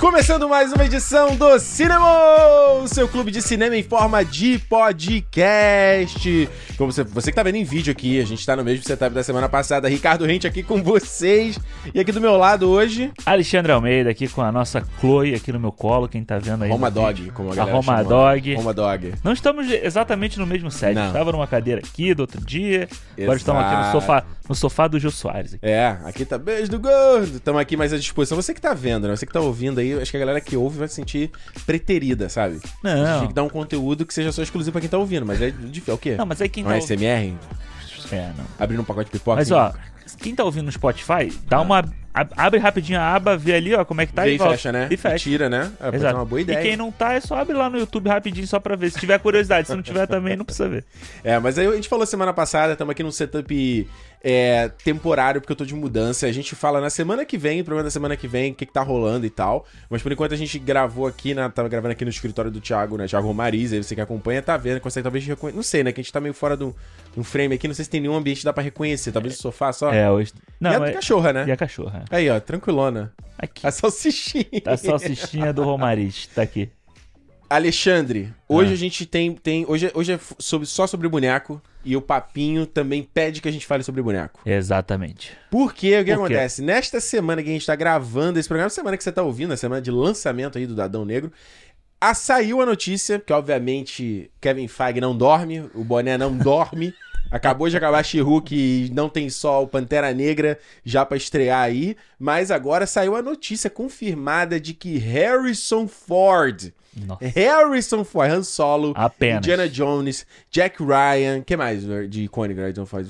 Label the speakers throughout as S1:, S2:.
S1: Começando mais uma edição do Cinema, o seu clube de cinema em forma de podcast. Como você, você que tá vendo em vídeo aqui, a gente tá no mesmo setup da semana passada. Ricardo Rente aqui com vocês. E aqui do meu lado hoje,
S2: Alexandre Almeida aqui com a nossa Chloe aqui no meu colo, quem tá vendo aí.
S1: Roma
S2: no
S1: Dog,
S2: vídeo.
S1: como a
S2: A
S1: galera
S2: Roma
S1: chama. né?
S2: Dog.
S1: Roma Dog.
S2: Não estamos exatamente no mesmo set.
S1: Não.
S2: Estava numa cadeira aqui do outro dia.
S1: Exato.
S2: Agora estamos aqui no sofá, no sofá do Gil Soares. aqui.
S1: É, aqui tá beijo do gordo. Estamos aqui mais à disposição. Você que tá vendo, né? Você que tá ouvindo aí, acho que a galera que ouve vai se sentir preterida, sabe? A gente
S2: Não.
S1: tem que dar um conteúdo que seja só exclusivo pra quem tá ouvindo, mas é difícil. É o quê?
S2: Não, mas aí quem
S1: Não
S2: tá
S1: é
S2: ouvindo.
S1: SMR?
S2: É, não.
S1: Abrindo um pacote de pipoca?
S2: Mas
S1: assim?
S2: ó, quem tá ouvindo no Spotify, dá uma. ab- Abre rapidinho a aba, vê ali, ó, como é que tá
S1: Vê e
S2: volta.
S1: fecha, né?
S2: E fecha.
S1: tira, né? É, pode ser
S2: Exato.
S1: uma boa ideia.
S2: E quem não tá, é só abre lá no YouTube rapidinho só pra ver. Se tiver curiosidade, se não tiver também, não precisa ver.
S1: É, mas aí a gente falou semana passada, estamos aqui num setup é, temporário, porque eu tô de mudança. A gente fala na semana que vem, programa da semana que vem, o que, que tá rolando e tal. Mas por enquanto a gente gravou aqui, na, tava gravando aqui no escritório do Thiago, né? Thiago Romariz, aí você que acompanha, tá vendo, consegue talvez reconhecer. Não sei, né? Que a gente tá meio fora do, de um frame aqui, não sei se tem nenhum ambiente que dá pra reconhecer. Talvez o sofá só.
S2: É, hoje. Não,
S1: e a
S2: mas-
S1: cachorra,
S2: E
S1: né?
S2: a cachorra.
S1: Aí, ó, tranquilona.
S2: Aqui. tá
S1: A salsichinha.
S2: A salsichinha do Romariz, tá aqui.
S1: Alexandre, hoje
S2: Ah.
S1: a gente tem. tem hoje é, hoje é f- sobre- só sobre boneco. E o papinho também pede que a gente fale sobre boneco.
S2: Exatamente.
S1: Porque o que
S2: Por quê?
S1: acontece? Nesta semana que a gente tá gravando esse programa, semana que você tá ouvindo, a semana de lançamento aí do Dadão Negro, a, saiu a notícia, que obviamente Kevin Feige não dorme, o Boné não dorme. Acabou de acabar She-Hulk e não tem só o Pantera Negra já pra estrear aí, mas agora saiu a notícia confirmada de que Harrison Ford,
S2: Nossa.
S1: Harrison Ford, Han Solo,
S2: Apenas.
S1: Indiana Jones, Jack Ryan, que mais de icônico Harrison Ford?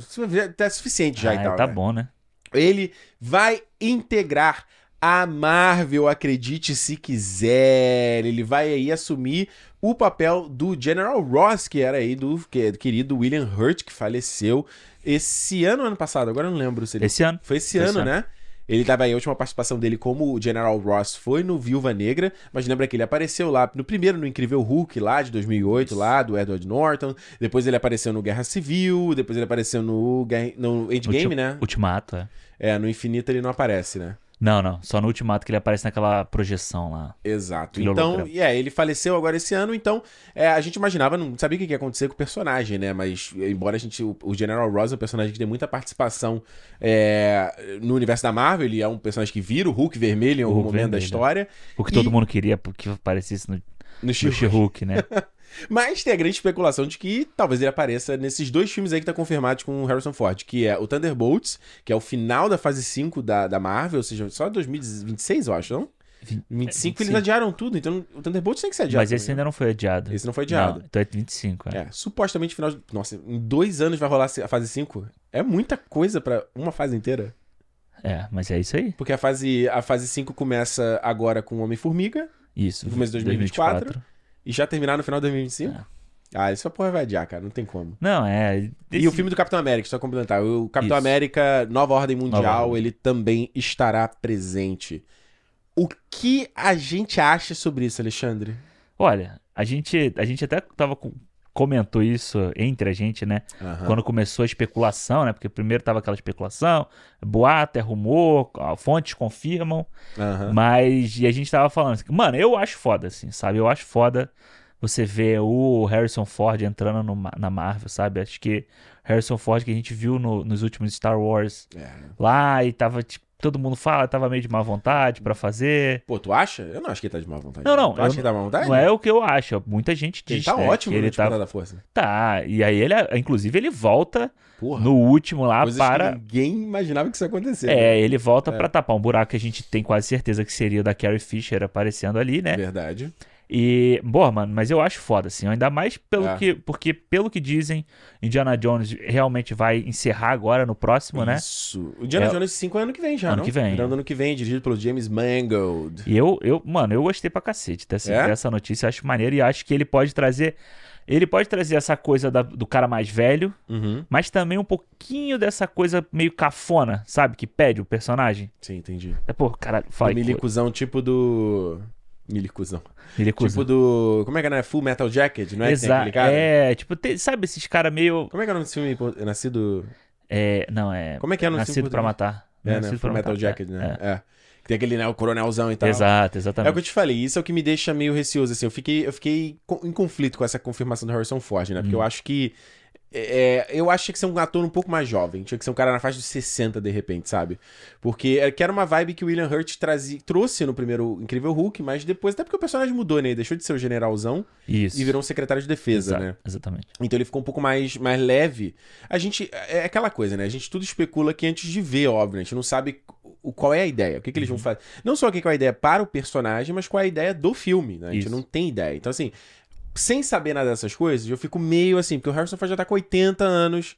S1: Tá suficiente já
S2: Ah,
S1: e tal.
S2: tá
S1: né?
S2: bom, né?
S1: Ele vai integrar a Marvel, acredite se quiser. Ele vai aí assumir o papel do General Ross, que era aí do que- é do querido William Hurt, que faleceu esse ano, ano passado. Agora eu não lembro se ele
S2: Esse ano.
S1: foi esse
S2: Esse
S1: ano,
S2: ano.
S1: né? Ele tava aí, a última participação dele como o General Ross foi no Viúva Negra, mas lembra que ele apareceu lá no primeiro, no Incrível Hulk, lá de 2008, lá do Edward Norton, depois ele apareceu no Guerra Civil, depois ele apareceu no, Guerra- no Endgame,
S2: Ulti-
S1: né?
S2: Ultimato, é.
S1: É, no Infinito ele não aparece, né?
S2: Não, não. Só no Ultimato que ele aparece naquela projeção lá.
S1: Exato.
S2: Ele
S1: Então,
S2: holograma.
S1: e é, ele faleceu agora esse ano, então é, a gente imaginava, não sabia o que que ia acontecer com o personagem, né? Mas, é, embora a gente. O, o General Ross é um personagem que tem muita participação é, no universo da Marvel, ele é um personagem que vira o Hulk vermelho em algum
S2: Hulk
S1: momento da
S2: vermelho.
S1: história.
S2: O que
S1: E-
S2: todo mundo queria que aparecesse no, no
S1: No She-Hulk.
S2: She-Hulk, né?
S1: Mas tem a grande especulação de que talvez ele apareça nesses dois filmes aí que tá confirmados com o Harrison Ford, que é o Thunderbolts, que é o final da fase 5 da, da Marvel, ou seja, só 2026, eu acho, não?
S2: Vin-
S1: 25
S2: 25.
S1: eles adiaram tudo, então o Thunderbolts tem que ser adiado.
S2: Mas esse
S1: também, né?
S2: ainda não foi adiado.
S1: Esse não foi adiado.
S2: Não, então é 25, é.
S1: É, supostamente final. de- Nossa, em dois anos vai rolar a fase 5? É muita coisa pra uma fase inteira.
S2: É, mas é isso aí.
S1: Porque a fase, a fase 5 começa agora com Homem-Formiga
S2: Isso.
S1: No começo de 2024. e já terminar no final de 2025.
S2: É.
S1: Ah, isso porra vai adiar, cara. Não tem como.
S2: Não, é.
S1: E
S2: esse-
S1: o filme do Capitão América, só complementar. O Capitão
S2: Isso.
S1: América Nova Ordem Mundial,
S2: Nova Ordem.
S1: ele também estará presente. O que a gente acha sobre isso, Alexandre?
S2: Olha, a gente, a gente até tava com- comentou isso entre a gente, né?
S1: Aham.
S2: Quando começou a especulação, né? Porque primeiro tava aquela especulação, boato, é rumor, a- fontes confirmam.
S1: Aham.
S2: Mas e a gente tava falando assim, mano, eu acho foda, assim, sabe? Eu acho foda você ver o Harrison Ford entrando no Ma- na Marvel, sabe? Acho que Harrison Ford que a gente viu no- nos últimos Star Wars
S1: É, né?
S2: lá e tava tipo, todo mundo fala, tava meio de má vontade pra fazer.
S1: Pô, tu acha? Eu não acho que ele tá de má vontade.
S2: Não, não,
S1: Tu acha
S2: eu-
S1: que ele tá de má vontade?
S2: Não é o que eu acho. Muita gente diz.
S1: Ele tá
S2: né,
S1: ótimo
S2: que
S1: no
S2: ele
S1: Despertar
S2: tá...
S1: da Força.
S2: tá. E aí ele, inclusive, ele volta
S1: Porra.
S2: no último lá
S1: coisas
S2: para.
S1: que ninguém imaginava que isso ia acontecer.
S2: É, ele volta
S1: É.
S2: pra tapar um buraco que a gente tem quase certeza que seria o da Carrie Fisher aparecendo ali, né?
S1: Verdade.
S2: E, boa, mano, mas eu acho foda, assim. Ainda mais pelo
S1: É.
S2: que. Porque, pelo que dizem, Indiana Jones realmente vai encerrar agora no próximo, né?
S1: Isso. O Indiana
S2: É.
S1: Jones 5 é ano que vem já,
S2: Ano
S1: não?
S2: que vem.
S1: Virando ano que vem, dirigido pelo James Mangold.
S2: E eu, eu, mano, eu gostei pra cacete dessa,
S1: É?
S2: dessa notícia, eu acho maneiro e acho que ele pode trazer. Ele pode trazer essa coisa da- do cara mais velho,
S1: Uhum.
S2: mas também um pouquinho dessa coisa meio cafona, sabe? Que pede o personagem.
S1: Sim, entendi.
S2: É, pô, caralho,
S1: O
S2: fala aí.
S1: milicuzão tipo do... Milicuzão.
S2: Milicuzão.
S1: Tipo do... Como é que é, né? Full Metal Jacket, não é? Que tem
S2: Exa
S1: aquele cara?
S2: é, tipo, tem- sabe esses caras meio.
S1: Como é que é o nome desse filme? em por- Nascido...
S2: É, não, é.
S1: Como é que é o nome desse filme?
S2: Nascido pra matar.
S1: É, né?
S2: Nascido
S1: Full
S2: pra
S1: Metal
S2: matar,
S1: Jacket,
S2: é,
S1: né?
S2: é.
S1: É. Que Tem aquele, né? O coronelzão e tal. É
S2: Exato,
S1: o
S2: exatamente.
S1: que eu te falei, isso é o que me deixa meio receoso, assim, eu fiquei, eu fiquei co- em conflito com essa confirmação do Harrison Ford, né,
S2: Uhum.
S1: porque eu acho que, é, eu acho que tinha que ser um ator um pouco mais jovem, tinha que ser um cara na faixa dos 60, de repente, sabe, porque é- que era uma vibe que o William Hurt trazia, trouxe no primeiro Incrível Hulk, mas depois, até porque o personagem mudou, né, ele deixou de ser o generalzão
S2: Isso.
S1: e virou um secretário de defesa,
S2: Exato,
S1: né.
S2: Exatamente.
S1: Então ele ficou um pouco mais, mais leve. A gente. É aquela coisa, né? A gente tudo especula aqui antes de ver, óbvio. né? A gente não sabe o, qual é a ideia, o que, que eles vão
S2: Uhum.
S1: fazer. Não só o que que é a ideia para o personagem, mas qual é a ideia do filme, né? A gente
S2: Isso.
S1: não tem ideia. Então, assim, sem saber nada dessas coisas, eu fico meio assim, porque o Harrison Ford já tá com 80 anos.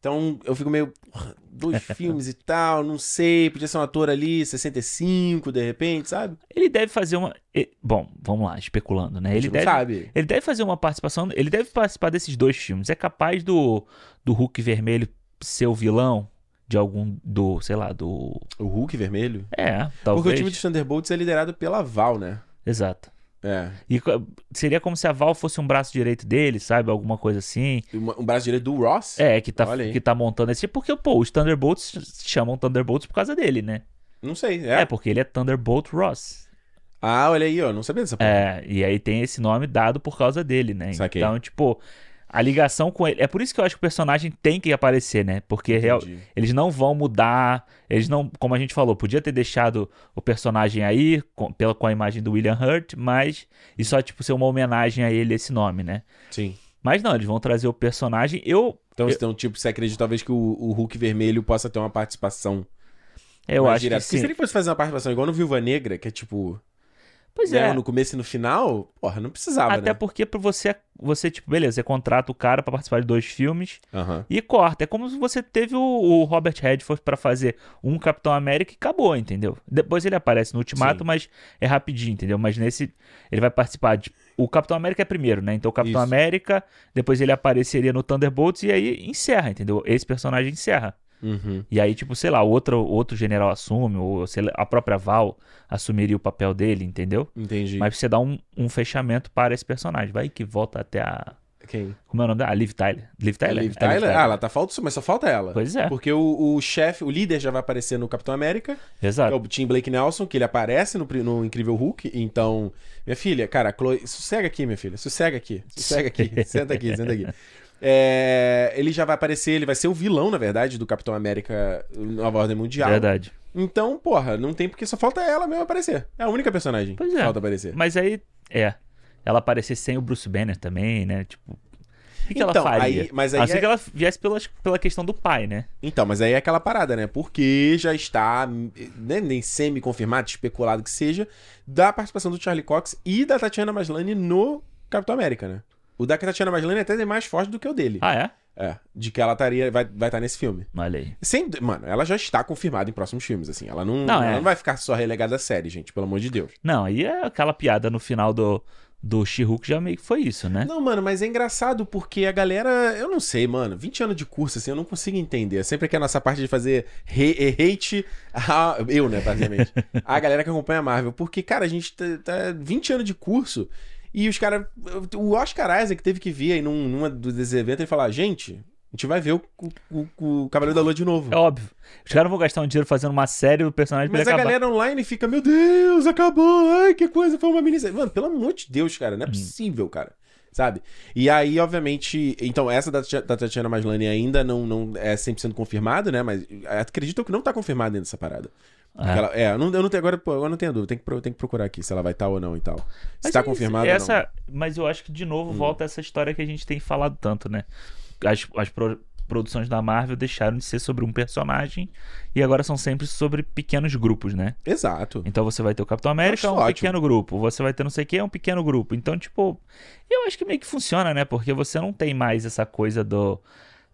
S1: Então eu fico meio. porra, Dois filmes e tal, não sei. Podia ser um ator ali, 65, de repente, sabe?
S2: Ele deve fazer uma. e- Bom, vamos lá, especulando, né?
S1: a gente
S2: Ele
S1: não
S2: deve.
S1: Tipo, sabe.
S2: Ele deve fazer uma participação. Ele deve participar desses dois filmes. É capaz do, do Hulk Vermelho ser o vilão de algum. Do, sei lá, do.
S1: O Hulk vermelho.
S2: É,
S1: Porque o
S2: talvez.
S1: time dos Thunderbolts é liderado pela Val, né?
S2: Exato.
S1: É.
S2: E co- seria como se a Val fosse um braço direito dele, sabe? Alguma coisa assim.
S1: Um um braço direito do Ross?
S2: É, que tá,
S1: Olha aí.
S2: que tá montando esse. Porque, pô, os Thunderbolts ch- chamam Thunderbolts por causa dele, né?
S1: Não sei,
S2: É,
S1: é.
S2: porque ele é Thunderbolt Ross.
S1: Ah, olha aí, ó. Não sabia dessa porra.
S2: É, e aí tem esse nome dado por causa dele, né?
S1: Saquei.
S2: Então, tipo, a ligação com ele. É por isso que eu acho que o personagem tem que aparecer, né? Porque real,
S1: Entendi.
S2: Eles não vão mudar. Eles não. Como a gente falou, podia ter deixado o personagem aí com, pela, com a imagem do William Hurt, mas. E só, tipo, ser uma homenagem a ele esse nome, né?
S1: Sim.
S2: Mas não, eles vão trazer o personagem. Eu.
S1: Então, então, tipo, você acredita talvez que o, o Hulk vermelho possa ter uma participação
S2: Eu
S1: mais
S2: acho
S1: direta?
S2: que
S1: Porque
S2: sim.
S1: se ele fosse fazer uma participação igual no Viúva Negra, que é tipo...
S2: Pois
S1: né,
S2: é.
S1: No começo e no final, porra, não precisava,
S2: Até
S1: né?
S2: porque pra você, você, tipo, beleza, você contrata o cara pra participar de dois filmes
S1: Aham.
S2: e corta. É como se você teve o, o Robert Redford pra fazer um Capitão América e acabou, entendeu? Depois ele aparece no Ultimato,
S1: Sim.
S2: mas é rapidinho, entendeu? Mas nesse, ele vai participar de... O Capitão América é primeiro, né? Então o Capitão
S1: Isso.
S2: América, depois ele apareceria no Thunderbolts e aí encerra, entendeu? Esse personagem encerra.
S1: Uhum.
S2: E aí, tipo, sei lá, outro, outro general assume, ou sei lá, a própria Val assumiria o papel dele, entendeu?
S1: Entendi.
S2: Mas você dá um, um fechamento para esse personagem. Vai que volta até a.
S1: Quem?
S2: Como é o nome dela? A Liv Tyler. Liv
S1: A
S2: Tyler?
S1: Liv
S2: É a
S1: Tyler? Ah, ela tá falta, mas só falta ela.
S2: Pois é,
S1: Porque o, o chefe, o líder já vai aparecer no Capitão América, que é
S2: exato.
S1: o Tim Blake Nelson, que ele aparece no, pri- no Incrível Hulk. Então, minha filha, cara, Chloe, sossega aqui, minha filha, sossega aqui, sossega aqui, senta aqui, senta aqui. É, ele já vai aparecer, ele vai ser o vilão, na verdade, do Capitão América Nova Ordem Mundial.
S2: Verdade.
S1: Então, porra, não tem porque só falta ela mesmo aparecer. É a única personagem
S2: Pois
S1: que
S2: é.
S1: falta aparecer.
S2: Mas aí, é. Ela aparecer sem o Bruce Banner também, né? Tipo. O que, que ela
S1: Então,
S2: faria?
S1: aí- mas aí
S2: a não ser
S1: é-
S2: que ela viesse pelas, pela questão do pai, né?
S1: Então, mas aí é aquela parada, né? Porque já está, né, nem semi-confirmado, especulado que seja, da participação do Charlie Cox e da Tatiana Maslany no Capitão América, né? O da Tatiana Maslany até é mais forte do que o dele.
S2: Ah, é?
S1: É, de que ela estaria, vai, vai estar nesse filme.
S2: Olha aí.
S1: Sem, du- mano, ela já está confirmada em próximos filmes, assim. Ela não,
S2: Não, é.
S1: ela não vai ficar só relegada à série, gente, pelo amor de Deus.
S2: Não, aí é aquela piada no final do, do She-Hulk já meio que foi isso, né?
S1: Não, mano, mas é engraçado porque a galera, eu não sei, mano, 20 anos de curso, assim, eu não consigo entender. Sempre que é a nossa parte de fazer re- e hate, a- eu, né, basicamente, a galera que acompanha a Marvel. Porque, cara, a gente tá, tá 20 anos de curso e os caras. O Oscar Isaac teve que vir aí num, numa desses eventos e falar: gente, a gente vai ver o, o, o- o Cavaleiro da Lua de novo.
S2: É óbvio. Os caras não vão gastar um dinheiro fazendo uma série do personagem pra
S1: Mas
S2: ele
S1: a
S2: acabar.
S1: galera online fica, meu Deus, acabou, ai, que coisa, foi uma minissérie. Mano, pelo amor de Deus, cara,
S2: Hum.
S1: não é possível, cara. Sabe? E aí, obviamente, então essa da, Tia- da Tatiana eh, Maslany ainda não, não é 100% confirmado, né? Mas acredito que não tá confirmado ainda essa parada.
S2: É.
S1: Aquela- É, eu não, eu não tenho agora, pô, agora eu não tenho dúvida. Tem que, pro- tem que procurar aqui se ela vai estar ou não e tal. Se
S2: Mas
S1: tá
S2: é isso,
S1: confirmado ou não. Hum.
S2: essa, Mas eu acho que, de novo, volta essa história que a gente tem falado tanto, né? As, as pro- produções da Marvel deixaram de ser sobre um personagem e agora são sempre sobre pequenos grupos, né?
S1: Exato.
S2: Então você vai ter o Capitão América, é um
S1: Acho ótimo.
S2: pequeno grupo. Você vai ter não sei o que, é um pequeno grupo. Então, tipo, eu acho que meio que funciona, né? Porque você não tem mais essa coisa do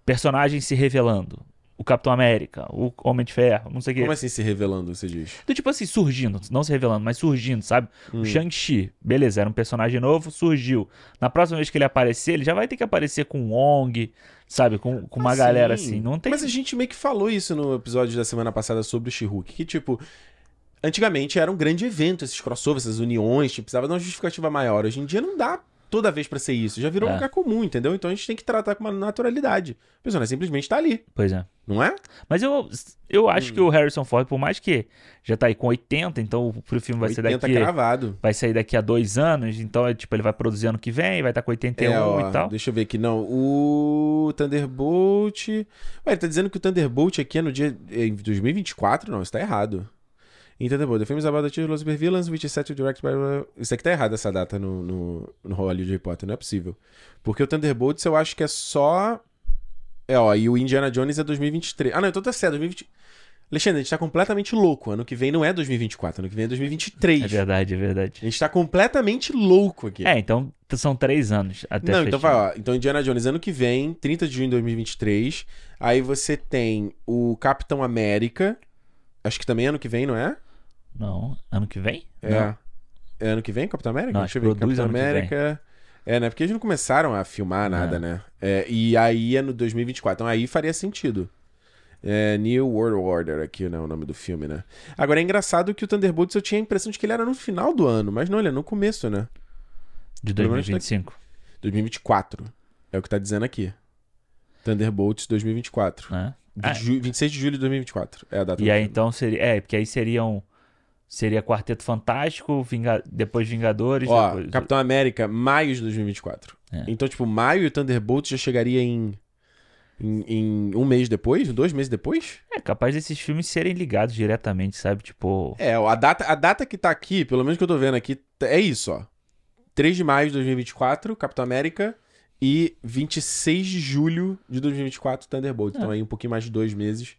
S2: personagem se revelando. O Capitão América, o Homem de Ferro, não sei o que.
S1: Como é- assim se revelando, você diz?
S2: Do tipo assim, surgindo, não se revelando, mas surgindo, sabe?
S1: Hum.
S2: O Shang-Chi, beleza, era um personagem novo, surgiu. Na próxima vez que ele aparecer, ele já vai ter que aparecer com Wong, sabe? Com, com uma
S1: Ah,
S2: galera
S1: sim.
S2: assim. Não tem.
S1: Mas a gente meio que falou isso no episódio da semana passada sobre o She-Hulk, que tipo. Antigamente era um grande evento esses crossovers, essas uniões, tipo, precisava de uma justificativa maior. Hoje em dia não dá toda vez pra ser isso, já virou
S2: É.
S1: um lugar comum, entendeu? Então a gente tem que tratar com uma naturalidade. A pessoa não é simplesmente tá ali,
S2: Pois é.
S1: não é?
S2: Mas eu, eu acho
S1: Hum.
S2: que o Harrison Ford, por mais que já tá aí com 80, então o filme vai ser
S1: 80
S2: daqui.
S1: cravado.
S2: Vai sair daqui a dois anos, então é tipo, ele vai produzir ano que vem, vai estar com 81
S1: é, ó,
S2: e tal.
S1: Deixa eu ver aqui, não. O Thunderbolt. Ué, ele tá dizendo que o Thunderbolt aqui é no dia. Em 2024? Não, isso tá errado. Em Thunderbolt, the film is about the children of supervillains, which is set to direct by... Isso aqui tá errado, essa data no, no, no Hollywood Reporter, não é possível. Porque o Thunderbolts eu acho que é só... É, ó, e o Indiana Jones é 2023. Ah, não, então tá certo, 2020... Alexandre, a gente tá completamente louco. Ano que vem não é 2024, ano que vem é 2023.
S2: É verdade, é
S1: A
S2: verdade.
S1: gente tá completamente louco aqui.
S2: É, então t- são três anos até
S1: Não,
S2: fechar.
S1: então vai, ó. Então, Indiana Jones, ano que vem, 30 de junho de 2023. Aí você tem o Capitão América. Acho que também é ano que vem, não é?
S2: Não, ano que vem? Não.
S1: É. É ano que vem, Capitão América?
S2: Não,
S1: Deixa eu
S2: acho que
S1: ver. Capitão
S2: produz ano que vem.
S1: América. É, né? Porque eles não começaram a filmar nada,
S2: É.
S1: né? É, e aí é no 2024. Então aí faria sentido. É, New World Order aqui, né? O nome do filme, né? Agora é engraçado que o Thunderbolts eu tinha a impressão de que ele era no final do ano, mas não, ele é no começo, né?
S2: De
S1: Pelo menos tá-
S2: 2025.
S1: 2024. É o que tá dizendo aqui. Thunderbolts 2024.
S2: Né?
S1: De
S2: Ah,
S1: ju- 26 de julho de 2024. É a data
S2: e
S1: do
S2: aí
S1: filme.
S2: então seria. É, porque aí seriam. Seria Quarteto Fantástico, Vinga- depois Vingadores.
S1: Ó,
S2: depois... né?
S1: Capitão América, maio de 2024.
S2: É.
S1: Então, tipo, maio e Thunderbolts já chegaria em, em, em um mês depois? Dois meses depois?
S2: É capaz desses filmes serem ligados diretamente, sabe? Tipo.
S1: É, ó, a data, a data que tá aqui, pelo menos que eu tô vendo aqui, t- é isso, ó. 3 de maio de 2024, Capitão América. E 26 de julho de 2024,
S2: É.
S1: Thunderbolts. Então aí um pouquinho mais de dois meses.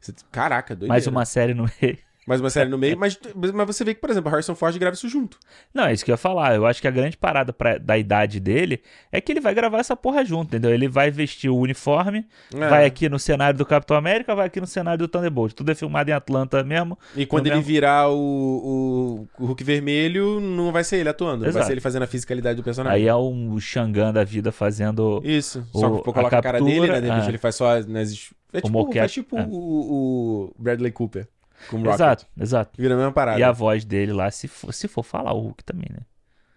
S1: Você- Caraca, doideira.
S2: mais uma série no meio.
S1: Mais uma série no meio, mas, mas você vê que, por exemplo, Harrison Ford grava isso junto.
S2: Não, é isso que eu ia falar. Eu acho que a grande parada pra- da idade dele é que ele vai gravar essa porra junto, entendeu? Ele vai vestir o uniforme,
S1: É.
S2: vai aqui no cenário do Capitão América, vai aqui no cenário do Thunderbolt. Tudo é filmado em Atlanta mesmo.
S1: E quando
S2: no
S1: ele
S2: mesmo-
S1: virar o, o, o Hulk vermelho, não vai ser ele atuando, vai
S2: Exato.
S1: ser ele fazendo a fisicalidade do personagem.
S2: Aí é um Xangã da vida fazendo.
S1: Isso.
S2: O-
S1: só que pô, coloca a,
S2: a
S1: cara dele, né?
S2: captura,
S1: De repente
S2: ah.
S1: ele faz só nas. É tipo,
S2: mocap,
S1: faz tipo
S2: é.
S1: o, o Bradley Cooper com o
S2: Exato,
S1: um Rocket.
S2: exato.
S1: Vira a mesma parada.
S2: E a voz dele lá, se for, se for falar, o Hulk também, né?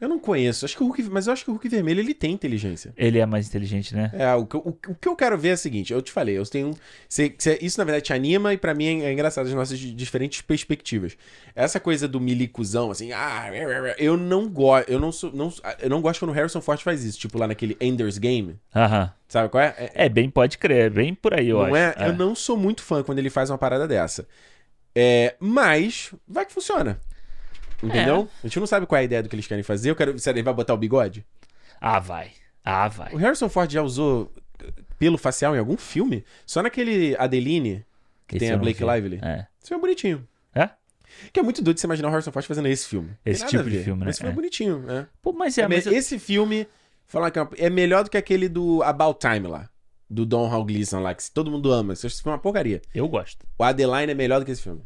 S1: Eu não conheço, acho que o Hulk, mas eu acho que o Hulk vermelho ele tem inteligência.
S2: Ele é mais inteligente, né?
S1: É, o que, eu- o, o que eu quero ver é o seguinte, eu te falei, eu tenho. um, cê- cê- isso, na verdade, te anima e pra mim é, é engraçado as nossas di- diferentes perspectivas. Essa coisa do milicuzão, assim, ah, ré, ré, ré, eu não gosto. Eu não sou. Não, sou- eu não gosto quando o Harrison Ford faz isso, tipo lá naquele Ender's Game.
S2: Aham.
S1: Sabe qual é? É-
S2: É, bem, pode crer, é bem por aí, eu
S1: não
S2: acho.
S1: é?
S2: É.
S1: Eu não sou muito fã quando ele faz uma parada dessa. É, mas vai que funciona. Entendeu? A gente não sabe qual é a ideia do que eles querem fazer. Eu quero. Será que ele vai botar o bigode?
S2: Ah, vai. Ah, vai.
S1: O Harrison Ford já usou eh, pelo facial em algum filme? Só naquele Adeline, que
S2: Esse
S1: tem
S2: eu
S1: a
S2: não
S1: Blake
S2: vi.
S1: Lively.
S2: É.
S1: Esse filme é bonitinho.
S2: É?
S1: Que é muito doido você imaginar o Harrison Ford fazendo esse filme. Tem
S2: Esse
S1: nada
S2: tipo
S1: a
S2: de
S1: ver,
S2: filme, né?
S1: Mas esse filme é,
S2: É.
S1: bonitinho. é.
S2: Pô, mas é,
S1: É,
S2: mas eu-
S1: Esse filme, falar que é uma- é melhor do que aquele do About Time lá. Do Don Hall Gleason lá, que todo mundo ama. Esse filme é uma porcaria.
S2: eu gosto.
S1: O Adeline é melhor do que esse filme.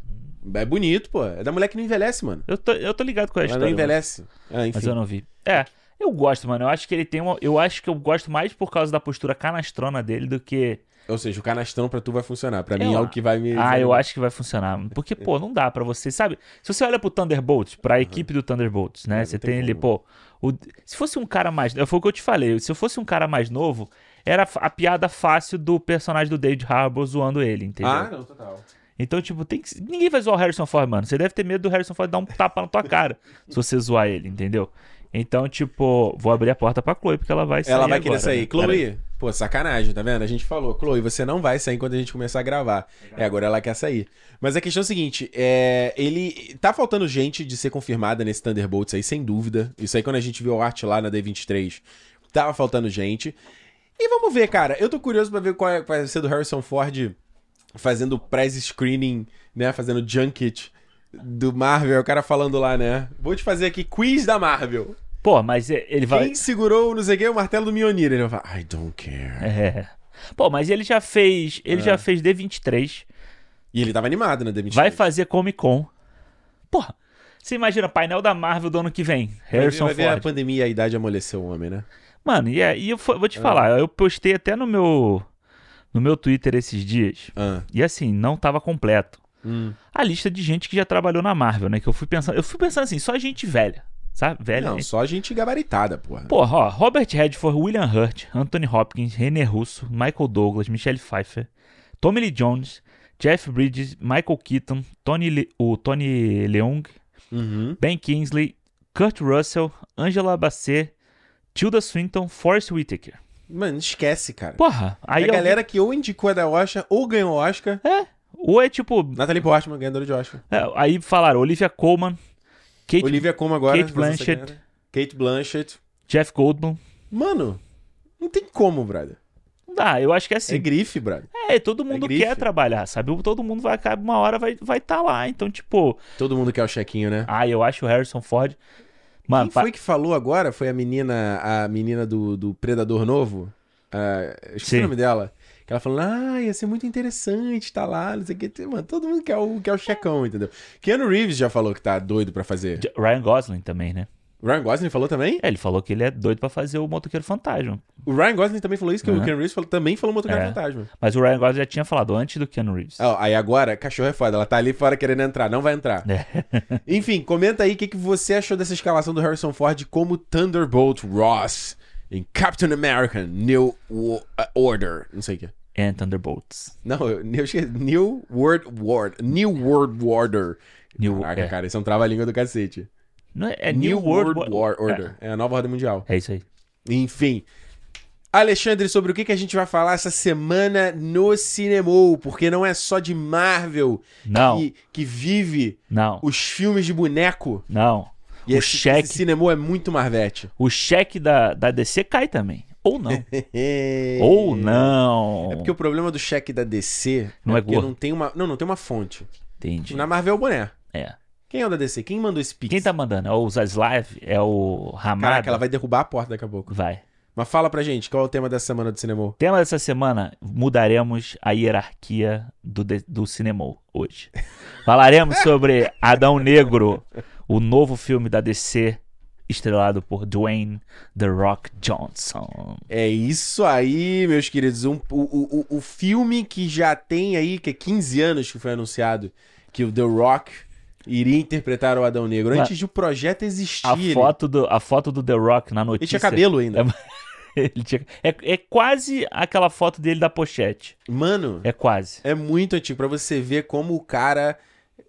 S1: É bonito, pô. É da mulher que não envelhece, mano.
S2: Eu tô, eu tô ligado com a
S1: Ela
S2: É história.
S1: não
S2: mas-
S1: envelhece. Ah, enfim.
S2: Mas eu não vi. É, eu gosto, mano. Eu acho que ele tem uma. Eu acho que eu gosto mais por causa da postura canastrona dele do que.
S1: Ou seja, o canastrão pra tu vai funcionar. Pra
S2: Eu
S1: mim é o
S2: a-
S1: que vai me.
S2: Ah, eu acho que vai funcionar. Porque, pô, não dá pra você. Sabe? Se você olha pro Thunderbolts, pra equipe do Thunderbolts,
S1: É,
S2: né?
S1: não
S2: você
S1: tem
S2: tem ali, pô. o- Se fosse um cara mais. Foi o que eu te falei. Se eu fosse um cara mais novo, era a piada fácil do personagem do David Harbour zoando ele, entendeu?
S1: Ah, não, total.
S2: Então, tipo, tem que... ninguém vai zoar o Harrison Ford, mano. Você deve ter medo do Harrison Ford dar um tapa na tua cara se você zoar ele, entendeu? Então, tipo, vou abrir a porta pra Chloe, porque ela vai sair.
S1: Ela vai
S2: agora,
S1: querer sair.
S2: né? Peraí.
S1: Chloe, pô, sacanagem, tá vendo? A gente falou, Chloe, você não vai sair quando a gente começar a gravar. É, agora ela quer sair. Mas a questão é o seguinte: é, ele. Tá faltando gente de ser confirmada nesse Thunderbolts aí, sem dúvida. Isso aí, quando a gente viu o arte lá na D23, tava faltando gente. E vamos ver, cara. Eu tô curioso pra ver qual é, vai ser do Harrison Ford fazendo press screening, né? Fazendo junket do Marvel. O cara falando lá, né? Vou te fazer aqui quiz da Marvel.
S2: Pô, mas e- ele vai.
S1: Quem segurou, não sei o que, o martelo do Mionir? Ele vai, I don't care.
S2: É. Pô, mas ele já fez. Ele já fez D23.
S1: Ah. E ele tava animado na D23.
S2: Vai fazer Comic Con. Porra. Você imagina, painel da Marvel do ano que vem.
S1: Vai ver-
S2: Harrison
S1: vai ver a
S2: Ford.
S1: pandemia e a idade amoleceu o homem, né?
S2: Mano, e, é- e eu fo- vou
S1: Ah.
S2: te falar, eu postei até no meu. No meu Twitter esses dias.
S1: Ah.
S2: E assim, não tava completo.
S1: Hum.
S2: A lista de gente que já trabalhou na Marvel, né? Que eu fui pensando. Eu fui pensando assim, só gente velha. Sabe? Velha.
S1: Não, só gente gabaritada, porra.
S2: Porra, ó, Robert Redford, William Hurt, Anthony Hopkins, René Russo, Michael Douglas, Michelle Pfeiffer, Tommy Lee Jones, Jeff Bridges, Michael Keaton, Tony Le- o Tony Leung,
S1: Uhum.
S2: Ben Kingsley, Kurt Russell, Angela Bassett, Tilda Swinton, Forrest Whitaker.
S1: Mano, esquece, cara.
S2: Porra, aí
S1: é a
S2: alguém-
S1: galera que ou indicou a da Oscar ou ganhou Oscar.
S2: ou é tipo,
S1: Natalie Portman, ganhadora de Oscar.
S2: é, aí falaram Olivia Colman, Kate,
S1: Olivia Como agora.
S2: Kate
S1: pra você
S2: Blanchett.
S1: ganhar. Kate Blanchett.
S2: Jeff Goldblum.
S1: Mano, não tem como, brother.
S2: Não dá, eu acho que é
S1: É
S2: assim.
S1: grife, brother.
S2: É, todo mundo
S1: grife.
S2: quer trabalhar, sabe? Todo mundo vai acaba uma hora vai vai tá lá, então tipo,
S1: Todo mundo quer o chequinho, né?
S2: Ah, eu acho o Harrison Ford. Mano,
S1: Quem foi que falou agora? Foi a menina, a menina do, do Predador Novo? Ah, eu esqueci o
S2: Sim.
S1: nome dela. Que ela falou, ah, ia ser muito interessante estar lá, não sei o que. Mano, todo mundo quer o, quer o checão, entendeu? Keanu Reeves já falou que tá doido pra fazer.
S2: pa- Ryan Gosling também, né?
S1: Ryan Gosling falou também?
S2: É, ele falou que ele é doido pra fazer o Motoqueiro Fantasma.
S1: O Ryan Gosling também falou isso, que o
S2: Uhum.
S1: Keanu Reeves falou- também falou Motoqueiro
S2: É.
S1: Fantasma.
S2: Mas o Ryan Gosling já tinha falado antes do Keanu Reeves.
S1: Ó, aí agora, cachorro é foda, ela tá ali fora querendo entrar, não vai entrar.
S2: É, Né?
S1: Enfim, comenta aí o que, que você achou dessa escalação do Harrison Ford como Thunderbolt Ross em Captain America New Wo- Order. Não sei o que.
S2: And é, Thunderbolts.
S1: Não, eu, eu esqueci. New World War. New World Order.
S2: New-
S1: Caraca,
S2: é.
S1: cara, isso é um trava-língua do cacete.
S2: Não é, é New, World,
S1: War Order. É. a nova ordem mundial.
S2: É. É isso aí.
S1: Enfim. Alexandre, sobre o que, que a gente vai falar essa semana no cinema? Porque não é só de Marvel
S2: Não,
S1: que, que vive
S2: não,
S1: os filmes de boneco.
S2: não.
S1: E
S2: o
S1: esse,
S2: cheque,
S1: esse cinema é muito Marvete.
S2: o cheque da, da DC cai também. Ou não. Ou não.
S1: É porque o problema do cheque da DC
S2: Não é
S1: porque
S2: gordo.
S1: não tem uma, não, não tem uma fonte.
S2: Entendi.
S1: Na Marvel é o boné.
S2: É.
S1: Quem é o da DC? Quem mandou esse pix?
S2: Quem tá mandando? É o Zaslav? É o Ramada?
S1: Caraca, ela vai derrubar a porta daqui a pouco.
S2: vai.
S1: Mas fala pra gente, qual é o tema dessa semana do cinema?
S2: Tema dessa semana: mudaremos a hierarquia do, de- do cinema hoje. Falaremos sobre Adão Negro, o novo filme da DC, estrelado por Dwayne The Rock Johnson.
S1: É isso aí, meus queridos. Um- o, o, o filme que já tem aí, que é 15 anos que foi anunciado, que o The Rock iria interpretar o Adão Negro.
S2: Mas-
S1: Antes de o projeto existir.
S2: A
S1: ele-
S2: foto, do, a foto do The Rock na
S1: Ele tinha
S2: notícia.
S1: cabelo ainda.
S2: ele tinha- é, é quase aquela foto dele da pochete.
S1: Mano,
S2: É quase.
S1: é muito antigo pra você ver como o cara.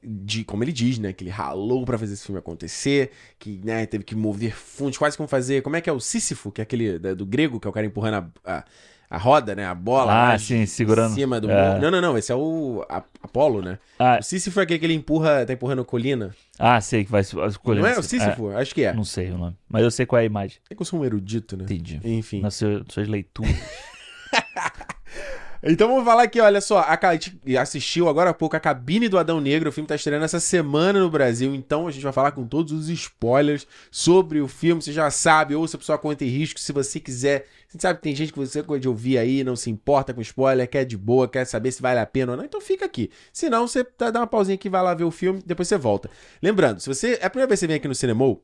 S1: De, como ele diz, né? Que ele ralou pra fazer esse filme acontecer, que né, teve que mover fundos, quase como fazer. Como é que é o Sísifo, que é aquele da- do grego, que é o cara empurrando a, a, a roda, né? A bola.
S2: Ah,
S1: lá,
S2: sim, segurando.
S1: Em cima do
S2: É.
S1: morro. Não, não, não. Esse é o A- Apolo, né?
S2: Ah,
S1: O Sísifo é aquele que ele empurra, tá empurrando colina.
S2: ah, sei que vai escolher.
S1: não é o Sísifo? Acho que é.
S2: não sei o nome. Mas eu sei qual é a imagem.
S1: É que eu sou um erudito, né?
S2: Entendi.
S1: Enfim.
S2: Nas suas, suas leituras.
S1: Então vamos falar aqui, olha só. A, ca- a gente assistiu agora há pouco a cabine do Adão Negro. O filme tá estreando essa semana no Brasil. Então a gente vai falar com todos os spoilers sobre o filme. Você já sabe, ouça por sua conta e risco se você quiser. Você sabe que tem gente que você gosta de ouvir aí, não se importa com spoiler, quer de boa, quer saber se vale a pena ou não. Então fica aqui. Se não, você tá, dá dá uma pausinha aqui, vai lá ver o filme, depois você volta. Lembrando, se você. É a primeira vez que você vem aqui no Cinemol,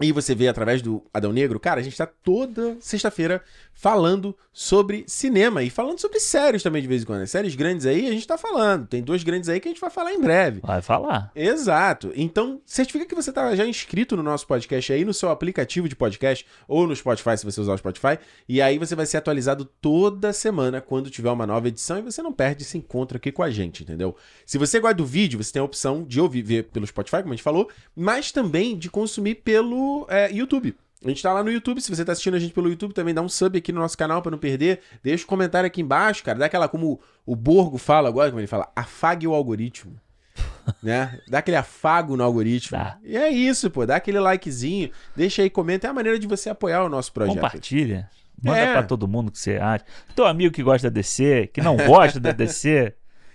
S1: e você vê através do Adão Negro, cara, a gente tá toda sexta-feira falando sobre cinema e falando sobre séries também de vez em quando. né? Séries grandes aí a gente tá falando. Tem duas grandes aí que a gente vai falar em breve.
S2: Vai falar.
S1: Exato. Então, certifica que você tá já inscrito no nosso podcast aí, no seu aplicativo de podcast, ou no Spotify, se você usar o Spotify. E aí você vai ser atualizado toda semana quando tiver uma nova edição e você não perde esse encontro aqui com a gente, entendeu? Se você gosta do vídeo, você tem a opção de ouvir ver pelo Spotify, como a gente falou, mas também de consumir pelo é, YouTube. A gente tá lá no YouTube, se você tá assistindo a gente pelo YouTube, também dá um sub aqui no nosso canal pra não perder. Deixa o comentário aqui embaixo, cara. Dá aquela, como o Borgo fala agora, como ele fala, afague o algoritmo. né? Dá aquele afago no algoritmo.
S2: Dá.
S1: E é isso, pô. Dá aquele likezinho. Deixa aí, comenta. É a maneira de você apoiar o nosso projeto.
S2: Compartilha. Manda
S1: É.
S2: pra todo mundo que você acha. Teu amigo que gosta da DC, que não gosta da DC,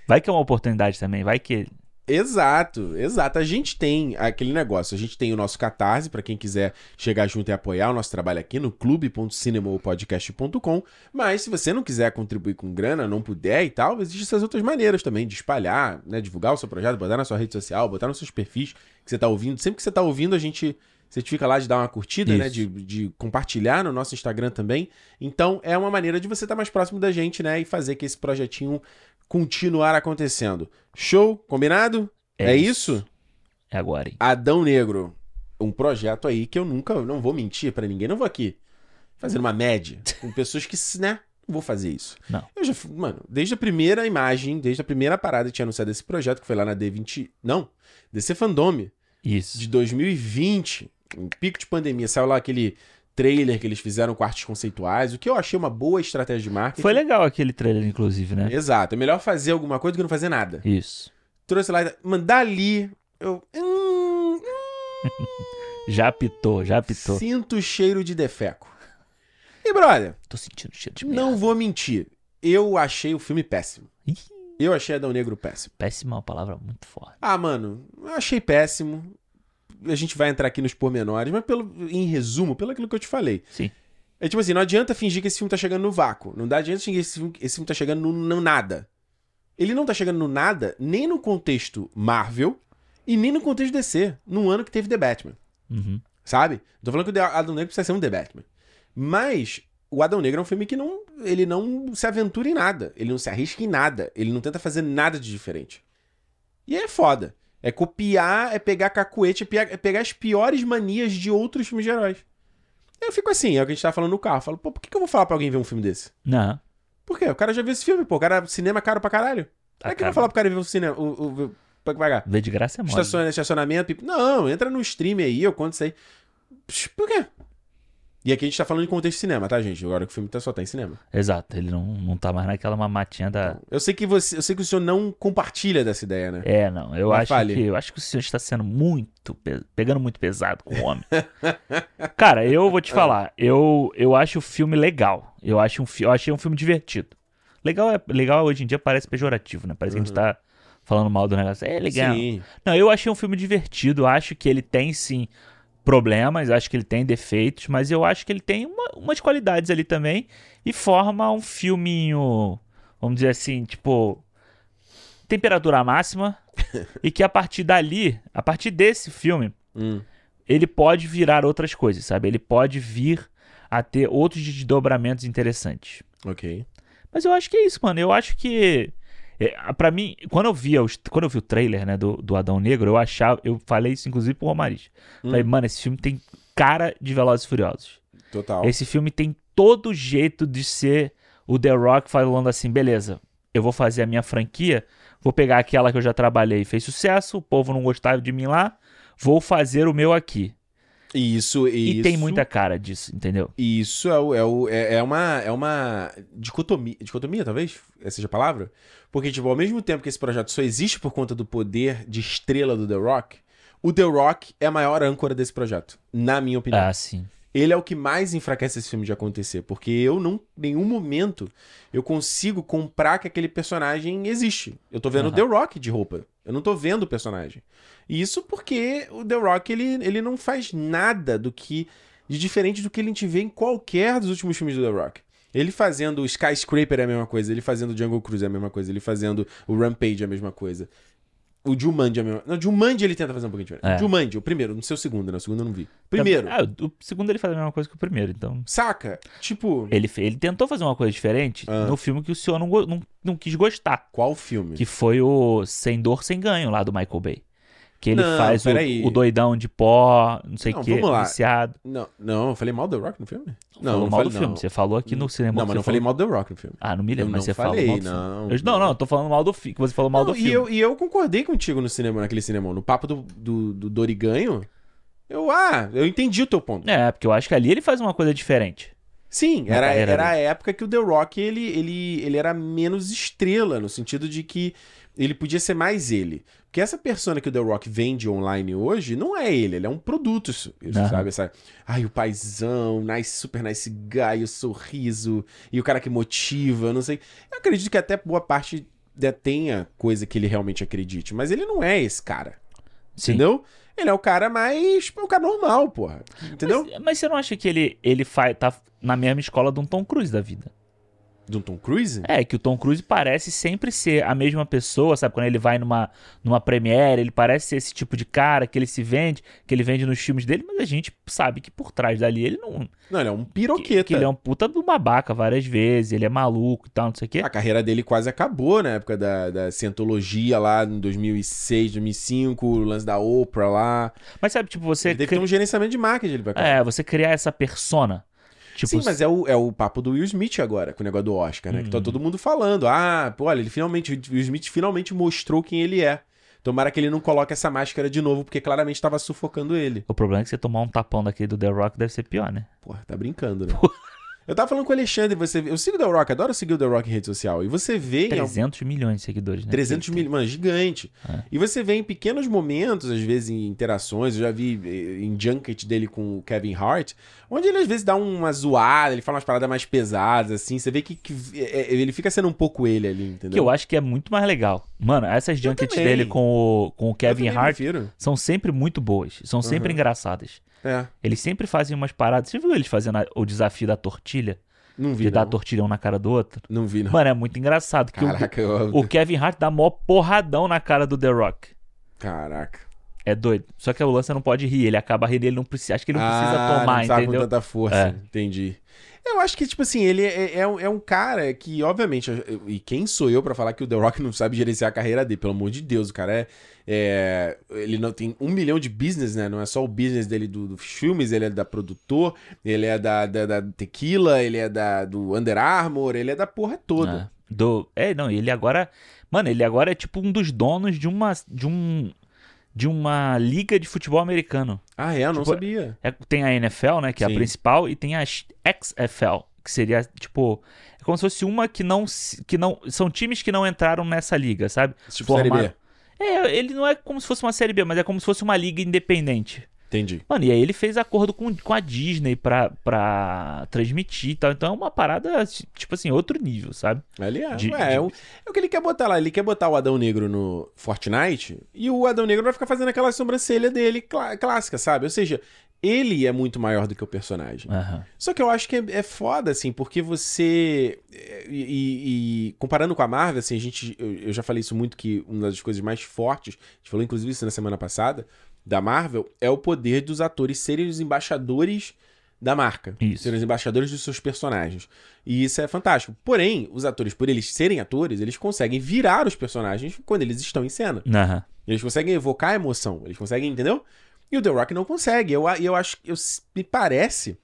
S2: vai que é uma oportunidade também, vai que.
S1: Exato, exato. A gente tem aquele negócio, a gente tem o nosso Catarse, pra quem quiser chegar junto e apoiar o nosso trabalho aqui no clube.cinemopodcast.com, mas se você não quiser contribuir com grana, não puder e tal, existem essas outras maneiras também de espalhar, né, divulgar o seu projeto, botar na sua rede social, botar nos seus perfis que você tá ouvindo. Sempre que você tá ouvindo, a gente certifica lá de dar uma curtida, né,
S2: Isso.
S1: de, de compartilhar no nosso Instagram também. Então, é uma maneira de você estar mais próximo da gente, né, e fazer que esse projetinho continuar acontecendo. Show? Combinado? É, isso?
S2: É agora, hein?
S1: Adão Negro. Um projeto aí que eu nunca, não vou mentir pra ninguém, não vou aqui fazer uma média com pessoas que, né, não vou fazer isso.
S2: Não.
S1: Eu já, fui- mano, desde a primeira imagem, desde a primeira parada que tinha anunciado esse projeto, que foi lá na D20, não, DC Fandome,
S2: Isso.
S1: de 2020, em um pico de pandemia, saiu lá aquele trailer que eles fizeram com artes conceituais, o que eu achei uma boa estratégia de marketing.
S2: Foi legal aquele trailer, inclusive, né?
S1: Exato, é melhor fazer alguma coisa do que não fazer nada.
S2: Isso.
S1: trouxe lá, mano, dali eu hum,
S2: Já apitou, já apitou.
S1: sinto o cheiro de defeco. E, brother,
S2: Tô sentindo cheiro de merda.
S1: não vou mentir. Eu achei o filme péssimo.
S2: Ih.
S1: Eu achei Adão Negro péssimo.
S2: Péssima é uma palavra muito forte.
S1: Ah, mano, eu achei péssimo. A gente vai entrar aqui nos pormenores, mas pelo, em resumo, pelo aquilo que eu te falei.
S2: Sim.
S1: É tipo assim, não adianta fingir que esse filme tá chegando no vácuo. Não dá adianta fingir que esse filme, esse filme tá chegando no, no nada. Ele não tá chegando no nada, nem no contexto Marvel e nem no contexto DC, num ano que teve The Batman.
S2: Uhum.
S1: Sabe? Não Tô falando que o The- Adão Negro precisa ser um The Batman. Mas o Adão Negro é um filme que não. Ele não se aventura em nada. Ele não se arrisca em nada. Ele não tenta fazer nada de diferente. E é foda. É copiar, é pegar cacuete, é pe- é pegar as piores manias de outros filmes de heróis. Eu fico assim, é o que a gente tava falando no carro. Eu falo, pô, por que, que eu vou falar pra alguém ver um filme desse?
S2: Não.
S1: Por quê? O cara já viu esse filme, pô. O cara, cinema é caro pra caralho.
S2: Tá
S1: é que eu
S2: caro.
S1: vou falar pro cara ver um cinema. O, o, o, pra pagar.
S2: Vê de graça é mole.
S1: Estaciona- estacionamento. pip- Não, entra no stream aí, eu conto isso aí. Psh, Por quê? E aqui a gente tá falando de contexto de cinema, tá, gente? Agora que o filme tá, só tá em cinema.
S2: né? Exato, ele não, não tá mais naquela mamatinha da.
S1: Eu sei que você, eu sei que o senhor não compartilha dessa ideia, né?
S2: É, não. Eu
S1: Mas
S2: acho
S1: fale.
S2: que eu acho que o senhor está sendo muito pe- pegando muito pesado com o homem. Cara, eu vou te
S1: É.
S2: falar, eu eu acho o filme legal. Eu acho um fi- eu achei um filme divertido. Legal é legal hoje em dia parece pejorativo, né? Parece que a
S1: Uhum.
S2: gente tá falando mal do negócio. É legal.
S1: Sim.
S2: Não, eu achei um filme divertido. Acho que ele tem sim problemas, acho que ele tem defeitos, mas eu acho que ele tem uma- umas qualidades ali também e forma um filminho, vamos dizer assim, tipo temperatura máxima e que a partir dali, a partir desse filme,
S1: Hum.
S2: ele pode virar outras coisas, sabe? Ele pode vir a ter outros desdobramentos interessantes.
S1: Ok.
S2: Mas eu acho que é isso, mano. Eu acho que. É, a- pra mim, quando eu via os, quando eu vi o trailer, né, do, do Adão Negro, eu achava. Eu falei isso, inclusive, pro Romariz.
S1: Hum.
S2: Falei, mano, esse filme tem cara de Velozes e Furiosos.
S1: Total.
S2: Esse filme tem todo jeito de ser o The Rock falando assim: beleza, eu vou fazer a minha franquia, vou pegar aquela que eu já trabalhei e fez sucesso, o povo não gostava de mim lá, vou fazer o meu aqui.
S1: E isso, e
S2: E tem
S1: isso-
S2: muita cara disso, entendeu?
S1: e Isso é, o- é, o- é, é uma, é uma dicotomia. Dicotomia, talvez? Essa seja a palavra? Porque, tipo, ao mesmo tempo que esse projeto só existe por conta do poder de estrela do The Rock, o The Rock é a maior âncora desse projeto, na minha opinião.
S2: Ah, sim.
S1: ele é o que mais enfraquece esse filme de acontecer, porque eu não, nenhum momento eu consigo comprar que aquele personagem existe. Eu tô vendo o
S2: Aham.
S1: The Rock de roupa. Eu não tô vendo o personagem. E isso porque o The Rock ele, ele não faz nada do que de diferente do que a gente vê em qualquer dos últimos filmes do The Rock. Ele fazendo o Skyscraper é a mesma coisa, ele fazendo o Jungle Cruise é a mesma coisa, ele fazendo o Rampage é a mesma coisa. O Jumanji é a mesma coisa. Não, Jumanji ele tenta fazer um pouquinho diferente.
S2: É.
S1: Jumanji, o primeiro, não sei o segundo, né? O segundo eu não vi. Primeiro.
S2: Ah, o segundo ele faz a mesma coisa que o primeiro, então.
S1: Saca? Tipo,
S2: Ele, fe- ele tentou fazer uma coisa diferente
S1: Ah.
S2: no filme que o senhor não, go- não, não quis gostar.
S1: qual filme?
S2: Que foi o Sem Dor, Sem Ganho, lá do Michael Bay. Que ele
S1: Não,
S2: faz o,
S1: peraí.
S2: o doidão de pó, não sei o
S1: Não,
S2: que,
S1: vamos lá.
S2: viciado.
S1: Não, não, eu falei mal do The Rock no filme?
S2: falou
S1: não
S2: mal
S1: falei-
S2: do filme.
S1: não.
S2: Você é falou aqui no cinema.
S1: Não, mas
S2: que você
S1: não falei
S2: falou-
S1: mal do The Rock no filme.
S2: Ah, não me
S1: Eu não
S2: lembro, mas você
S1: falei,
S2: falou mal do filme.
S1: não.
S2: Eu- não, não, eu tô falando mal do filme. que Você falou mal
S1: Não,
S2: do
S1: e
S2: filme.
S1: eu, e eu concordei contigo no cinema, naquele cinema. No papo do, do, do Doriganho, Eu, ah, eu entendi o teu ponto.
S2: É, porque eu acho que ali ele faz uma coisa diferente.
S1: Sim,
S2: Na
S1: era,
S2: carreira
S1: era a época que o The Rock ele, ele, ele era menos estrela, no sentido de que ele podia ser mais ele. Porque essa persona que o The Rock vende online hoje não é ele, ele é um produto, isso, isso,
S2: Aham.
S1: sabe? Essa, ai, o paizão, nice, super nice guy, o sorriso, e o cara que motiva, não sei. Eu acredito que até boa parte né, tenha coisa que ele realmente acredite, mas ele não é esse cara,
S2: Sim.
S1: entendeu? Ele é o cara mais. é o cara normal, porra. Entendeu?
S2: Mas, mas você não acha que ele, ele fa- tá na mesma escola de um Tom Cruise da vida?
S1: Do um Tom Cruise?
S2: É, que o Tom Cruise parece sempre ser a mesma pessoa, sabe? Quando ele vai numa, numa premiere, ele parece ser esse tipo de cara que ele se vende, que ele vende nos filmes dele, mas a gente sabe que por trás dali ele não.
S1: Não, ele é um
S2: Que,
S1: piroqueta.
S2: que ele é um puta do babaca várias vezes, ele é maluco e tal, não sei o quê.
S1: A carreira dele quase acabou na época da, da cientologia lá em 2006, 2005, o lance da Oprah lá.
S2: Mas sabe, tipo, você.
S1: ele deve
S2: cri-
S1: ter um gerenciamento de marketing ele vai
S2: É, você criar essa persona. Tipo,
S1: Sim, mas é o, é o papo do Will Smith agora, com o negócio do Oscar, né? Que tá
S2: Uhum.
S1: todo mundo falando. Ah, pô, olha, ele finalmente, o Will Smith finalmente mostrou quem ele é. Tomara que ele não coloque essa máscara de novo, porque claramente tava sufocando ele.
S2: o problema é que você tomar um tapão daquele do The Rock deve ser pior, né?
S1: Porra, tá brincando, né? Eu tava falando com o Alexandre, você, eu sigo o The Rock, adoro seguir o The Rock em rede social. E você vê em algum-
S2: 300 milhões de seguidores, né?
S1: 300 mil, mano, gigante.
S2: É.
S1: E você vê em pequenos momentos, às vezes em interações, eu já vi eh, em junket dele com o Kevin Hart, onde ele às vezes dá uma zoada, ele fala umas paradas mais pesadas, assim, você vê que, que, eh, eh, ele fica sendo um pouco ele ali,
S2: Que
S1: entendeu?
S2: eu acho que é muito mais legal. Mano, essas junkets
S1: também.
S2: dele com o, com o Kevin
S1: também
S2: Hart
S1: prefiro.
S2: são sempre muito boas. São sempre engraçadas.
S1: É,
S2: Eles sempre fazem umas paradas. Você viu eles fazendo a- o desafio da tortilha?
S1: não
S2: De
S1: vi,
S2: dar
S1: não.
S2: a tortilha um na cara do outro?
S1: Não vi, não.
S2: Mano, é muito engraçado. Que o-
S1: Caraca, eu...
S2: o, Kevin Hart dá mó porradão na cara do The Rock.
S1: Caraca.
S2: É doido. Só que o lance não pode rir. Ele acaba rindo, ele não precisa. Acho que ele não precisa
S1: Ah,
S2: tomar,
S1: não tá
S2: entendeu?
S1: com tanta força.
S2: É.
S1: Entendi. Eu acho que, tipo assim, ele é, é um, é um cara que, obviamente, eu- e quem sou eu pra falar que o The Rock não sabe gerenciar a carreira dele? Pelo amor de Deus, o cara é. é- ele não tem um milhão de business, né? Não é só o business dele do- dos filmes, ele é da produtor, ele é da, da, da tequila, ele é da, do Under Armour, ele é da porra toda.
S2: É. Do... É, não, ele agora. Mano, ele agora é tipo um dos donos de uma. De um. De uma liga de futebol americano.
S1: Ah, é? Eu não
S2: Tipo,
S1: sabia.
S2: É- tem a NFL, né? Que é
S1: Sim.
S2: a principal, e tem a XFL, que seria, tipo. É como se fosse uma que não. se- que não São times que não entraram nessa liga, sabe?
S1: Tipo, série
S2: formaram-
S1: B.
S2: É, ele não é como se fosse uma série B, mas é como se fosse uma liga independente.
S1: Entendi.
S2: Mano, e aí ele fez acordo com, com a Disney pra, pra transmitir e tal. Então é uma parada, tipo assim, outro nível, sabe?
S1: Ele é,
S2: De-
S1: ué,
S2: de-
S1: é, o, é o que ele quer botar lá. Ele quer botar o Adão Negro no Fortnite e o Adão Negro vai ficar fazendo aquela sobrancelha dele clá- clássica, sabe? Ou seja, ele é muito maior do que o personagem.
S2: Aham.
S1: Só que eu acho que é, é foda, assim, porque você. é, E, e- e comparando com a Marvel, assim, a gente. Eu, eu já falei isso muito, que uma das coisas mais fortes, a gente falou inclusive isso na semana passada, da Marvel, é o poder dos atores serem os embaixadores da marca.
S2: Isso.
S1: Serem os embaixadores dos seus personagens. E isso é fantástico. Porém, os atores, por eles serem atores, eles conseguem virar os personagens quando eles estão em cena.
S2: Aham.
S1: Eles conseguem evocar a emoção, eles conseguem, entendeu? E o The Rock não consegue. Eu, a- eu acho, eu, s- me parece,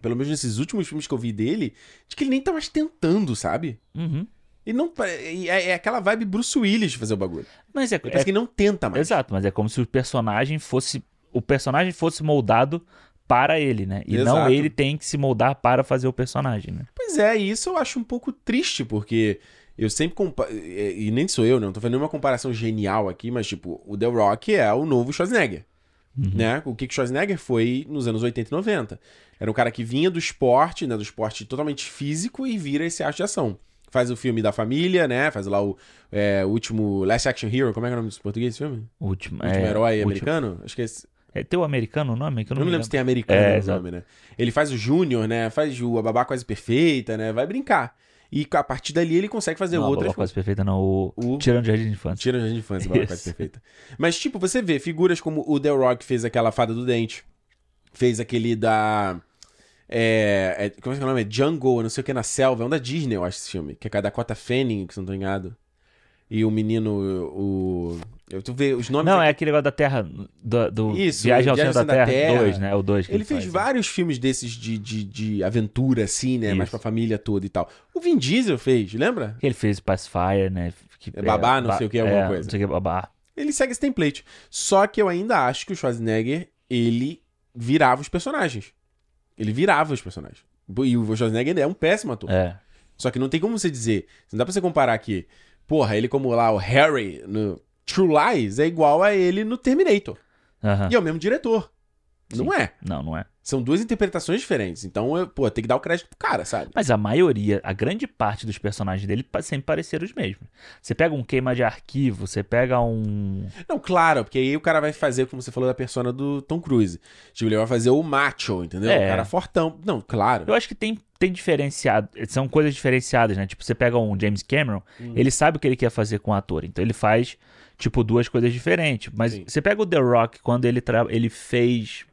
S1: pelo menos nesses últimos filmes que eu vi dele, de que ele nem tá mais tentando, sabe?
S2: Uhum.
S1: Ele não pa- é, é aquela vibe Bruce Willis de fazer o bagulho.
S2: Mas é,
S1: Ele parece
S2: é-
S1: que ele não tenta mais.
S2: Exato, mas é como se o personagem fosse. O personagem fosse moldado para ele, né? E não
S1: Exato.
S2: ele tem que se moldar para fazer o personagem, né?
S1: Pois é, e isso eu acho um pouco triste, porque eu sempre compa é, e nem sou eu, não tô fazendo nenhuma comparação genial aqui, mas tipo, o The Rock é o novo Schwarzenegger.
S2: Uhum.
S1: Né? O que que Schwarzenegger foi nos anos 80 e 90. Era um cara que vinha do esporte, né, do esporte totalmente físico e vira esse arte de ação. Faz o filme da família, né? Faz lá o é, o último Last Action Hero, como é que é o nome desse português desse filme?
S2: O último,
S1: O último
S2: é,
S1: herói
S2: o último-
S1: americano? Acho que é esse.
S2: É teu americano o nome? Que eu
S1: Eu
S2: não,
S1: não me lembro se tem americano
S2: É,
S1: no
S2: exato.
S1: nome, né? Ele faz o Júnior, né? Faz o A Babá Quase Perfeita, né? Vai brincar. E a partir dali ele consegue fazer
S2: não, a
S1: outras
S2: Babá quase perfeita, não. O,
S1: O-
S2: Tirando o Jardim de Infância.
S1: Tira a gente de infância, Babá Quase
S2: Isso.
S1: Perfeita. Mas, tipo, você vê figuras como o The Rock fez aquela Fada do Dente, fez aquele da... É, é- como é que é o nome? É Jungle, não sei o que, na selva. É um da Disney, eu acho, esse filme. Que é com a Dakota Fanning, que se eu não tô enganado. E o menino, o... Eu tu vê os nomes...
S2: Não, é aquele negócio da Terra. Do, do
S1: Isso,
S2: Viagem ao Centro da Terra,
S1: Terra.
S2: 2, né? O 2.
S1: Ele fez vários filmes desses de, de, de aventura, assim, né? Mais
S2: Isso.
S1: pra família toda e tal. O Vin Diesel fez, lembra?
S2: Ele fez Pacifier, né? Que,
S1: É babá, não sei o que, alguma coisa.
S2: Não sei o que, babá.
S1: Ele segue esse template. Só que eu ainda acho que o Schwarzenegger, ele virava os personagens. Ele virava os personagens. E o Schwarzenegger é um péssimo ator.
S2: É.
S1: Só que não tem como você dizer. Não dá pra você comparar que, porra, ele como lá o Harry no True Lies é igual a ele no Terminator.
S2: Aham.
S1: E é o mesmo diretor. Não é.
S2: Não, não é.
S1: São duas interpretações diferentes. Então, eu, pô, tem que dar o crédito pro cara, sabe?
S2: Mas a maioria, a grande parte dos personagens dele pa- sempre pareceram os mesmos. Você pega um queima de arquivo, você pega um.
S1: Não, claro, porque aí o cara vai fazer, como você falou, da persona do Tom Cruise. Tipo, ele vai fazer o macho, entendeu?
S2: É.
S1: O cara fortão. Não, claro.
S2: Eu acho que tem, tem diferenciado. São coisas diferenciadas, né? Tipo, você pega um James Cameron,
S1: Hum.
S2: ele sabe o que ele quer fazer com o ator. Então ele faz, tipo, duas coisas diferentes. Mas
S1: Sim.
S2: você pega o The Rock, quando ele, tra... ele fez.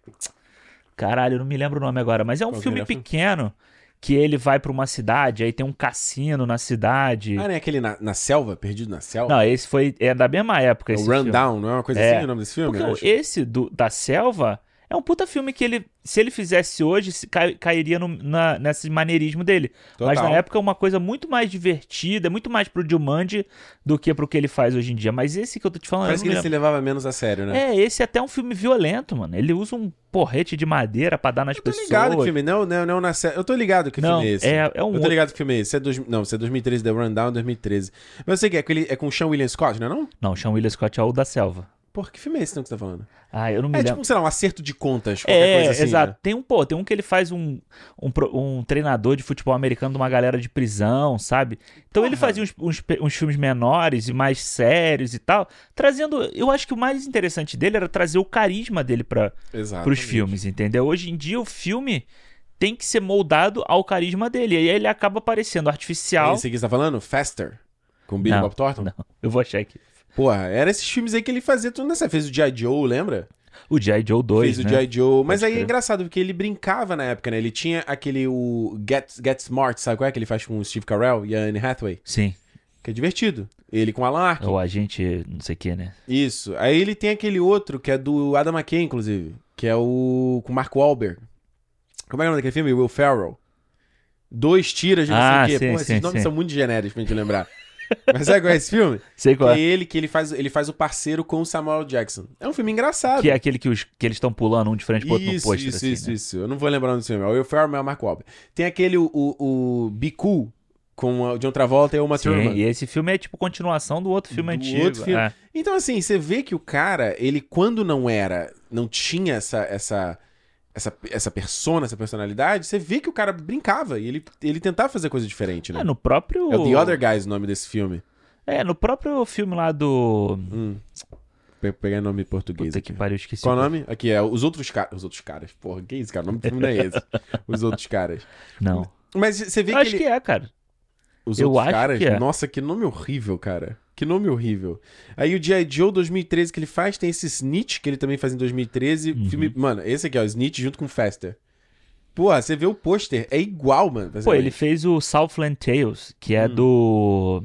S2: Caralho, eu não me lembro o nome agora, mas é um
S1: Qual que
S2: filme
S1: era?
S2: pequeno que ele vai pra uma cidade, aí tem um cassino na cidade.
S1: Ah, né? Aquele na, na selva, perdido na selva?
S2: Não, esse foi. É da mesma época.
S1: É
S2: Esse
S1: o
S2: filme.
S1: Rundown, não é uma coisa
S2: É.
S1: assim o nome desse filme?
S2: Porque
S1: Eu acho.
S2: esse do- da selva é um puta filme que ele, se ele fizesse hoje, se cai- cairia no, na- nesse maneirismo dele. Mas
S1: Total.
S2: na época é uma coisa muito mais divertida, muito mais pro Jumanji do que pro que ele faz hoje em dia. Mas esse que eu tô te falando,
S1: Parece que
S2: eu
S1: ele
S2: não
S1: se
S2: me
S1: levava menos a sério,
S2: lembro.
S1: né?
S2: É, esse é até um filme violento, mano. Ele usa um porrete de madeira pra dar nas
S1: Eu tô
S2: pessoas.
S1: ligado que filme, não, não, não na série. Eu tô ligado que
S2: Não,
S1: filme é esse.
S2: é, é um
S1: Eu tô
S2: outro.
S1: ligado que filme é esse. É dois, não, esse é 2013, The Rundown 2013. Mas eu sei que é, aquele, é com o Sean William Scott, não é não?
S2: Não, Sean William Scott é o da selva.
S1: Porra, que filme é esse então, que você tá falando?
S2: Ah, eu não me
S1: É
S2: lembro.
S1: tipo, sei lá, um acerto de contas, qualquer
S2: É,
S1: coisa assim.
S2: exato.
S1: né?
S2: Tem um, pô, tem um que ele faz um, um, pro- um treinador de futebol americano de uma galera de prisão, sabe? Então ele
S1: Porra.
S2: fazia uns, uns pe- uns filmes menores e mais sérios e tal, trazendo. Eu acho que o mais interessante dele era trazer o carisma dele para
S1: Exato.
S2: os filmes, entendeu? Hoje em dia o filme tem que ser moldado ao carisma dele. E aí ele acaba parecendo
S1: É
S2: artificial.
S1: esse que você tá falando? Faster. Com Billy
S2: Não,
S1: Bob Thornton?
S2: Não, eu vou achar aqui.
S1: Porra, era esses filmes aí que ele fazia tudo nessa. Fez o G.I. Joe, lembra?
S2: O G.I. Joe 2.
S1: Fez
S2: né?
S1: o G.I. Joe. Mas aí é
S2: crer.
S1: engraçado, porque ele brincava na época, né? Ele tinha aquele o Get, Get Smart, sabe qual é? Que ele faz com o Steve Carell e a Anne Hathaway.
S2: Sim.
S1: Que é divertido. Ele com o Alan Arkin.
S2: Ou a gente, não sei o que, né?
S1: Isso. Aí ele tem aquele outro que é do Adam McKay, inclusive. Que é o. com o Mark Wahlberg. Como é o nome daquele filme? Will Ferrell. Dois tiras de não
S2: Ah,
S1: sei o quê.
S2: sim,
S1: Pô, esses
S2: sim,
S1: nomes
S2: sim.
S1: são muito genéricos pra gente lembrar. Mas sabe qual é esse filme?
S2: Sei
S1: Que
S2: qual é.
S1: é ele que ele faz, ele faz o parceiro com o Samuel Jackson. É um filme engraçado.
S2: Que é aquele que, os, que eles estão pulando um de frente pro outro no
S1: Isso,
S2: pôster.
S1: isso,
S2: assim,
S1: isso,
S2: né?
S1: isso. Eu não vou lembrar o nome do filme. É o Will Ferrell é o Mark Wahlberg. Tem aquele, o, o, o Be Cool, com a- o John Travolta e o Uma
S2: Sim,
S1: Thurman.
S2: e esse filme é tipo continuação do outro filme
S1: Do
S2: antigo.
S1: outro filme.
S2: é.
S1: Então, assim, você vê que o cara, ele quando não era, não tinha essa essa essa, essa persona, essa personalidade, você vê que o cara brincava e ele, ele tentava fazer coisa diferente, né?
S2: É, no próprio.
S1: É o The Other Guys o nome desse filme.
S2: É, no próprio filme lá do.
S1: Hum. Pe- Pegar nome em português
S2: Puta
S1: aqui.
S2: que pariu, esqueci.
S1: Qual o nome? Aqui é Os Outros Caras. Os Outros Caras. Porra, que isso, cara? O nome do filme não é esse. Os Outros Caras.
S2: Não.
S1: Mas você vê
S2: Eu
S1: que,
S2: acho
S1: ele...
S2: que é, cara.
S1: Os
S2: Eu
S1: outros
S2: acho
S1: caras?
S2: que é.
S1: Nossa, que nome horrível, cara. Que nome horrível. Aí o G.I. Joe 2013 que ele faz, tem esse Snitch que ele também faz em 2013.
S2: Uhum.
S1: Filme... Mano, esse aqui, ó, Snitch junto com Faster. Porra, você vê o pôster, é igual, mano.
S2: Pô, ele fez o Southland Tales, que é
S1: Hum.
S2: do.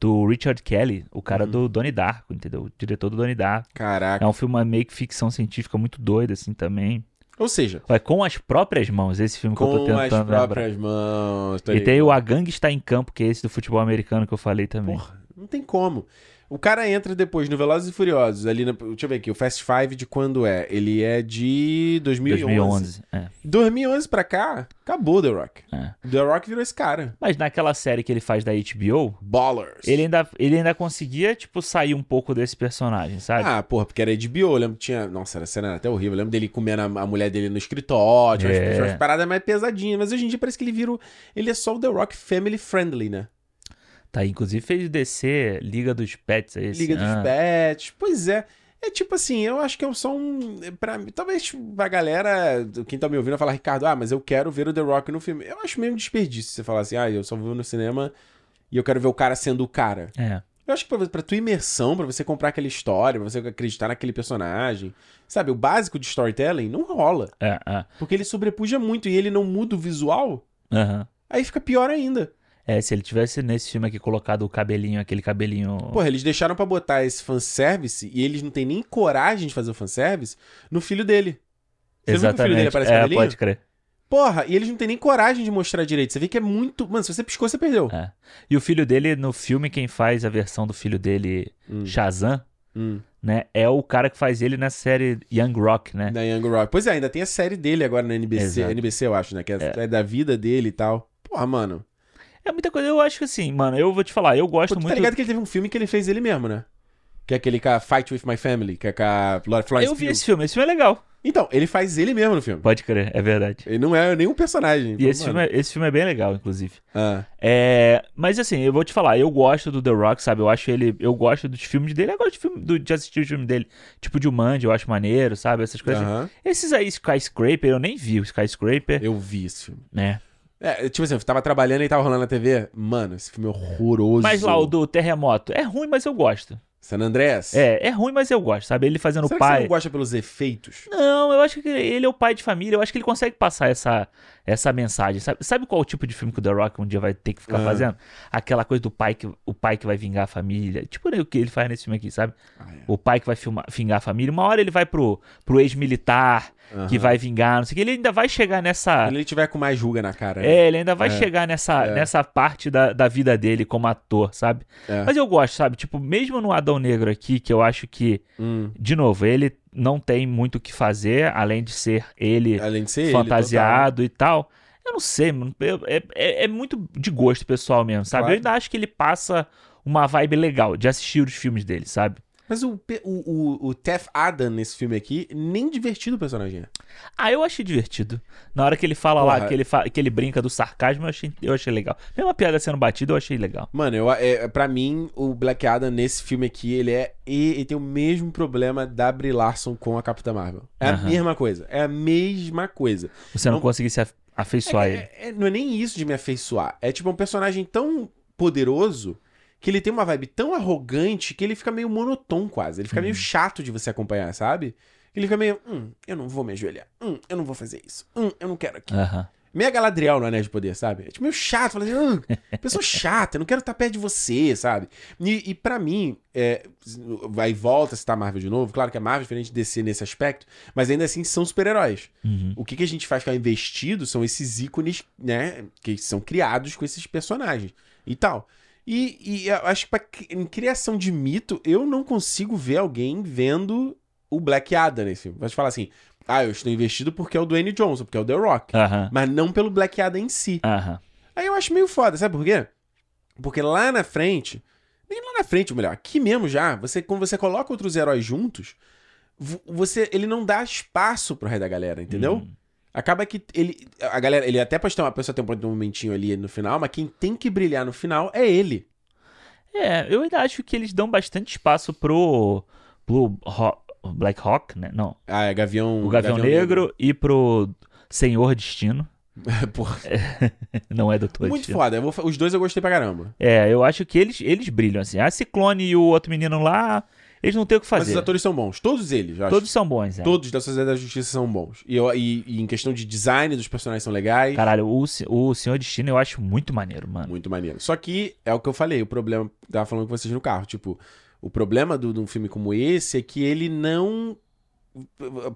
S2: Do Richard Kelly, o cara
S1: Hum. Ah.
S2: do Donnie Darko, entendeu? O diretor do Donnie Darko.
S1: Caraca.
S2: É um filme meio que ficção científica muito doido, assim, também.
S1: Ou seja,
S2: Ué, com as próprias mãos, esse filme que eu tô
S1: com as
S2: tentando lembrar.
S1: próprias mãos. tá
S2: E tem
S1: ligado?
S2: o A Gangue Está em Campo, que é esse do futebol americano que eu falei também.
S1: Porra, não tem como. O cara entra depois no Velozes e Furiosos, ali na... Deixa eu ver aqui, o Fast Five de quando é? Ele é de 2011. 2011,
S2: 2011. é,
S1: 2011 pra cá, acabou The Rock.
S2: é.
S1: The Rock virou esse cara.
S2: Mas naquela série que ele faz da HBO,
S1: Ballers.
S2: ele é ainda, ele ainda conseguia, tipo, sair um pouco desse personagem, sabe?
S1: Ah, porra, porque era HBO, eu lembro que tinha... Nossa, era cena até horrível, eu lembro dele comendo a, a mulher dele no escritório, umas-
S2: É.
S1: umas paradas mais pesadinhas, mas hoje em dia parece que ele vira... o- Ele é só o The Rock family friendly, né?
S2: Tá, inclusive fez DC Liga dos Pets é Ah. aí.
S1: Liga dos Pets, pois é. É tipo assim, eu acho que é só um... Pra, mim- talvez pra galera, quem tá me ouvindo, vai falar, Ricardo, ah, mas eu quero ver o The Rock no filme. Eu acho meio um desperdício você falar assim, ah, eu só vou no cinema e eu quero ver o cara sendo o cara.
S2: É.
S1: Eu acho que pra, pra tua imersão, pra você comprar aquela história, pra você acreditar naquele personagem, sabe, o básico de storytelling não rola.
S2: É, é.
S1: Porque ele sobrepuja muito e ele não muda o visual,
S2: Aham.
S1: aí fica pior ainda.
S2: É, se ele tivesse nesse filme aqui colocado o cabelinho, aquele cabelinho.
S1: Porra, eles deixaram pra botar esse fanservice e eles não têm nem coragem de fazer o fanservice no filho dele. Você viu que o filho dele aparece
S2: é,
S1: cabelinho?
S2: pode crer.
S1: Porra, e eles não têm nem coragem de mostrar direito. Você vê que é muito. Mano, se você piscou, você perdeu.
S2: É. E o filho dele, no filme, quem faz a versão do filho dele,
S1: Hum,
S2: Shazam,
S1: hum.
S2: né? É o cara que faz ele na série Young Rock, né?
S1: Da Young Rock. Pois é, ainda tem a série dele agora na NBC.
S2: Exato.
S1: NBC, eu acho, né? Que é, é da vida dele e tal. Porra, mano.
S2: É muita coisa. Eu acho que assim, mano, eu vou te falar, eu
S1: Pô,
S2: gosto
S1: tu tá
S2: muito.
S1: ligado que ele teve um filme que ele fez ele mesmo, né? Que é aquele com a Fight With My Family, que é com a Flor- Florence
S2: eu vi
S1: Pugh.
S2: esse filme, esse filme é legal.
S1: Então, ele faz ele mesmo no filme.
S2: Pode crer, é verdade.
S1: Ele não é nenhum personagem.
S2: E esse filme, é- esse filme é bem legal, inclusive.
S1: Ah,
S2: É, mas assim, eu vou te falar, eu gosto do The Rock, sabe? Eu acho ele. Eu gosto dos filmes dele, eu gosto de, filme, do- de assistir os filmes dele. Tipo Jumanji, eu acho maneiro, sabe? Essas coisas.
S1: aham.
S2: Esses aí, Skyscraper, eu nem vi o Skyscraper,
S1: Eu vi esse filme.
S2: né?
S1: É, tipo assim, eu tava trabalhando e tava rolando na TV. Mano, esse filme é horroroso.
S2: Mas lá, o do Terremoto, é ruim, mas eu gosto.
S1: San Andreas?
S2: É, é ruim, mas eu gosto, sabe? Ele fazendo
S1: Será que você
S2: pai.
S1: não gosta pelos efeitos?
S2: Não, eu acho que ele é o pai de família, eu acho que ele consegue passar essa, essa mensagem. Sabe, sabe qual o tipo de filme que o The Rock um dia vai ter que ficar
S1: Ah.
S2: fazendo? Aquela coisa do pai que o pai que vai vingar a família. Tipo o que ele faz nesse filme aqui, sabe?
S1: Ah, é.
S2: O pai que vai filmar, vingar a família. Uma hora ele vai pro, pro ex-militar que
S1: Aham.
S2: vai vingar, não sei o que. Ele ainda vai chegar nessa.
S1: Quando ele tiver com mais ruga na cara. né?
S2: É, ele ainda vai
S1: É.
S2: chegar nessa,
S1: É.
S2: nessa parte da, da vida dele como ator, sabe?
S1: É.
S2: Mas eu gosto, sabe? Tipo, mesmo no Adão Negro aqui, que eu acho que,
S1: Hum.
S2: de novo, ele não tem muito o que fazer, além de ser ele
S1: Além de ser É, ele,
S2: fantasiado e tal. Eu não sei, mano. Eu- é, é- é muito de gosto pessoal mesmo, sabe?
S1: Claro.
S2: Eu ainda acho que ele passa uma vibe legal de assistir os filmes dele, sabe?
S1: total. Mas o, pe- o, o, o Tef Adam nesse filme aqui, nem divertido o personagem é.
S2: Ah, eu achei divertido. Na hora que ele fala
S1: Porra.
S2: lá, que ele, fa- que ele brinca do sarcasmo, eu achei, eu achei legal. Mesmo a piada sendo batida, eu achei legal.
S1: Mano, eu, é, pra mim, o Black Adam nesse filme aqui, ele é. E, ele tem o mesmo problema da Brie Larson com a Capitã Marvel. É a
S2: Aham.
S1: mesma coisa. É a mesma coisa.
S2: Você não,
S1: Não-
S2: conseguir se af- afeiçoar ele.
S1: É- é- não é nem isso de me afeiçoar. É tipo um personagem tão poderoso que ele tem uma vibe tão arrogante que ele fica meio monotom quase. Ele fica meio chato de você acompanhar, sabe? Ele fica meio, hum, eu não vou me ajoelhar. Hum, eu não vou fazer isso. Hum, eu não quero aqui.
S2: Aham.
S1: Meio a Galadriel no Anéis de Poder, sabe? É tipo meio chato, fala assim, hum, pessoa chata, eu não quero estar perto de você, sabe? E, e para mim, é, vai e volta a citar Marvel de novo, claro que a Marvel é diferente de DC nesse aspecto, mas ainda assim são super-heróis.
S2: Uhum.
S1: O que, que a gente faz ficar investido são esses ícones, né? Que são criados com esses personagens e tal. E, e eu acho que pra cri- em criação de mito, eu não consigo ver alguém vendo o Black Adam nesse filme. Vai te falar assim, ah, eu estou investido porque é o Dwayne Johnson, porque é o The Rock.
S2: Aham.
S1: Mas não pelo Black Adam em si.
S2: Aham.
S1: Aí eu acho meio foda, sabe por quê? Porque lá na frente, nem lá na frente, ou melhor, aqui mesmo já, você quando você coloca outros heróis juntos, vo- você ele não dá espaço pro resto da galera, entendeu?
S2: Uhum.
S1: Acaba que ele. A galera, ele até pode ter uma pessoa tem um momentinho ali no final, mas quem tem que brilhar no final é ele.
S2: É, eu ainda acho que eles dão bastante espaço pro, pro Ro- Black Hawk, né? Não.
S1: Ah, é Gavião.
S2: O Gavião, Negro, e pro Senhor Destino.
S1: Porra,
S2: Não é Doutor
S1: muito
S2: Destino.
S1: foda. Eu vou fa- os dois eu gostei pra caramba.
S2: É, eu acho que eles, eles brilham, assim. A Ciclone e o outro menino lá, eles não têm o que
S1: Mas os
S2: fazer.
S1: atores são bons. Todos eles, eu acho.
S2: Todos são bons, é.
S1: Todos da Sociedade da Justiça são bons. E, eu- e- e em questão de design dos personagens são legais.
S2: Caralho, o, Se- o Senhor Destino eu acho muito maneiro, mano.
S1: Muito maneiro. Só que é o que eu falei, o problema. Tava falando com vocês no carro. Tipo, o problema do- de um filme como esse é que ele não.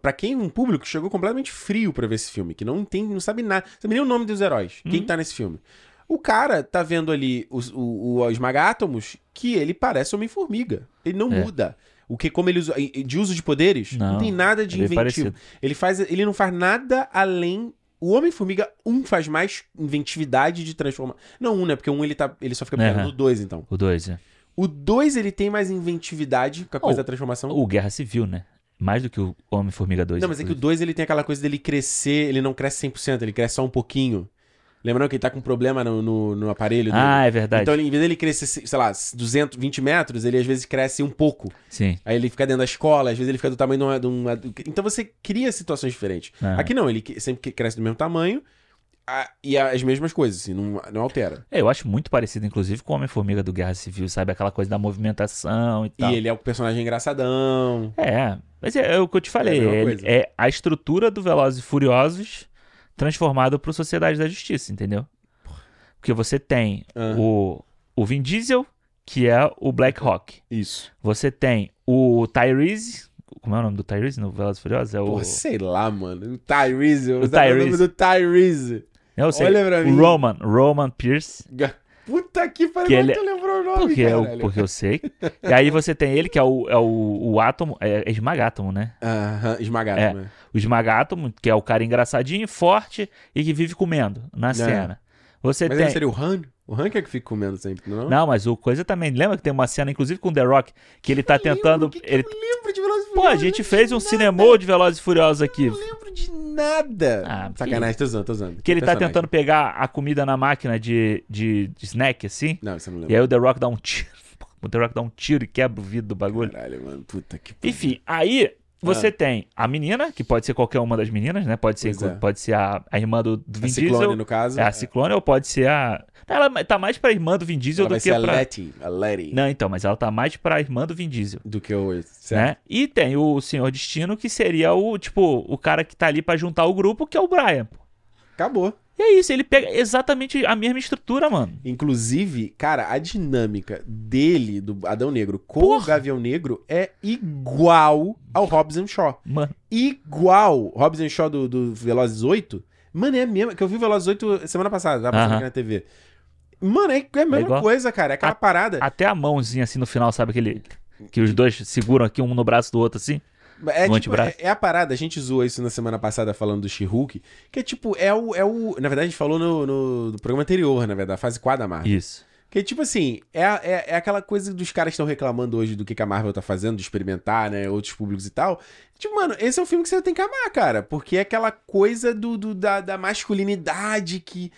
S1: Pra quem um público chegou completamente frio pra ver esse filme, que não entende, não sabe nada, sabe nem o nome dos heróis, quem
S2: Uhum.
S1: tá nesse filme. O cara tá vendo ali os- o, o Esmagátomos que ele parece Homem-Formiga. Ele não
S2: É.
S1: muda. O que, como ele usa. e- e De uso de poderes, não,
S2: Não,
S1: tem nada de
S2: é bem
S1: inventivo.
S2: parecido.
S1: Ele, faz, ele não faz nada além. O Homem-Formiga 1 faz mais inventividade de transformar. Não, um, né? Porque um ele, tá, ele só fica pegando
S2: Aham.
S1: no 2, então.
S2: O dois, é.
S1: O 2 ele tem mais inventividade com a coisa
S2: Oh,
S1: da transformação.
S2: O Guerra Civil, né? Mais do que o Homem-Formiga 2.
S1: Então não, mas é que o 2 ele tem aquela coisa dele crescer. Ele não cresce 100%, ele cresce só um pouquinho. Lembrando que ele tá com problema no, no, no aparelho dele.
S2: Ah, é verdade.
S1: Então, ele, em vez dele crescer, sei lá, 220 metros, ele às vezes cresce um pouco.
S2: Sim.
S1: Aí ele fica dentro da escola, às vezes ele fica do tamanho de uma- de um. Então você cria situações diferentes.
S2: Aham.
S1: Aqui não, ele que- sempre que cresce do mesmo tamanho a- e as mesmas coisas, assim, não, não altera.
S2: É, eu acho muito parecido, inclusive, com o Homem-Formiga do Guerra Civil, sabe? Aquela coisa da movimentação e tal.
S1: E ele é o personagem engraçadão.
S2: É, mas é, é o que eu te falei.
S1: É a mesma
S2: ele-
S1: coisa.
S2: é a estrutura do Velozes e Furiosos transformada pro Sociedade da Justiça, entendeu? Porque você tem
S1: Ah,
S2: o, o Vin Diesel, que é o Black Hawk.
S1: Isso.
S2: Você tem o Tyrese. Como é o nome do Tyrese no Velozes e Furiosos? É o.
S1: Porra, sei lá, mano. O Tyrese, eu
S2: O
S1: sabia o nome
S2: Tyrese.
S1: do Tyrese.
S2: Não, eu sei,
S1: olha pra
S2: o
S1: mim.
S2: Roman, Roman Pierce.
S1: Ga- Puta que pariu,
S2: Que
S1: agora
S2: ele-
S1: tu lembrou o nome,
S2: Porque eu,
S1: caralho.
S2: porque eu sei. E aí você tem ele, que é o, é o, o átomo, é, é esmagátomo, né?
S1: Aham, esmagado,
S2: É.
S1: né?
S2: O esmagátomo, que é o cara engraçadinho, forte e que vive comendo na cena. Você
S1: É. Mas
S2: tem.
S1: ele seria o Han? O Han que é que fica comendo sempre, não?
S2: Não, mas o coisa também. Lembra que tem uma cena, inclusive com o The Rock, que ele tá tentando.
S1: Que que
S2: ele...
S1: Eu lembro de Velozes e
S2: Pô, a
S1: Furiosos,
S2: gente
S1: eu
S2: fez um
S1: não lembro de
S2: cinema de Velozes e Furiosos aqui.
S1: nada, Eu não lembro de nada.
S2: Ah, que-
S1: Sacanagem, tô usando, tô usando.
S2: Que ele tá
S1: Personagem.
S2: tentando pegar a comida na máquina de, de, de snack, assim.
S1: Não, isso eu não
S2: E
S1: lembro.
S2: aí o The Rock dá um tiro. O The Rock dá um tiro e quebra o vidro do bagulho.
S1: Caralho, mano, puta que pariu.
S2: Enfim, aí você tem a menina, que pode ser qualquer uma das meninas, né? Pode ser,
S1: Pois é.
S2: pode ser a, a irmã do, do Vin
S1: A Ciclone,
S2: Diesel.
S1: no caso.
S2: É a Ciclone ou pode ser a. Ela tá mais pra irmã do Vin Diesel
S1: Ela vai
S2: do que
S1: ser a
S2: pra.
S1: Letty. A Letty.
S2: Não, então, mas ela tá mais pra irmã do Vin Diesel.
S1: Do que o... Certo.
S2: Né? E tem o Senhor Destino, que seria o, tipo, o cara que tá ali pra juntar o grupo, que é o Brian. pô.
S1: Acabou.
S2: E é isso, ele pega exatamente a mesma estrutura, mano.
S1: Inclusive, cara, a dinâmica dele, do Adão Negro, com o
S2: Porra!
S1: Gavião Negro é igual ao Hobbs and Shaw.
S2: Mano,
S1: Igual. Hobbs and Shaw do, do Velozes 8. Mano, é a mesma. Que eu vi o Velozes 8 semana passada, tava passando
S2: Aham.
S1: aqui na TV. Mano, é, é a mesma
S2: igual?
S1: coisa, cara. É aquela
S2: A-
S1: parada.
S2: até a mãozinha assim no final, sabe aquele. Que os dois seguram aqui um no braço do outro assim.
S1: É,
S2: No
S1: tipo, é,
S2: antebraço.
S1: é a parada, a gente zoou isso na semana passada falando do She-Hulk, que é tipo, é o, é o. Na verdade, a gente falou no, no- no programa anterior, na verdade, a fase 4 da Marvel.
S2: Isso.
S1: Que tipo assim, é, a- é, é aquela coisa dos caras que estão reclamando hoje do que, que a Marvel tá fazendo, de experimentar, né? Outros públicos e tal. Tipo, mano, esse é um filme que você tem que amar, cara. Porque é aquela coisa do, do- da, da masculinidade que.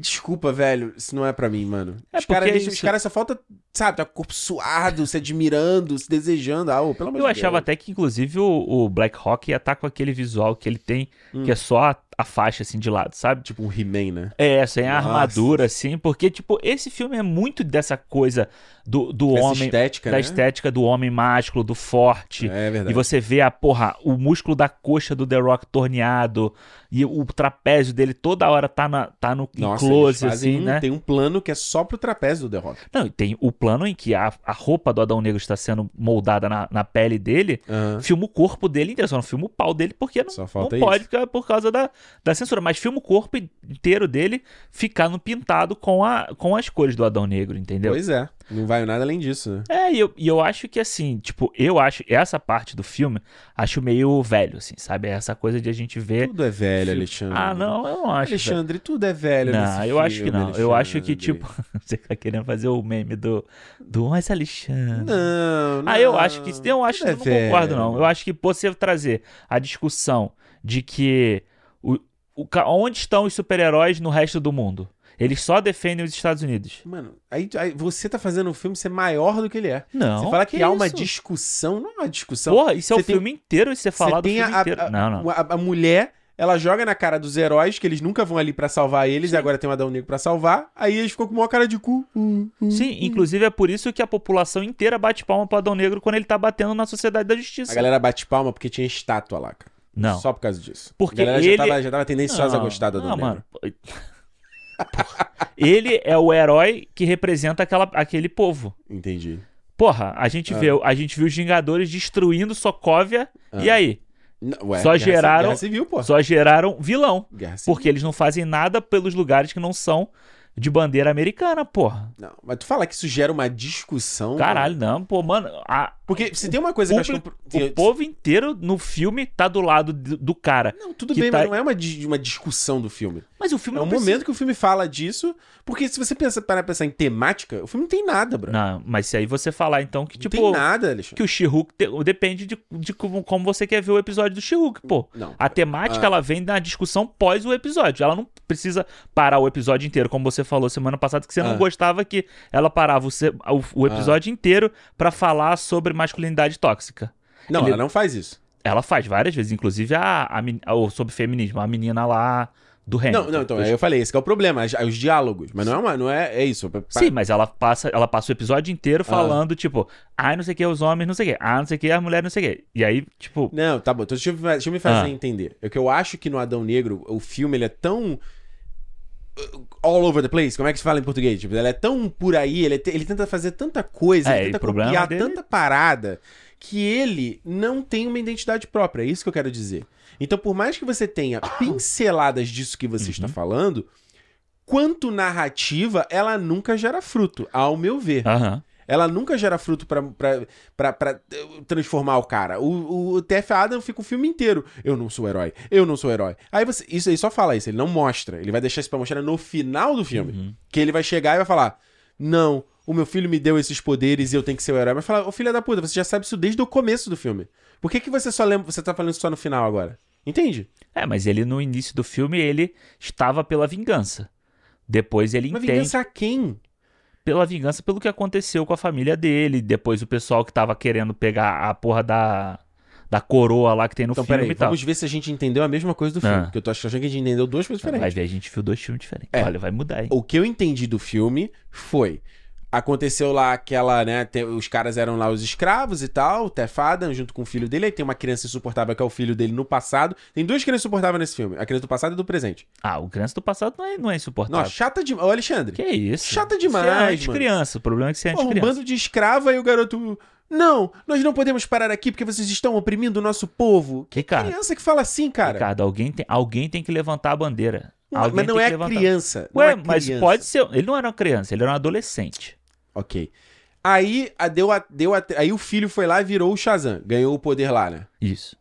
S1: Desculpa, velho, isso não é pra mim, mano.
S2: É
S1: os caras
S2: porque é
S1: deixam- os
S2: isso.
S1: caras só falta, sabe, tá com o corpo suado, se admirando, se desejando. Ah, ô, pelo amor
S2: Eu
S1: de
S2: achava
S1: Deus.
S2: até que, inclusive, o, o Black Hawk ia estar com aquele visual que ele tem,
S1: Hum.
S2: que é só a, a faixa, assim, de lado, sabe?
S1: Tipo um He-Man, né?
S2: É, sem a
S1: Nossa.
S2: armadura, assim, porque, tipo, esse filme é muito dessa coisa do, do
S1: Essa
S2: homem,
S1: estética,
S2: da
S1: né?
S2: estética do homem másculo, do forte.
S1: É
S2: E
S1: verdade.
S2: você vê a porra, o músculo da coxa do The Rock torneado e o trapézio dele toda hora tá, na, tá no em
S1: Nossa,
S2: close,
S1: eles fazem
S2: assim,
S1: um-
S2: né?
S1: Tem um plano que é só pro trapézio do The Rock.
S2: Não, e tem o plano em que a, a roupa do Adão Negro está sendo moldada na, na pele dele,
S1: Aham.
S2: filma o corpo dele inteiro, só não filma o pau dele porque não,
S1: Só falta
S2: não
S1: isso.
S2: pode ficar por causa da, da censura, mas filma o corpo inteiro dele ficando pintado com, a, com as cores do Adão Negro, entendeu?
S1: Pois é. Não vai nada além disso, né?
S2: É, e eu, e eu acho que assim, tipo, eu acho essa parte do filme, acho meio velho, assim, sabe? Essa coisa de a gente ver.
S1: Tudo é velho, Alexandre.
S2: Ah, não, eu não acho. velho.
S1: Alexandre, tudo é velho.
S2: Não,
S1: nesse
S2: eu acho que
S1: filme,
S2: não. Eu acho que,
S1: Alexandre.
S2: tipo, você tá querendo fazer o meme do. Do Mas Alexandre.
S1: Não, não. é.
S2: Ah, eu acho que isso. Eu acho que
S1: Tudo
S2: eu não concordo, não.
S1: velho.
S2: Eu acho que você trazer a discussão de que o, o ca- onde estão os super-heróis no resto do mundo? Eles só defendem os Estados Unidos.
S1: Mano, aí, aí você tá fazendo um filme ser maior do que ele é.
S2: Não.
S1: você fala que, há uma
S2: isso?
S1: discussão, não é uma discussão.
S2: Porra, isso é
S1: você
S2: o
S1: tem-
S2: filme inteiro isso é falado o
S1: tem
S2: filme
S1: a-
S2: inteiro.
S1: a-
S2: não, não.
S1: A, a mulher, ela joga na cara dos heróis, que eles nunca vão ali pra salvar eles, e agora tem um Adão Negro pra salvar. Aí eles ficam com uma cara de cu. Hum, hum.
S2: Sim, inclusive é por isso que a população inteira bate palma pro Adão Negro quando ele tá batendo na Sociedade da Justiça.
S1: A galera bate palma porque tinha estátua lá, cara.
S2: Não.
S1: Só por causa disso.
S2: Porque
S1: a galera
S2: ele-
S1: já, tava, já tava tendenciosa a
S2: Não,
S1: gostar do Adão
S2: não,
S1: Negro.
S2: mano. Porra. Ele é o herói que representa aquela, aquele povo.
S1: Entendi.
S2: Porra, a gente,
S1: Ah.
S2: vê, a gente viu os Vingadores destruindo Sokovia.
S1: Ah.
S2: E aí?
S1: Não, ué,
S2: Só
S1: guerra-
S2: geraram-
S1: Guerra civil, pô.
S2: Só geraram vilão.
S1: Guerra civil.
S2: Porque eles não fazem nada pelos lugares que não são de bandeira americana, porra.
S1: Não, mas tu fala que isso gera uma discussão.
S2: Caralho,
S1: mano.
S2: não, pô, mano. a-
S1: Porque se tem uma coisa que eu acho que.
S2: o povo inteiro no filme tá do lado do, do cara.
S1: Não, tudo
S2: que
S1: bem,
S2: tá-
S1: mas não é uma, di- uma discussão do filme.
S2: Mas o filme
S1: É um
S2: não precisa-
S1: momento que o filme fala disso, porque se você pensa, parar pra pensar em temática, o filme não tem nada, bro. Não,
S2: Não, mas se aí você falar então que, tipo,
S1: tem nada, Alexandre.
S2: que o She-Hulk te- depende de, de como, como você quer ver o episódio do She-Hulk, pô.
S1: Não.
S2: A
S1: Ah.
S2: temática, ela vem na discussão pós o episódio. Ela não precisa parar o episódio inteiro, como você falou semana passada, que você
S1: Ah.
S2: não gostava que ela parava o, se- o- o episódio inteiro pra falar sobre masculinidade tóxica.
S1: Não,
S2: ele-
S1: ela não faz isso.
S2: Ela faz várias vezes, inclusive a, a, men- ou sobre feminismo, a menina lá do Hamilton.
S1: Não, não, então, aí eu falei, esse que é o problema, as- os diálogos. Mas não é uma, não é, é isso. pa- Ah. pa-
S2: Sim, mas ela passa, ela passa o episódio inteiro falando, tipo, ai, não sei o que, os homens, não sei o que, ah, não sei o que, as mulheres, não sei o que. E aí, tipo,
S1: Não, tá bom. Então, deixa, eu, deixa eu me fazer
S2: Ah.
S1: entender. É que eu acho que no Adão Negro, o filme, ele é tão. uh, All over the place, como é que se fala em português? Tipo, ele é tão por aí, ele, te- ele tenta fazer tanta coisa,
S2: É,
S1: ele
S2: e
S1: tenta
S2: o problema
S1: copiar
S2: dele-
S1: tanta parada, que ele não tem uma identidade própria. É isso que eu
S2: Uhum.
S1: quero dizer. Então, por mais que você tenha pinceladas disso que você está falando, quanto narrativa, ela nunca gera fruto, ao meu ver.
S2: Aham.
S1: Ela nunca gera fruto pra, pra, pra, pra, eh, transformar o cara. O, o TF Adam fica o filme inteiro. Eu não sou herói, eu não sou herói. Aí você. Isso aí só fala isso, ele não mostra. Ele vai deixar isso pra mostrar no final do
S2: Uhum.
S1: filme. Que ele vai chegar e vai falar: Não, o meu filho me deu esses poderes e eu tenho que ser o herói. Mas fala, ô filha da puta, você já sabe isso desde o começo do filme. Por que, que você só lembra. Você tá falando isso só no final agora? Entende?
S2: É, mas ele no início do filme ele estava pela vingança. Depois ele
S1: Mas
S2: entende
S1: vingança a quem?
S2: pela vingança pelo que aconteceu com a família dele. Depois o pessoal que tava querendo pegar a porra da, da coroa lá que tem no
S1: Então,
S2: filme
S1: peraí,
S2: e tal.
S1: vamos ver se a gente entendeu a mesma coisa do filme.
S2: Ah.
S1: Porque eu tô achando que a gente entendeu duas coisas diferentes.
S2: Vai ver, a gente viu dois filmes diferentes.
S1: É.
S2: Olha, vai mudar, hein?
S1: O que eu entendi do filme foi. Aconteceu lá aquela, né? te- os caras eram lá os escravos e tal, o Tefadan junto com o filho dele. Aí tem uma criança insuportável que é o filho dele no passado. Tem duas crianças insuportáveis nesse filme: a criança do passado e do presente.
S2: Ah, o criança do passado não é, não é insuportável.
S1: Não, chata demais. Ô, Alexandre,
S2: Que isso?
S1: Chata
S2: Você
S1: demais,
S2: é
S1: mano.
S2: anticriança. O problema é que você é
S1: porra, um
S2: anticriança.
S1: bando de escrava e o garoto. Não, nós não podemos parar aqui porque vocês estão oprimindo o nosso povo. Que
S2: Ricardo,
S1: criança que fala assim, cara?
S2: Ricardo alguém, tem, alguém tem que levantar a bandeira.
S1: Não,
S2: alguém
S1: mas não
S2: tem
S1: é
S2: que levantar.
S1: criança. não
S2: Ué,
S1: é
S2: mas
S1: criança.
S2: pode ser. Ele não era uma criança, ele era um adolescente.
S1: Ok. Aí, a, deu a, deu a, aí o filho foi lá e virou o Shazam. Ganhou o poder lá, né?
S2: Isso.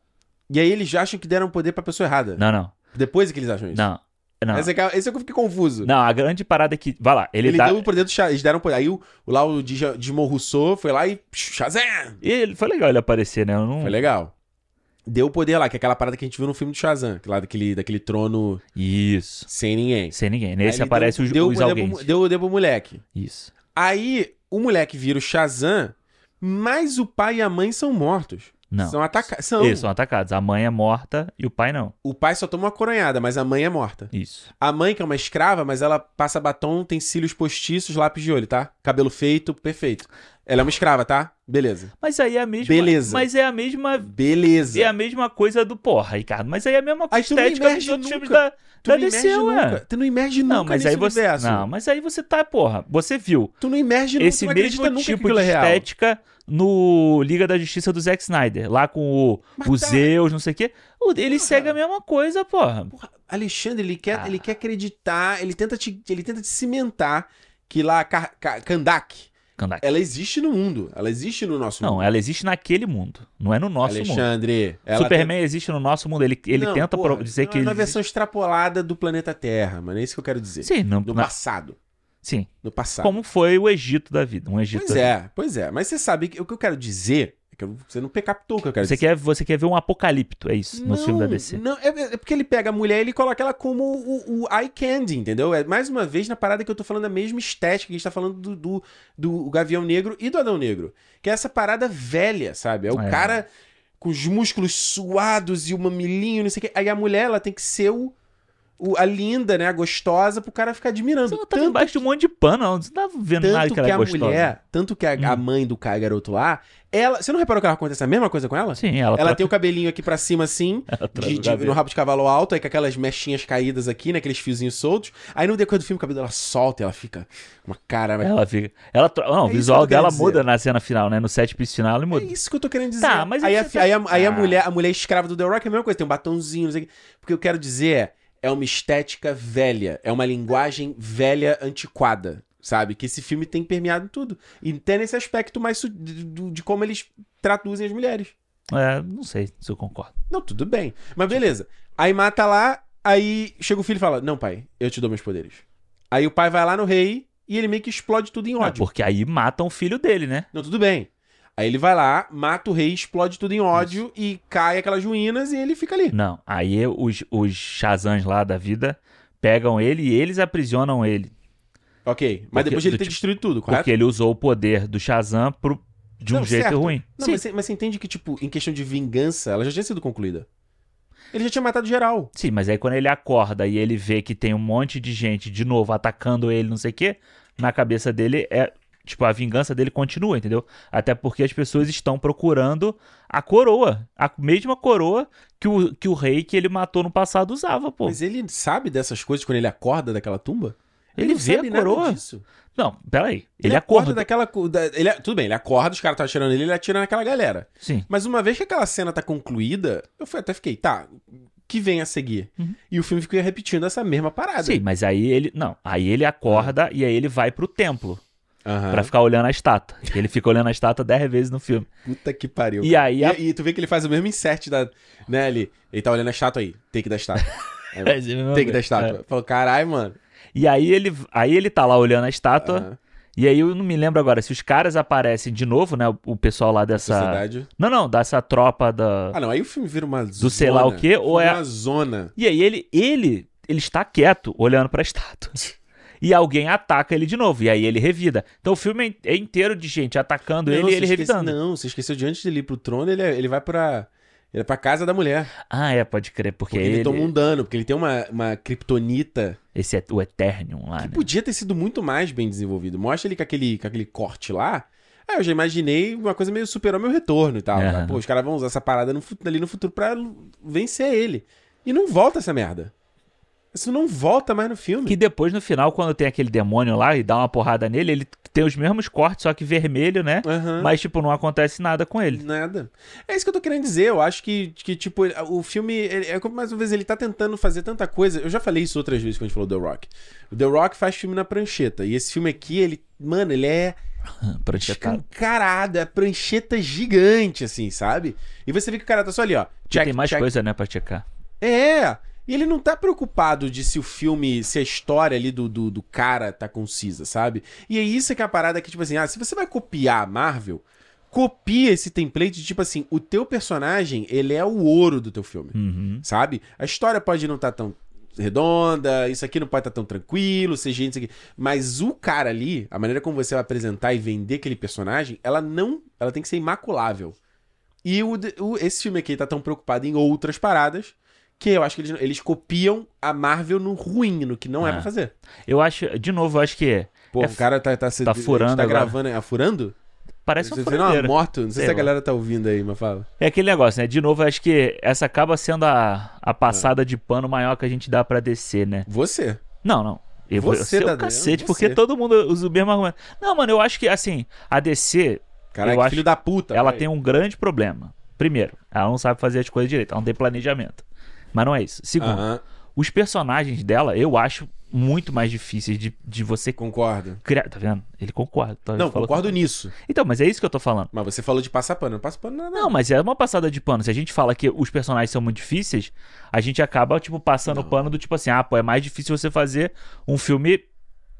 S1: E aí eles já acham que deram poder pra pessoa errada.
S2: Não, não.
S1: Depois é que eles acham isso.
S2: Não. Não.
S1: Esse é, que- esse é que eu fiquei confuso.
S2: Não, a grande parada é que. Vai lá, ele,
S1: Ele,
S2: dá.
S1: deu o poder do Shazam. Eles deram poder. Aí o, o lá o Dija- Digimon Rousseau foi lá e. Shazam!
S2: Ele... Foi legal ele aparecer, né? Eu não...
S1: Foi legal. Deu o poder lá, que é aquela parada que a gente viu no filme do Shazam. que Lá daquele, daquele trono
S2: Isso.
S1: sem ninguém.
S2: Sem ninguém.
S1: Aí
S2: Nesse
S1: ele
S2: aparece
S1: deu,
S2: os,
S1: deu o
S2: os
S1: poder
S2: alguém.
S1: pro- Deu o poder pro moleque.
S2: Isso.
S1: Aí o moleque vira o Shazam, mas o pai e a mãe são mortos.
S2: Não.
S1: São atacados. São.
S2: Eles são atacados. A mãe é morta e o pai não.
S1: O pai só toma uma coronhada, mas a mãe é morta.
S2: Isso.
S1: A mãe, que é uma escrava, mas ela passa batom, tem cílios postiços, lápis de olho, tá? Cabelo feito, perfeito. Ela é uma escrava, tá? Beleza.
S2: Mas aí é a mesma.
S1: Beleza.
S2: Mas é a mesma.
S1: Beleza.
S2: É a mesma coisa do porra, Ricardo. Mas aí é a mesma
S1: Aí tu não
S2: estética dos
S1: emerge
S2: outros filmes
S1: nunca.
S2: da,
S1: tu
S2: da
S1: não
S2: DC,
S1: emerge
S2: ué.
S1: nunca. Tu não emerge nunca
S2: Não, mas
S1: nesse
S2: aí você.
S1: universo.
S2: Não, mas aí você tá, porra. Você viu
S1: Tu não emerge nunca, tu
S2: esse
S1: não
S2: mesmo
S1: acredita nunca que
S2: tipo
S1: aquilo
S2: de
S1: é real.
S2: estética no Liga da Justiça do Zack Snyder. Lá com o,
S1: Mas
S2: o
S1: tá.
S2: Zeus, não sei o quê. O- Ele
S1: Porra.
S2: segue a mesma coisa, porra.
S1: Porra, Alexandre, ele quer,
S2: Ah.
S1: ele quer acreditar, ele tenta, te, ele tenta te cimentar que lá, Ka- Ka- Kandak,
S2: Kandak.
S1: ela existe no mundo. Ela existe no nosso mundo.
S2: Não, ela existe naquele mundo. Não é no nosso mundo.
S1: Alexandre, ela
S2: Superman existe no nosso mundo. Ele, ele
S1: Não,
S2: tenta
S1: porra,
S2: pro- dizer
S1: não,
S2: que
S1: é
S2: ele.
S1: na versão extrapolada do planeta Terra, mano. É isso que eu quero dizer.
S2: Sim, não,
S1: No
S2: na-
S1: passado.
S2: sim.
S1: No passado.
S2: Como foi o Egito da vida. Um Egito
S1: Pois
S2: da
S1: é, pois é. Mas você sabe que o que eu quero dizer. é que eu- você não captou o que eu quero
S2: Você
S1: dizer.
S2: quer, você quer ver um apocalipto, é isso, no filme da DC.
S1: Não, é, é porque ele pega a mulher e ele coloca ela como o, o eye candy, entendeu? É mais uma vez na parada que eu tô falando da mesma estética que a gente tá falando do, do, do Gavião Negro e do Adão Negro. Que é essa parada velha, sabe? É o
S2: É.
S1: cara com os músculos suados e o mamilinho, não sei o quê. Aí a mulher, ela tem que ser o, o- a linda, né? A gostosa pro cara ficar admirando.
S2: Ela tava embaixo de um monte de pano, ela não tá vendo nada
S1: Tanto
S2: que
S1: que,
S2: ela é
S1: a
S2: gostosa. Hum.
S1: mulher, tanto que a, a mãe do cara garoto lá, ela. Você não reparou que ela acontece a mesma coisa com ela?
S2: Sim, ela,
S1: Ela
S2: ela
S1: tem o cabelinho aqui pra cima, assim,
S2: traz
S1: de,
S2: o
S1: de-
S2: cabelo.
S1: no rabo de cavalo alto, aí com aquelas mechinhas caídas aqui, né? Aqueles fiozinhos soltos. Aí no decorrer do filme o cabelo dela solta e ela fica uma cara. mas-
S2: Ela fica. Ela, tro- não,
S1: É
S2: o
S1: isso que
S2: visual
S1: eu quero
S2: dela
S1: dizer.
S2: muda na cena final, né? No set piece final ele
S1: É
S2: muda.
S1: isso que eu tô querendo dizer.
S2: Tá, mas
S1: aí,
S2: aí
S1: a,
S2: você
S1: fi-
S2: tá-
S1: aí, a, aí a
S2: Ah.
S1: mulher, a mulher escrava do The Rock é a mesma coisa, tem um batonzinho, não sei o quê. Porque eu quero dizer é, é uma estética velha, é uma linguagem velha, antiquada, sabe? Que esse filme tem permeado em tudo. E tem nesse aspecto mais su- de, de- de como eles traduzem as mulheres.
S2: É, não sei se eu concordo.
S1: Não, tudo bem. Mas beleza. Aí mata lá, aí chega o filho e fala: Não, pai, eu te dou meus poderes. Aí o pai vai lá no rei e ele meio que explode tudo em
S2: Não,
S1: ódio.
S2: É, porque aí matam o filho dele, né?
S1: Não, tudo bem. Aí ele vai lá, mata o rei, explode tudo em ódio e cai aquelas ruínas e ele fica ali.
S2: Não, aí os, os Shazans lá da vida pegam ele e eles aprisionam ele.
S1: Ok. Mas
S2: Porque-
S1: depois de ele
S2: do
S1: ter
S2: tipo-
S1: destruído tudo, correto?
S2: Porque ele usou o poder do Shazam pro, de um
S1: Não,
S2: jeito
S1: certo.
S2: ruim.
S1: Não,
S2: Sim,
S1: mas, você, mas você entende que, tipo, em questão de vingança, ela já tinha sido concluída. Ele já tinha matado geral.
S2: Sim, mas aí quando ele acorda e ele vê que tem um monte de gente de novo atacando ele, não sei o quê, na cabeça dele é. Tipo, a vingança dele continua, entendeu? Até porque as pessoas estão procurando a coroa. A mesma coroa que o, que o rei que ele matou no passado usava, pô.
S1: Mas ele sabe dessas coisas quando ele acorda daquela tumba?
S2: ele
S1: não
S2: vê
S1: sabe
S2: a
S1: nada
S2: coroa.
S1: disso.
S2: Não, peraí. Ele,
S1: Ele, acorda,
S2: acorda.
S1: daquela. co- da- ele, tudo bem, ele acorda, os caras estão atirando nele, ele atira naquela galera.
S2: Sim.
S1: Mas uma vez que aquela cena tá concluída, eu fui, até fiquei, tá. que vem a seguir.
S2: Uhum.
S1: E o filme fica repetindo essa mesma parada.
S2: Sim, mas aí ele. Não, aí ele acorda e aí ele vai pro templo
S1: Aham.
S2: pra ficar olhando a estátua. Que Ele fica olhando a estátua 10 vezes no filme.
S1: Puta que pariu.
S2: E
S1: cara.
S2: aí a-
S1: e, e tu vê que ele faz o mesmo insert da. Né, ali. Ele tá olhando a estátua aí. Take da estátua. É,
S2: é
S1: Take da estátua. Falou, caralho, mano. Ah,
S2: E aí ele, aí ele tá lá olhando a estátua.
S1: Aham.
S2: E aí eu não me lembro agora se os caras aparecem de novo, né? O, o pessoal lá dessa.
S1: Sociedade.
S2: Não, não, dessa tropa da.
S1: Ah, não. Aí o filme vira uma zona.
S2: Tá. Do sei lá o quê, ou é-
S1: Uma zona.
S2: E aí ele, ele, ele está quieto, olhando pra estátua. E alguém ataca ele de novo, e aí ele revida. Então o filme é é inteiro de gente atacando ele
S1: Não,
S2: e
S1: você
S2: ele
S1: esquece-
S2: revidando.
S1: Não, você esqueceu de antes dele ir pro trono, ele, ele vai pra. Ele é pra casa da mulher.
S2: Ah, é, pode crer,
S1: Porque
S2: porque,
S1: ele,
S2: ele.
S1: toma um dano, porque ele tem uma, uma kriptonita
S2: Esse é o Eternium lá,
S1: que
S2: né?
S1: podia ter sido muito mais bem desenvolvido. Mostra ele com aquele, com aquele corte lá. Aí eu já imaginei uma coisa meio superou meu retorno e tal.
S2: Aham.
S1: Tá? Pô, os caras vão usar essa parada no fu- ali no futuro pra vencer ele. E não volta essa merda. Isso não volta mais no filme.
S2: Que depois, no final, quando tem aquele demônio lá e dá uma porrada nele, ele tem os mesmos cortes, só que vermelho, né?
S1: Aham.
S2: Mas, tipo, não acontece nada com ele.
S1: Nada. É isso que eu tô querendo dizer. Eu acho que, que tipo, ele- o filme, ele- é como mais uma vez, ele tá tentando fazer tanta coisa. Eu já falei isso outras vezes quando a gente falou do The Rock. O The Rock faz filme na prancheta. E esse filme aqui, ele, mano, ele é
S2: Pranchetado.
S1: escancarado. É prancheta gigante, assim, sabe? E você vê que o cara tá só ali, ó.
S2: Já
S1: Check,
S2: tem mais
S1: check.
S2: coisa, né, pra checar.
S1: É. E ele não tá preocupado de se o filme, se a história ali do, do, do cara tá concisa, sabe? E é isso que é a parada que, tipo assim, ah, se você vai copiar a Marvel, copia esse template de, tipo assim, o teu personagem, ele é o ouro do teu filme,
S2: Uhum.
S1: sabe? A história pode não estar tão redonda, isso aqui não pode estar tão tranquilo, seja isso aqui. Mas o cara ali, a maneira como você vai apresentar e vender aquele personagem, ela não. Ela tem que ser imaculável. E o, o- esse filme aqui tá tão preocupado em outras paradas que eu acho que eles, eles copiam a Marvel no ruim, no que não é
S2: Ah.
S1: pra fazer.
S2: Eu acho, de novo, eu acho que
S1: Pô,
S2: É
S1: o cara tá, tá, se-
S2: tá
S1: a gente
S2: furando
S1: Tá
S2: agora.
S1: gravando. É furando?
S2: parece um
S1: Você- você- não, é
S2: furadeiro.
S1: morto. Não sei,
S2: Sei
S1: se a
S2: lá.
S1: galera tá ouvindo aí, mas fala.
S2: É aquele negócio, né? De novo, eu acho que essa acaba sendo a,
S1: É.
S2: a passada de pano maior que a gente dá pra descer, né?
S1: Você.
S2: Não, não. Eu vou eu
S1: Você,
S2: sei o
S1: Dadeu,
S2: cacete,
S1: você.
S2: porque todo mundo usa o mesmo argumento. Não, mano, eu acho que, assim, a DC,
S1: Caralho,
S2: Eu
S1: que
S2: acho
S1: filho da puta.
S2: ela
S1: vai.
S2: tem um grande problema. Primeiro, ela não sabe fazer as coisas direito, ela não tem planejamento. Mas não é isso. Segundo,
S1: Aham,
S2: os personagens dela, eu acho muito mais difíceis de, de você
S1: concordo.
S2: criar. Tá vendo? Ele concorda. tá? Ele
S1: Não,
S2: falou-
S1: concordo nisso.
S2: Então, mas é isso que eu tô falando.
S1: Mas você falou de passar pano. Não passa pano nada.
S2: Não, mas é uma passada de pano. Se a gente fala que os personagens são muito difíceis, a gente acaba, tipo, passando o
S1: Não.
S2: pano do tipo assim, ah, pô, é mais difícil você fazer um filme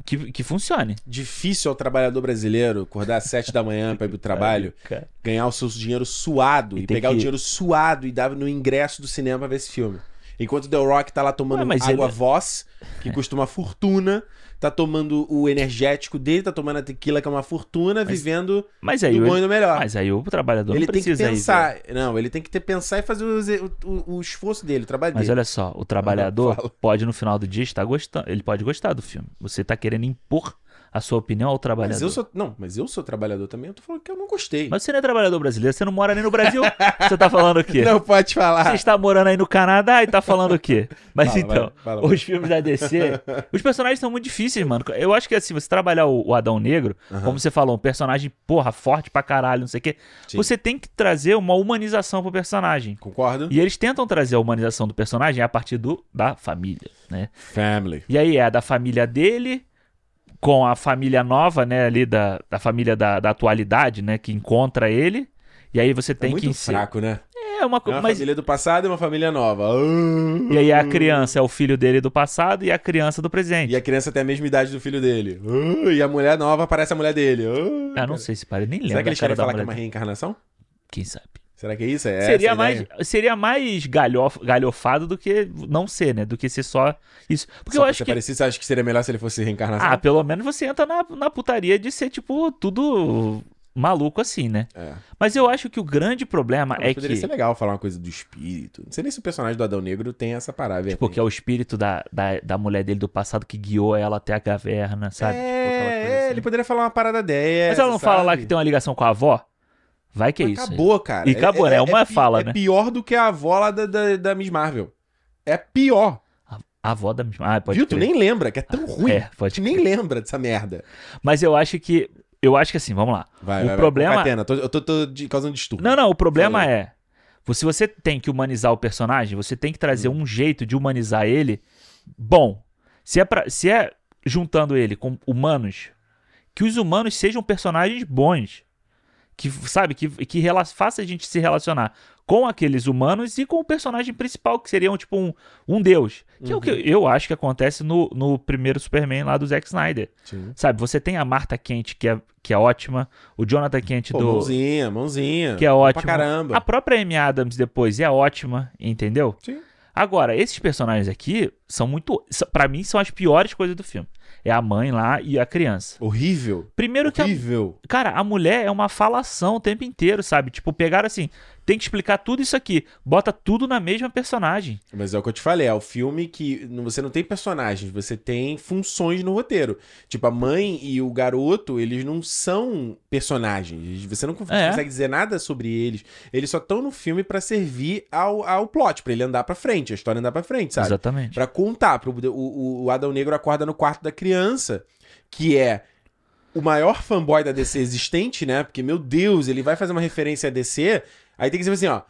S2: que, que funcione.
S1: Difícil ao trabalhador brasileiro acordar às 7 da manhã pra ir pro trabalho,
S2: Cara,
S1: ganhar o seu dinheiro suado
S2: É. E
S1: e,
S2: tem
S1: pegar o
S2: que-
S1: dinheiro suado e dar no ingresso do cinema pra ver esse filme. Enquanto o The Rock tá lá tomando
S2: Ué, mas
S1: água
S2: ele-
S1: voz,
S2: É.
S1: que custa uma fortuna, tá tomando o energético dele, tá tomando a tequila que é uma fortuna, vivendo
S2: Mas é, aí,
S1: do bom e
S2: o,
S1: do melhor.
S2: mas aí o trabalhador
S1: ele
S2: Ah, então não
S1: tem que
S2: precisa aí, velho.
S1: pensar. não, ele tem que ter, pensar e fazer o, o- o esforço dele, o trabalho
S2: Mas
S1: dele.
S2: olha só, o trabalhador
S1: Fala.
S2: pode no final do dia estar gostando. Ele pode gostar do filme. Você tá querendo impor a sua opinião ao trabalhador.
S1: Mas eu sou. Não, mas eu sou trabalhador também, eu tô falando que eu não gostei.
S2: Mas você não é trabalhador brasileiro, você não mora nem no Brasil. você tá falando o quê?
S1: Não pode falar.
S2: Você está morando aí no Canadá e tá falando o quê? Mas
S1: Fala,
S2: então,
S1: vai, fala,
S2: os filmes da DC, os personagens são muito difíceis, mano. Eu acho que assim, você trabalhar o, o Adão Negro,
S1: Aham.
S2: como você falou, um personagem, porra, forte pra caralho, não sei o quê.
S1: Sim.
S2: Você tem que trazer uma humanização pro personagem.
S1: Concordo?
S2: E eles tentam trazer a humanização do personagem a partir do da família, né?
S1: Family.
S2: E aí é a da família dele com a família nova, né, ali da, da família da, da atualidade, né, que encontra ele. E aí você tem
S1: é muito
S2: que ensinar.
S1: fraco, né?
S2: É uma
S1: É
S2: coisa,
S1: uma
S2: mas
S1: família do passado e uma família nova.
S2: E aí a criança é o filho dele do passado e a criança do presente.
S1: E a criança tem a mesma idade do filho dele. Ah, E a mulher nova parece a mulher dele. Ah,
S2: Ah, não
S1: cara.
S2: sei se pare, nem lembro.
S1: Será que
S2: da
S1: eles
S2: cara
S1: querem
S2: da
S1: falar que é uma
S2: mulher.
S1: reencarnação?
S2: Quem sabe?
S1: Será que é isso? É essa
S2: seria,
S1: a
S2: mais,
S1: ideia?
S2: seria mais galhof, galhofado do que não ser, né? Do que ser só isso. Porque
S1: Só
S2: eu
S1: pra
S2: acho
S1: ser
S2: que.
S1: parecido, né? você acha que seria melhor se ele fosse reencarnação?
S2: Ah, pelo menos você entra na, na putaria de ser, tipo, tudo maluco assim, né?
S1: É.
S2: Mas eu acho que o grande problema
S1: Mas
S2: é
S1: poderia
S2: que.
S1: ser legal falar uma coisa do espírito. Não sei nem se o personagem do Adão Negro tem essa parada.
S2: Tipo, que é o espírito da, da, da mulher dele do passado que guiou ela até a caverna, sabe? Tipo, aquela coisa
S1: É,
S2: assim.
S1: ele poderia falar uma parada dessa.
S2: Mas ela não fala lá
S1: sabe?
S2: que tem uma ligação com a avó? Vai que é
S1: Mas
S2: isso.
S1: Acabou, cara.
S2: E acabou, né? É uma
S1: pi-
S2: fala, né?
S1: É pior do que a avó lá da, da, da Miss Marvel. É pior.
S2: A, a avó da mesma. Ah, pode
S1: Viu? Tu
S2: crer.
S1: nem lembra, que é tão ruim.
S2: É, pode
S1: Tu nem lembra dessa merda.
S2: Mas eu acho que. Eu acho que assim, vamos lá.
S1: Vai,
S2: O problema-
S1: Concatena, tô- eu tô, tô de- causando distúrbio.
S2: Não, não, o problema
S1: Fala
S2: é. Se você tem que humanizar o personagem, você tem que trazer
S1: Hum.
S2: um jeito de humanizar ele bom. Se é, pra, se é juntando ele com humanos, que os humanos sejam personagens bons. Que, sabe, que, que rela- faça a gente se relacionar com aqueles humanos e com o personagem principal, que seria um, tipo um, um deus. Que é o que
S1: Uhum.
S2: eu acho que acontece no, no primeiro Superman lá do Zack Snyder.
S1: Sim.
S2: Sabe, você tem a Marta Kent, que é, que é ótima, o Jonathan Kent
S1: Pô,
S2: do.
S1: mãozinha, mãozinha.
S2: Que é ótimo.
S1: Pra caramba.
S2: A própria Amy Adams depois é ótima, entendeu?
S1: Sim.
S2: Agora, esses personagens aqui são muito. são- Pra mim, são as piores coisas do filme. É a mãe lá e a criança.
S1: Horrível.
S2: Primeiro que a,
S1: Horrível.
S2: Cara, a mulher é uma falação o tempo inteiro, sabe? Tipo, pegaram assim, tem que explicar tudo isso aqui. Bota tudo na mesma personagem.
S1: Mas é o que eu te falei, é o filme que n- você não tem personagens, você tem funções no roteiro. Tipo, a mãe e o garoto, eles não são personagens. Eles- Você não con-
S2: É.
S1: consegue dizer nada sobre eles. Eles só estão no filme pra servir ao, ao plot, pra ele andar pra frente, a história andar pra frente, sabe?
S2: Exatamente.
S1: Pra contar. Pro, o- o, o Adão Negro acorda no quarto da criança, que é o maior fanboy da DC existente, né? Porque, meu Deus, ele vai fazer uma referência a DC, aí tem que ser assim, ó.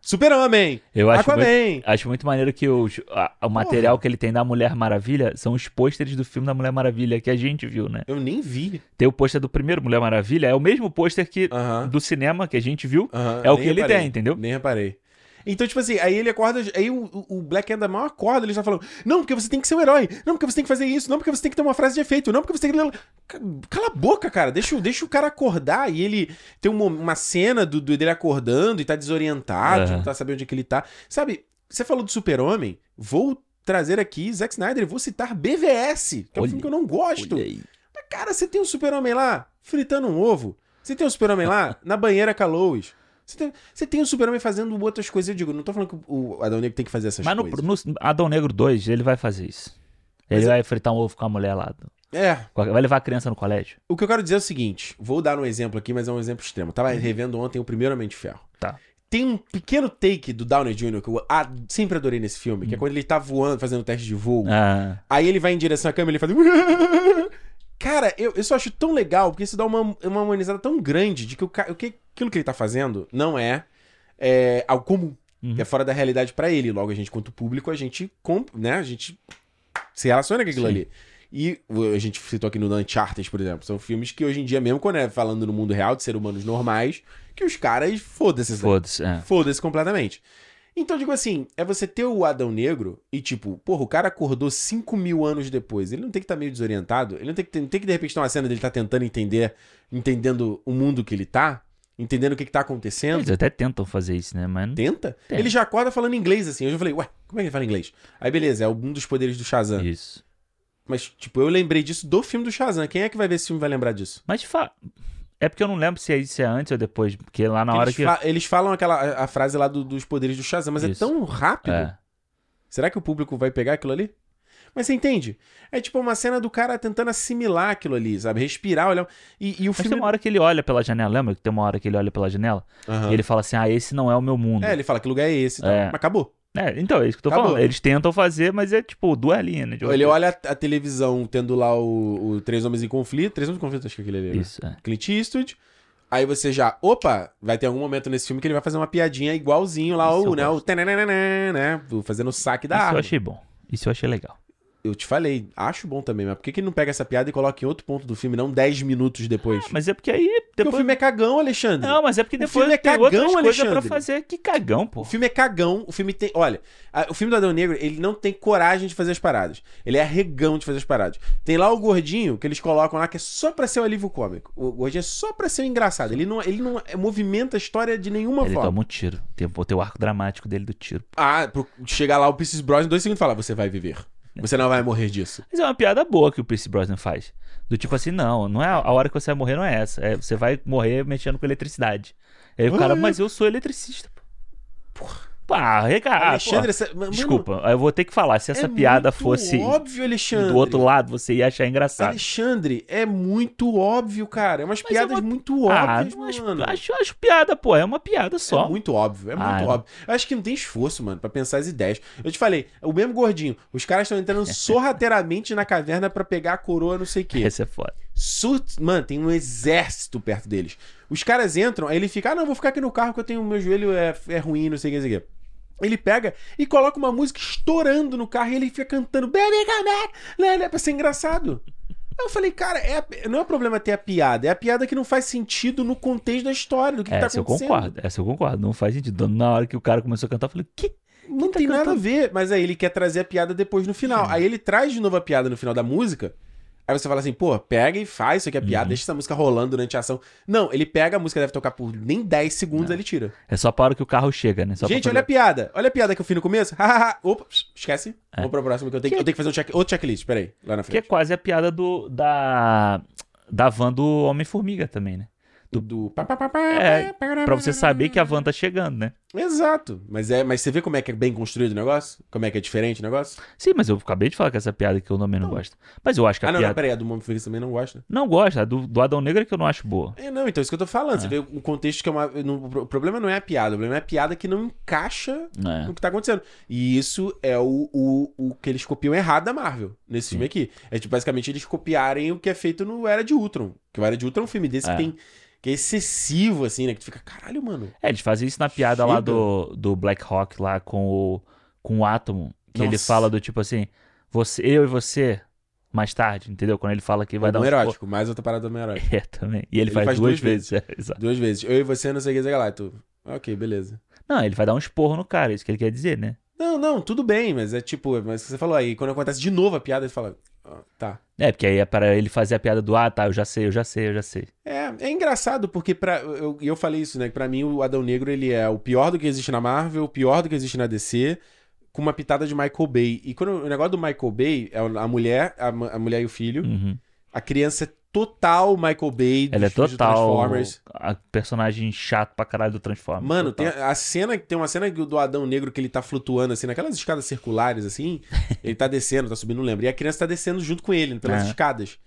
S1: Super-Homem!
S2: Eu acho
S1: Aquaman!
S2: muito, acho muito maneiro que os- a- o material que ele tem da Mulher Maravilha são os pôsteres do filme da Mulher Maravilha que a gente viu, né?
S1: Eu nem vi.
S2: Tem o pôster do primeiro Mulher Maravilha, é o mesmo pôster que
S1: Aham.
S2: do cinema que a gente viu.
S1: Aham,
S2: É o
S1: nem
S2: que ele
S1: reparei,
S2: tem, entendeu?
S1: Nem reparei. Então, tipo assim, aí ele acorda, aí o, o Black Adam mal acorda, ele já falando, não, porque você tem que ser um herói, não, porque você tem que fazer isso, não, porque você tem que ter uma frase de efeito, não, porque você tem que... Ca- Cala a boca, cara, deixa, o- deixa o cara acordar e ele tem uma, uma cena do, do- dele acordando e tá desorientado,
S2: Aham.
S1: não tá sabendo onde é que ele tá. Sabe, você falou do super-homem, vou trazer aqui Zack Snyder, e vou citar BVS, que é um
S2: Olha-
S1: filme que eu não gosto.
S2: Olha aí.
S1: Mas, cara, você tem um super-homem lá fritando um ovo. Você tem um super-homem lá na banheira com a Lois. Você tem, você tem um super-homem fazendo outras coisas. Eu digo, não tô falando que o Adão Negro tem que fazer essas
S2: Mas no,
S1: coisas.
S2: no Adão Negro 2, ele vai fazer isso. Ele
S1: Mas
S2: vai fritar um ovo com a mulher lá. do-
S1: É,
S2: com a- Vai levar a criança no colégio.
S1: o que eu quero dizer é o seguinte. Vou dar um exemplo aqui, mas é um exemplo extremo. Eu tava revendo ontem o primeiro Homem de Ferro.
S2: Uhum. Tá.
S1: Tem um pequeno take do Downey Jr. que eu a- sempre adorei nesse filme,
S2: Hum.
S1: que é quando ele tá voando, fazendo teste de voo.
S2: Ah.
S1: Aí ele vai em direção à câmera e ele faz. um Cara, eu, eu só acho tão legal, porque isso dá uma, uma humanizada tão grande de que, o, ca- o que aquilo que ele tá fazendo não é, é algo comum.
S2: Uhum.
S1: É fora da realidade pra ele. Logo, a gente, quanto público, a gente, comp, né? a gente se relaciona com aquilo
S2: Sim.
S1: ali. E o- a gente citou aqui no Uncharted, por exemplo. São filmes que hoje em dia, mesmo quando é falando no mundo real, de ser humanos normais, que os caras, foda-se. né? isso daí.
S2: Foda-se. é.
S1: Foda-se completamente. Então, eu digo assim, é você ter o Adão Negro e, tipo, porra, o cara acordou 5 mil anos depois. Ele não tem que estar meio desorientado. Ele não tem que, não tem que de repente, ter uma cena dele tá tentando entender, entendendo o mundo que ele tá, entendendo o que, que tá acontecendo.
S2: Eles até tentam fazer isso, né? Mas não-
S1: Tenta.
S2: Tem.
S1: Ele já acorda falando inglês, assim. Eu já falei, ué, como é que ele fala inglês? Aí, beleza, é um dos poderes do Shazam.
S2: Isso.
S1: Mas, tipo, eu lembrei disso do filme do Shazam. Quem é que vai ver esse filme e vai lembrar disso?
S2: Mas fa... é porque eu não lembro se é isso é antes ou depois, porque lá na hora
S1: eles,
S2: que.
S1: fa- eles falam aquela a, a frase lá do- dos poderes do Shazam, mas é
S2: Isso.
S1: tão rápido.
S2: É.
S1: Será que o público vai pegar aquilo ali? Mas você entende? É tipo uma cena do cara tentando assimilar aquilo ali, sabe? Respirar, olhar. um- E, e o
S2: Mas tem
S1: filme.
S2: uma hora que ele olha pela janela, lembra que tem uma hora que ele olha pela janela
S1: Aham.
S2: e ele fala assim: ah, esse não é o meu mundo.
S1: É, ele fala que lugar é esse. e tal.
S2: É.
S1: Mas acabou.
S2: É, então, é isso que eu tô
S1: Acabou.
S2: falando. Eles tentam fazer, mas é tipo duelinha, né? de
S1: Ele
S2: roteiro.
S1: olha a, a televisão tendo lá o, o Três Homens em Conflito. Três Homens em Conflito, acho que é aquele ali. né?
S2: Isso, é.
S1: Clint Eastwood. Aí você já, opa, vai ter algum momento nesse filme que ele vai fazer uma piadinha igualzinho lá,
S2: Isso
S1: o,
S2: eu
S1: né, o tananana, né, o fazendo o saque da
S2: Isso eu
S1: arma.
S2: achei bom. Isso eu achei legal.
S1: Eu te falei, acho bom também, mas por que, que ele não pega essa piada e coloca em outro ponto do filme, não 10 minutos depois?
S2: Mas é porque aí
S1: Porque o
S2: depois.
S1: filme é cagão, Alexandre.
S2: Não, mas é porque
S1: O
S2: depois
S1: filme é
S2: tem
S1: cagão,
S2: outras coisas pra
S1: Alexandre.
S2: fazer. Que cagão, pô.
S1: O filme é cagão, o filme tem. Olha, a- o filme do Adão Negro, ele não tem coragem de fazer as paradas. Ele é arregão de fazer as paradas. Tem lá o gordinho que eles colocam lá, que é só pra ser o alívio cômico. O gordinho é só pra ser o engraçado. Ele não, ele não é, movimenta a história de nenhuma
S2: Ele
S1: forma.
S2: toma um tiro. Tem, tem o arco dramático dele do tiro.
S1: Ah, pro, chegar lá o Pisces Bros em dois segundos e falar: você vai viver. Você não vai morrer disso.
S2: Mas é uma piada boa que o Pierce Brosnan faz. Do tipo assim, não, não é a hora que você vai morrer, não é essa. É, você vai morrer mexendo com eletricidade. Aí o cara,
S1: Ah, é.
S2: mas eu sou eletricista. pô." Pá, regar.
S1: Alexandre, essa- mano,
S2: Ah, Desculpa, eu vou ter que falar. Se essa
S1: é
S2: piada
S1: muito
S2: fosse
S1: Óbvio, Alexandre.
S2: do outro lado, você ia achar engraçado.
S1: Alexandre, é muito óbvio, cara. É umas
S2: Mas é
S1: piadas
S2: uma-
S1: muito
S2: Ah,
S1: óbvias,
S2: não acho,
S1: mano.
S2: acho, acho piada, pô. É uma piada só.
S1: É muito óbvio, é
S2: Ah,
S1: muito
S2: é.
S1: óbvio. Eu acho que não tem esforço, mano, pra pensar as ideias. Eu te falei, o mesmo gordinho, os caras estão entrando sorrateiramente na caverna pra pegar a coroa, não sei o quê.
S2: Esse é foda.
S1: Sur... Mano, tem um exército perto deles. Os caras entram, aí ele fica, ah, não, vou ficar aqui no carro que eu tenho. Meu joelho é, é ruim, não sei o que, não sei o que. Ele pega e coloca uma música estourando no carro e ele fica cantando Baby Come Back, lá, lá, pra ser engraçado. Aí eu falei, cara, é, não é problema ter a piada, é a piada que não faz sentido no contexto da história, do que, que tá
S2: Essa É, eu
S1: acontecendo.
S2: concordo, essa eu concordo. Não faz sentido. Na hora que o cara começou a cantar, eu falei, que?
S1: Não
S2: tá
S1: tem nada a
S2: cantando?
S1: ver, mas aí ele quer trazer a piada depois no final. Aí ele traz de novo a piada no final da música. Aí você fala assim, pô, pega e faz isso aqui é
S2: Uhum.
S1: piada, deixa essa música rolando durante a ação. Não, ele pega, a música deve tocar por nem 10 segundos, aí ele tira.
S2: É só para hora que o carro chega, né? Só pra
S1: Gente,
S2: poder-
S1: olha a piada. Olha a piada que eu fiz no começo. Hahaha. Opa, esquece. Vou pra próxima que eu tenho que, eu tenho que fazer um check, outro checklist. Peraí, lá na
S2: É. Que é
S1: frente.
S2: quase a piada do, da, da van do Homem-Formiga também, né?
S1: Do... do...
S2: É, Pra você saber que a van tá chegando, né?
S1: Exato. Mas, é, mas você vê como é que é bem construído o negócio? Como é que é diferente o negócio?
S2: Sim, mas eu acabei de falar que essa piada que eu também não, gosto. Mas eu acho que a
S1: Ah, não, não,
S2: piada...
S1: peraí. A do Homem Feliz também não gosta.
S2: Não gosto, a do, do Adão Negro é que eu não acho boa.
S1: É, não, então é isso que eu tô falando. Você vê um contexto que é uma. não- o problema não é a piada, o problema é a piada que não encaixa
S2: É.
S1: no que tá acontecendo. E isso é o, o, o que eles copiam errado da Marvel nesse filme aqui. É tipo, basicamente eles copiarem o que é feito no Era de Ultron. Que o Era de Ultron é um filme desse
S2: É.
S1: que tem. Que é excessivo, assim, né? Que tu fica, caralho, mano.
S2: É, eles fazem isso na piada lá
S1: Chega.
S2: do, do Black Hawk lá com o, com o Átomo. Que ele
S1: Nossa.
S2: fala do tipo assim, você, eu e você, mais tarde, entendeu? Quando ele fala que vai dar
S1: um
S2: um
S1: erótico, mais outra parada do erótico.
S2: É, também. E ele,
S1: Ele
S2: faz,
S1: faz
S2: duas,
S1: duas
S2: vezes. é, exato.
S1: Duas vezes. Eu e você, não sei o que, sei lá. e Tu... Ok, beleza.
S2: Não, ele vai dar um esporro no cara, é isso que ele quer dizer, né?
S1: Não, não, tudo bem, mas é tipo, mas você falou aí, quando acontece de novo a piada, ele fala, ah, tá.
S2: É, porque aí é para ele fazer a piada do ah, tá, eu já sei, eu já sei, eu já sei.
S1: É, é engraçado porque para eu, eu falei isso, né? Que pra mim o Adão Negro ele é o pior do que existe na Marvel, o pior do que existe na DC, com uma pitada de Michael Bay. E quando o negócio do Michael Bay é a mulher, a, ma- a mulher e o filho,
S2: Uhum.
S1: a criança é total Michael Bay dos
S2: Ela é
S1: filmes do
S2: total.
S1: Transformers.
S2: A personagem chato pra caralho do Transformers.
S1: Mano, tem
S2: total.
S1: a, a cena tem uma cena do Adão Negro que ele tá flutuando assim naquelas escadas circulares assim, ele tá descendo, tá subindo, não lembro. E a criança tá descendo junto com ele pelas
S2: É.
S1: escadas.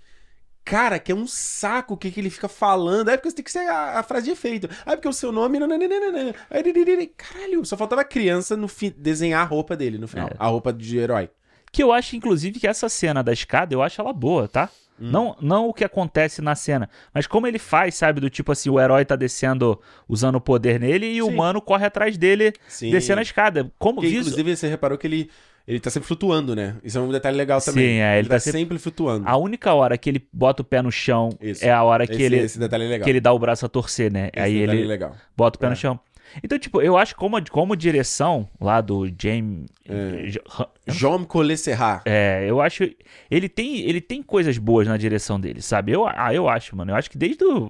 S1: Cara, que é um saco o que, que ele fica falando. É porque você tem que ser a, a frase de efeito. Ah, porque o seu nome. nananana. Aí, diririri. Caralho, só faltava a criança no fim desenhar a roupa dele no final.
S2: É.
S1: A roupa de herói.
S2: Que eu acho, inclusive, que essa cena da escada, eu acho ela boa, tá?
S1: Hum.
S2: Não, não o que acontece na cena, mas como ele faz, sabe? Do tipo assim, o herói tá descendo usando o poder nele e o
S1: Sim.
S2: mano corre atrás dele
S1: Sim.
S2: descendo a escada. Como
S1: Porque,
S2: visu...
S1: inclusive, você reparou que ele, ele tá sempre flutuando, né? Isso é um detalhe legal
S2: Sim,
S1: também.
S2: é, ele
S1: tá,
S2: tá sempre-
S1: sempre flutuando.
S2: A única hora que ele bota o pé no chão
S1: Isso.
S2: é a hora que,
S1: esse,
S2: ele,
S1: esse detalhe é legal.
S2: que ele dá o braço a torcer, né?
S1: Esse
S2: Aí
S1: detalhe
S2: ele
S1: é legal.
S2: bota o pé
S1: É.
S2: no chão. Então, tipo, eu acho como, como direção lá do James.
S1: É.
S2: eh,
S1: Jean Collet Serra.
S2: É, eu acho. Ele tem, ele tem coisas boas na direção dele, sabe? Eu, ah, eu acho, mano. Eu acho que desde o.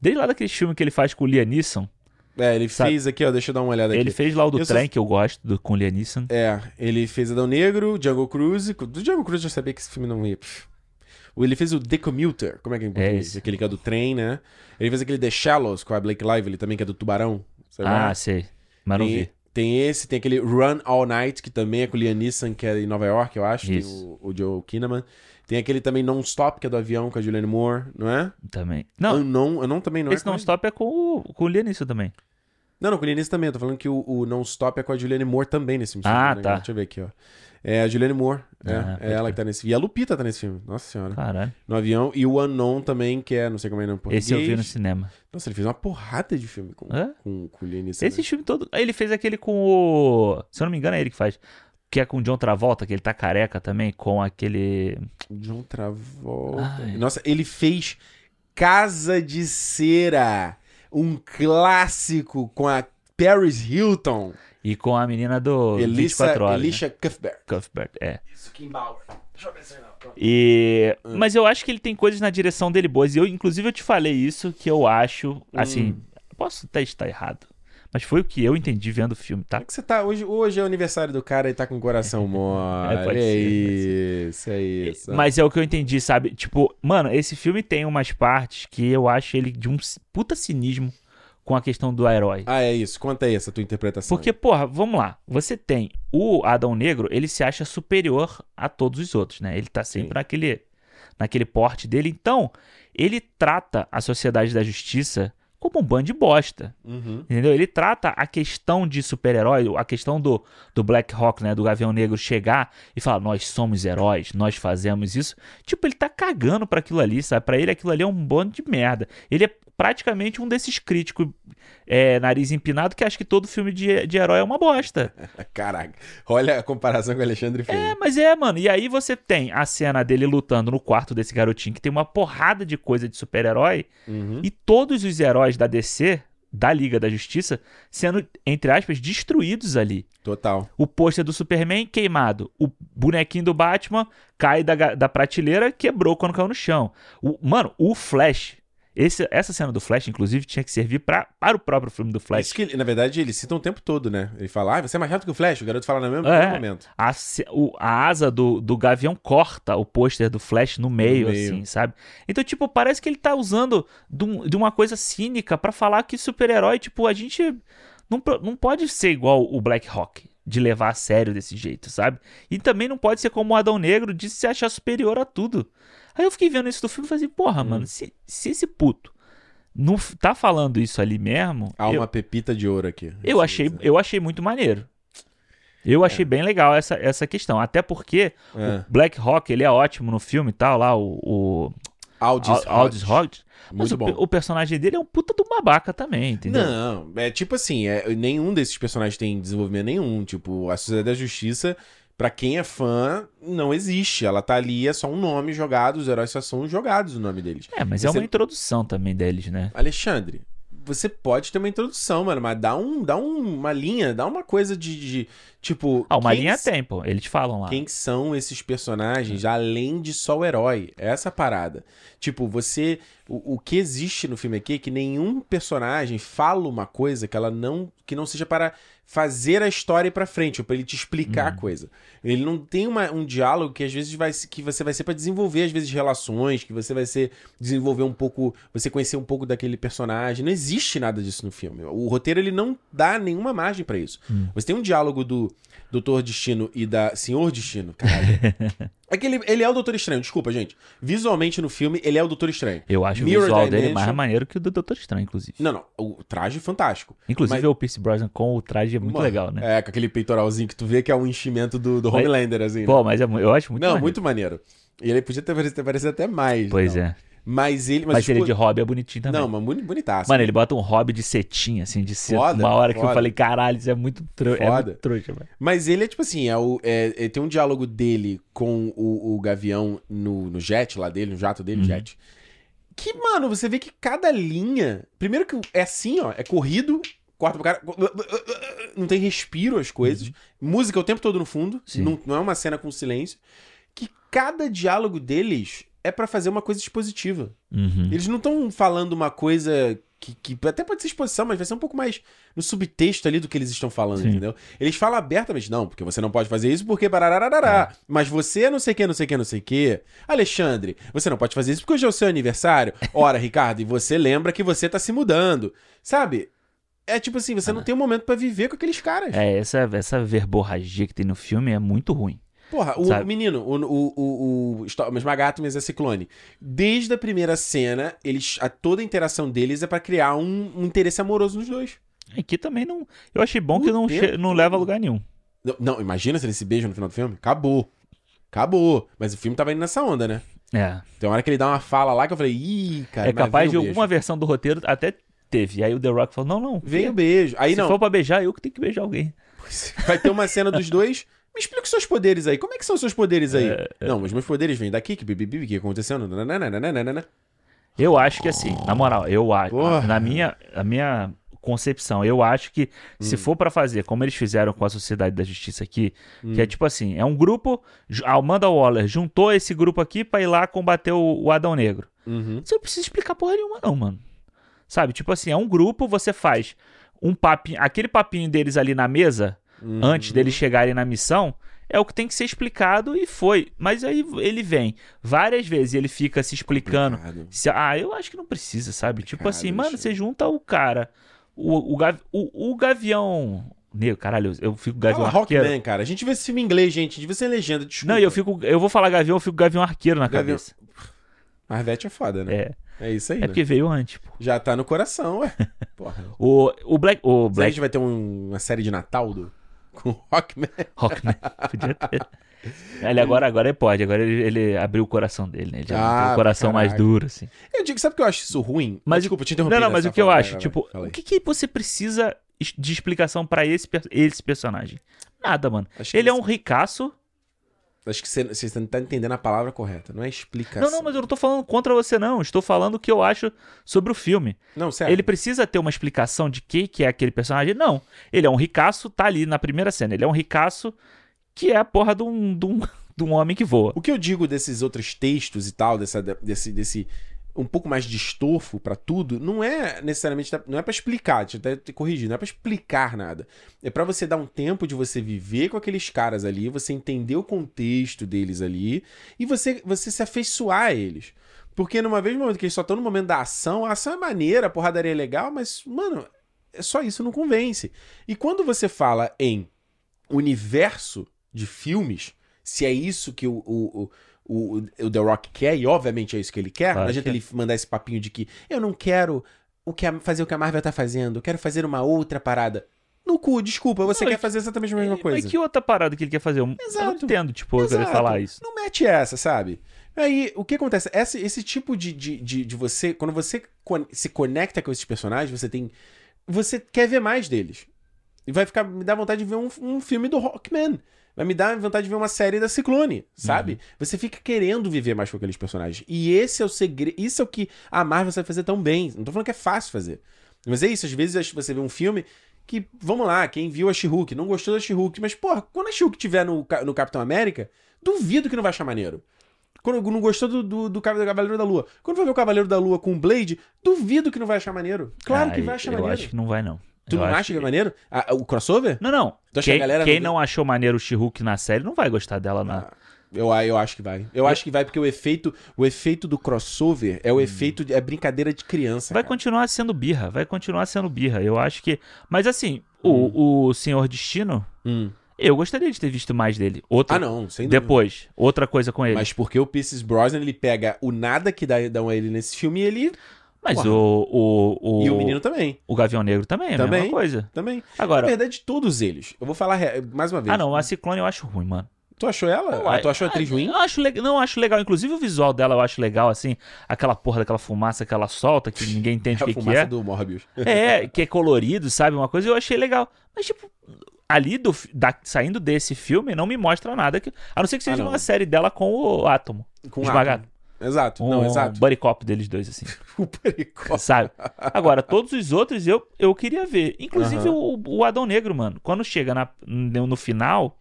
S2: Desde lá daquele filme que ele faz com o Liam Neeson,
S1: É, ele
S2: Sabe-
S1: fez aqui, ó, deixa eu dar uma olhada
S2: ele
S1: aqui.
S2: fez lá o do
S1: Eu só-
S2: trem que eu gosto do, com o Liam Neeson.
S1: É, ele fez Adão Negro, Jungle Cruise. Do Jungle Cruise eu já sabia que esse filme não ia. pff. Ele fez o The Commuter, como é que é em português?
S2: esse.
S1: Aquele que é do trem, né? Ele fez aquele The Shallows com a Blake Lively também, que é do Tubarão. Sabe
S2: ah,
S1: lá?
S2: sei. Mas não
S1: tem,
S2: vi.
S1: tem esse, tem aquele Run All Night, que também é com o Liam Neeson, que é em Nova York, eu acho. Tem
S2: Isso.
S1: o, o Joe Kinnaman. Tem aquele também Non-Stop, que é do avião com a Julianne Moore, não é?
S2: Também. Não,
S1: Unknown, Unknown também, não é?
S2: esse
S1: Como é?
S2: non-stop é com o, com o Liam Neeson também.
S1: Não, não, com o Liam Neeson também. Eu tô falando que o, o Non Stop é com a Julianne Moore também nesse filme.
S2: Ah,
S1: Né?
S2: tá.
S1: Deixa eu ver aqui, ó. É a Julianne Moore. É,
S2: Ah,
S1: é
S2: pode
S1: ela
S2: crer.
S1: que tá nesse filme. E a Lupita tá nesse filme. Nossa senhora.
S2: Caralho.
S1: No avião. E o Unknown também, que é, não sei como é o nome em português.
S2: Esse eu vi no cinema.
S1: Nossa, ele fez uma porrada de filme com,
S2: Hã?
S1: com, com o Liam Neeson.
S2: Esse
S1: né?
S2: filme todo. Ele fez aquele com o. Se eu não me engano, é ele que faz. Que é com o John Travolta, que ele tá careca também, com aquele.
S1: John um Travolta.
S2: Ai.
S1: Nossa, ele fez Casa de Cera. Um clássico com a Paris Hilton.
S2: E com a menina do
S1: Elissa,
S2: 24 horas. né?
S1: Elisha Cuthbert.
S2: Cuthbert, é.
S1: Isso, Kim Bauer. Deixa eu ver se não.
S2: E...
S1: Hum.
S2: Mas eu acho que ele tem coisas na direção dele boas. E eu, inclusive, eu te falei isso que eu acho.
S1: Hum.
S2: Assim, posso até estar errado. Mas foi o que eu entendi vendo o filme, tá?
S1: É que você tá. Hoje, hoje é o aniversário do cara e tá com o coração mole.
S2: É, pode
S1: é
S2: ser,
S1: isso, é isso.
S2: Mas é o que eu entendi, sabe? Tipo, mano, esse filme tem umas partes que eu acho ele de um ci- puta cinismo com a questão do herói.
S1: Ah, é isso. Conta aí essa tua interpretação.
S2: Porque, porra, vamos lá. Você tem o Adão Negro, ele se acha superior a todos os outros, né? Ele tá sempre
S1: Sim.
S2: naquele, naquele porte dele. Então, ele trata a sociedade da justiça como um bando de bosta.
S1: Uhum.
S2: Entendeu? Ele trata a questão de super-herói, a questão do, do Black Hawk, né? Do Gavião Negro chegar e falar, nós somos heróis, nós fazemos isso. Tipo, ele tá cagando pra aquilo ali, sabe? Pra ele aquilo ali é um bando de merda. Ele é praticamente um desses críticos é, nariz empinado que acha que todo filme de, de herói é uma bosta.
S1: Caraca, olha a comparação com o Alexandre fez.
S2: É, mas é, mano. E aí você tem a cena dele lutando no quarto desse garotinho, que tem uma porrada de coisa de super-herói.
S1: Uhum.
S2: E todos os heróis da DC, da Liga da Justiça, sendo, entre aspas, destruídos ali.
S1: Total.
S2: O pôster do Superman queimado. O bonequinho do Batman cai da, ga- da prateleira, quebrou quando caiu no chão. O- mano, o Flash. Esse- essa cena do Flash, inclusive, tinha que servir pra, para o próprio filme do Flash.
S1: Isso que, ele- na verdade, eles citam o tempo todo, né? Ele fala, ah, você é mais rápido que o Flash. O garoto fala no mesmo
S2: É.
S1: no momento.
S2: A, ce- o- a asa do, do gavião corta o pôster do Flash no meio,
S1: meio.
S2: assim, sabe? Então, tipo, parece que ele tá usando de, um- de uma coisa cínica pra falar que super-herói, tipo, a gente não, pro- não pode ser igual o Black Hawk, de levar a sério desse jeito, sabe? E também não pode ser como o Adão Negro de se achar superior a tudo. Aí eu fiquei vendo isso do filme e falei assim, porra,
S1: Hum.
S2: mano, se, se esse puto não f- tá falando isso ali mesmo,
S1: Há
S2: eu-
S1: uma pepita de ouro aqui.
S2: eu achei, eu achei muito maneiro. Eu achei bem legal essa, essa questão. Até porque
S1: É.
S2: Black Rock, ele é ótimo no filme e tal, lá, o, o
S1: Aldis
S2: Al- Aldis
S1: Hodge.
S2: Hodge. Mas
S1: Muito
S2: o,
S1: bom.
S2: pe- o personagem dele é um puta do babaca também, entendeu?
S1: Não, é tipo assim, é, nenhum desses personagens tem desenvolvimento nenhum. Tipo, a Sociedade da Justiça, pra quem é fã, não existe. Ela tá ali, é só um nome jogado, os heróis só são jogados o nome deles.
S2: É, mas é
S1: Você-
S2: uma introdução também deles, né?
S1: Alexandre, você pode ter uma introdução, mano, mas dá, um, dá um- uma linha, dá uma coisa de. de, tipo.
S2: Ah, uma
S1: quem
S2: linha
S1: s-
S2: tem, pô. Eles falam lá. É.
S1: Quem são esses personagens, além de só o herói? É essa a parada. Tipo, você. O, o que existe no filme aqui é que nenhum personagem fala uma coisa que ela não. que não seja para fazer a história ir pra frente, ou pra ele te explicar
S2: Uhum.
S1: a coisa. Ele não tem uma- um diálogo que às vezes vai se- que você vai ser pra desenvolver, às vezes, relações, que você vai ser. desenvolver um pouco. Você conhecer um pouco daquele personagem. Não existe nada disso no filme. O roteiro ele não dá nenhuma margem pra isso.
S2: Hum.
S1: Você tem um diálogo do Doutor Destino e da Senhor Destino, caralho. é que ele, ele é o Doutor Estranho, desculpa, gente. Visualmente no filme, ele é o Doutor Estranho.
S2: Eu acho
S1: Mirror
S2: o visual dele
S1: Dimension.
S2: mais maneiro que o do Doutor Estranho, inclusive.
S1: Não, não, o traje fantástico.
S2: Inclusive,
S1: Mas-
S2: o Pierce Brosnan com o traje é muito
S1: Mano,
S2: legal, né?
S1: É, com aquele peitoralzinho que tu vê que é um enchimento do, do
S2: Mas-
S1: Homelander, assim. né?
S2: Pô, mas é mu- eu acho muito
S1: não,
S2: maneiro.
S1: muito maneiro. E ele podia ter, parecido- ter parecido até mais.
S2: Pois
S1: não.
S2: é.
S1: Mas ele. Mas,
S2: Mas, ele
S1: tipo,
S2: de hobby é bonitinho também.
S1: Não, mas boni- bonitaço.
S2: Mano, ele bota um hobby de cetim, assim, de
S1: Assim,
S2: cetim.
S1: Foda,
S2: Uma hora que eu
S1: foda.
S2: falei, caralho, isso é muito, tro... é
S1: Foda.
S2: muito trouxa, velho.
S1: Mas ele é tipo assim, é o, é- é- tem um diálogo dele com o, o Gavião no, no jet lá dele, no jato dele,
S2: Uhum.
S1: jet. Que, mano, você vê que cada linha. Primeiro que é assim, ó, é corrido, corta pro cara. Não tem respiro as coisas. Música o tempo todo no fundo.
S2: Uhum. Sim.
S1: Não, não é uma cena com silêncio. Que cada diálogo deles é pra fazer uma coisa expositiva.
S2: Uhum.
S1: Eles não estão falando uma coisa que, que até pode ser exposição, mas vai ser um pouco mais no subtexto ali do que eles estão falando,
S2: Sim.
S1: entendeu? Eles falam abertamente, não, porque você não pode fazer isso, porque bararararará. Mas você é não sei o que, não sei o que, não sei o que. Alexandre, você não pode fazer isso porque hoje é o seu aniversário. Ora, Ricardo, e você lembra que você tá se mudando. Sabe? É tipo assim,
S2: Ah.
S1: você não tem um momento pra viver com aqueles caras.
S2: É, essa, essa verborragia que tem no filme é muito ruim.
S1: Porra, o
S2: Sabe?
S1: menino, o, o, o, o Sto- mas Magato, mas é Ciclone. Desde a primeira cena, eles, a toda a interação deles é pra criar um, um interesse amoroso nos dois.
S2: Aqui também não. Eu achei bom que
S1: O
S2: não,
S1: tempo
S2: che- não leva a lugar nenhum.
S1: Não, não, imagina se eles se beijam no final do filme? Acabou. Acabou. Mas o filme tava indo nessa onda, né?
S2: É.
S1: Tem uma hora que ele dá uma fala lá que eu falei, ih, cara.
S2: é
S1: mas
S2: capaz de
S1: veio o
S2: alguma
S1: beijo.
S2: versão do roteiro até teve. E aí o The Rock falou: não, não.
S1: Veio o
S2: se
S1: beijo. Aí não,
S2: for pra beijar, eu que tenho que beijar alguém.
S1: vai ter uma cena dos dois. Me explica os seus poderes aí. Como é que são os seus poderes aí?
S2: é.
S1: Não, os meus poderes vêm daqui, que bibibi, que acontecendo. nananana.
S2: Eu acho que assim, na moral, eu acho.
S1: Porra.
S2: Na minha, a minha concepção, eu acho que
S1: Hum.
S2: se for pra fazer como eles fizeram com a Sociedade da Justiça aqui, que
S1: Hum.
S2: é tipo assim: é um grupo. ju- A Amanda Waller juntou esse grupo aqui pra ir lá combater o, o Adão Negro.
S1: Uhum.
S2: Você não precisa explicar porra nenhuma, não, mano. Sabe? Tipo assim, é um grupo, você faz um papinho. Aquele papinho deles ali na mesa,
S1: Uhum.
S2: antes deles chegarem na missão, é o que tem que ser explicado e foi. Mas aí ele vem várias vezes e ele fica se explicando.
S1: Complicado.
S2: Se- ah, eu acho que não precisa, sabe? Tipo
S1: Complicado,
S2: assim, mano,
S1: Alexandre.
S2: você junta o cara, o, o, gavi- o, o gavião. Negro, caralho, eu fico gavião
S1: Fala
S2: arqueiro.
S1: Rockman, cara. A gente vê esse filme em inglês, gente. A gente vê sem legenda, desculpa.
S2: Não, e eu fico. Eu vou falar gavião, eu fico gavião arqueiro na
S1: Gavião-
S2: cabeça.
S1: Marvete é foda, né?
S2: É.
S1: É, isso aí,
S2: É
S1: né?
S2: porque veio antes, pô.
S1: Já tá no coração, ué. Porra.
S2: O, o Black.
S1: Será
S2: O
S1: que a
S2: Black
S1: gente vai ter um- uma série de Natal do... com o Rockman?
S2: Rock, né? Podia ter. Ele agora, agora ele pode, agora ele, ele abriu o coração dele, né? Ele já
S1: Ah,
S2: tem o coração mais
S1: caralho.
S2: duro, assim.
S1: Eu digo, sabe o que eu acho isso ruim?
S2: Mas-
S1: Desculpa, eu te interrompi.
S2: Não, não,
S1: né?
S2: mas
S1: Você
S2: o que eu
S1: fala-
S2: acho,
S1: vai, vai,
S2: tipo,
S1: fala aí.
S2: o que, que você precisa es- de explicação pra esse, per- esse personagem? Nada, mano.
S1: Acho que
S2: Ele é um ricaço.
S1: Acho que você, você não tá entendendo a palavra correta. Não é explicação.
S2: Não, não, mas eu não tô falando contra você, não. Estou falando o que eu acho sobre o filme.
S1: Não, sério.
S2: Ele precisa ter uma explicação de que que é aquele personagem? Não. Ele é um ricaço, tá ali na primeira cena. Ele é um ricaço que é a porra de um, de um, de um homem que voa.
S1: O que eu digo desses outros textos e tal, dessa, desse, desse um pouco mais de estofo pra tudo, não é necessariamente não é pra explicar, deixa eu até te corrigir, não é pra explicar nada. É pra você dar um tempo de você viver com aqueles caras ali, você entender o contexto deles ali e você você se afeiçoar a eles. Porque numa vez no momento que eles só estão no momento da ação, a ação é maneira, a porradaria é legal, mas mano, é só isso não convence. E quando você fala em universo de filmes, se é isso que o, o, o, o- o The Rock quer, e obviamente é isso que ele quer,
S2: Claro
S1: não adianta
S2: que é.
S1: ele mandar esse papinho de que eu não quero o que a- fazer o que a Marvel tá fazendo, eu quero fazer uma outra parada. No cu, desculpa, você
S2: Não,
S1: quer
S2: e-
S1: fazer exatamente a mesma
S2: E-
S1: coisa.
S2: Mas que outra parada que ele quer fazer? Eu, eu não
S1: Exato.
S2: entendo, tipo, eu querer
S1: Exato.
S2: falar isso.
S1: Não mete essa, sabe? Aí, o que acontece? Esse, esse tipo de, de, de, de você. Quando você con- se conecta com esses personagens, você tem. Você quer ver mais deles. E vai ficar. Me dá vontade de ver um, um filme do Rockman. Vai me dar vontade de ver uma série da Ciclone, sabe? Você fica querendo viver mais com aqueles personagens. E esse é o segredo. Isso é o que a Marvel sabe fazer tão bem. Não tô falando que é fácil fazer. Mas é isso, às vezes você vê um filme que, vamos lá, quem viu a She-Hulk, não gostou da She-Hulk, mas, porra, quando a She-Hulk tiver no, Ca- no Capitão América, duvido que não vai achar maneiro. Quando não gostou do, do, do Cavaleiro do Cavaleiro da Lua. Quando vai ver o Cavaleiro da Lua com o Blade, duvido que não vai achar maneiro. Claro
S2: Ah,
S1: que vai achar
S2: eu
S1: maneiro.
S2: acho que não vai, não.
S1: Tu
S2: Eu
S1: não
S2: acho
S1: acha que é maneiro? Ah, o crossover?
S2: Não, não.
S1: Tu acha que a
S2: Quem,
S1: galera
S2: quem
S1: não- Ah,
S2: não... achou maneiro o She-Hulk na série não vai gostar dela na.
S1: Eu, eu acho que vai. Eu acho que vai porque o efeito, o efeito do crossover é o efeito de, é brincadeira de criança.
S2: Hum. Vai
S1: cara.
S2: continuar sendo birra, vai continuar sendo birra. Eu acho que. Mas assim, o, o Senhor Destino,
S1: Hum.
S2: eu gostaria de ter visto mais dele. Outra,
S1: Ah, não, sem dúvida.
S2: Depois, outra coisa com ele. Mas,
S1: Mas porque o Pierce Brosnan, ele pega o nada que dá- dão a ele nesse filme e ele... porra.
S2: o, o, o,
S1: E o menino também,
S2: o Gavião Negro também é a
S1: Também.
S2: mesma coisa.
S1: também. é Na
S2: Agora.
S1: verdade, todos eles. Eu vou falar re- mais uma vez.
S2: Ah, não, a Ciclone eu acho ruim, mano.
S1: Tu achou ela?
S2: Não,
S1: Ah,
S2: a-
S1: tu achou a atriz ruim?
S2: Eu acho le... Não, eu acho legal. Inclusive o visual dela eu acho legal, assim. Aquela porra daquela fumaça que ela solta, que ninguém entende
S1: A
S2: o que, que
S1: fumaça
S2: é.
S1: do Morbius.
S2: É, que é colorido, sabe? Uma coisa eu achei legal. Mas, tipo, ali do, fi- da- saindo desse filme, não me mostra nada. Que, a não ser que
S1: Ah,
S2: seja
S1: não.
S2: uma série dela com o Átomo.
S1: Com o
S2: esmagado.
S1: átomo. Exato.
S2: Um,
S1: Não, exato.
S2: buddy cop deles dois, assim,
S1: O pericó.
S2: sabe? Agora, todos os outros eu, eu queria ver. Inclusive
S1: Aham.
S2: o, o Adão Negro, mano. Quando chega na- no, no final,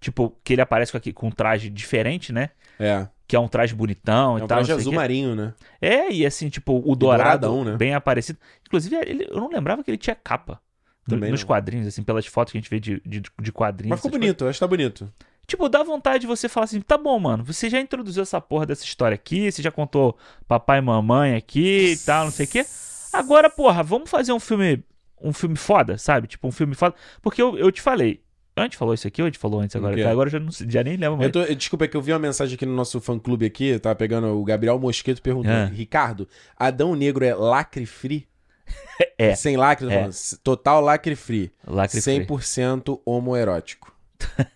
S2: tipo, que ele aparece com, aqui, com um traje diferente, né?
S1: É.
S2: Que é um traje bonitão
S1: É
S2: e
S1: um
S2: tal. não
S1: traje
S2: sei o
S1: azul
S2: quê.
S1: marinho, né?
S2: É, e assim, tipo, o dourado,
S1: douradão, né?
S2: bem aparecido. Inclusive, ele- eu não lembrava que ele tinha capa. no-
S1: Também
S2: nos
S1: não.
S2: quadrinhos, assim, pelas fotos que a gente vê de, de, de quadrinhos.
S1: Mas ficou
S2: essas
S1: bonito, eu acho que tá bonito.
S2: coisas. Tipo, dá vontade de você falar assim, tá bom, mano, você já introduziu essa porra dessa história aqui, você já contou papai e mamãe aqui e tal, não sei o quê. Agora, porra, vamos fazer um filme, um filme foda, sabe? Tipo, um filme foda. Porque eu, eu te falei, a gente falou isso aqui ou a gente falou antes
S1: O
S2: agora?
S1: quê?
S2: Agora eu já, não, sei- já nem lembro mais.
S1: é? Eu tô, eu- desculpa, é que eu vi uma mensagem aqui no nosso fã clube aqui, eu tava pegando o Gabriel Mosquito perguntando,
S2: É.
S1: Ricardo, Adão Negro é lacre free?
S2: É.
S1: Sem lacre, eu tô
S2: É.
S1: falando, s- total lacre free.
S2: Lacre Free.
S1: 100% homoerótico.
S2: Quem-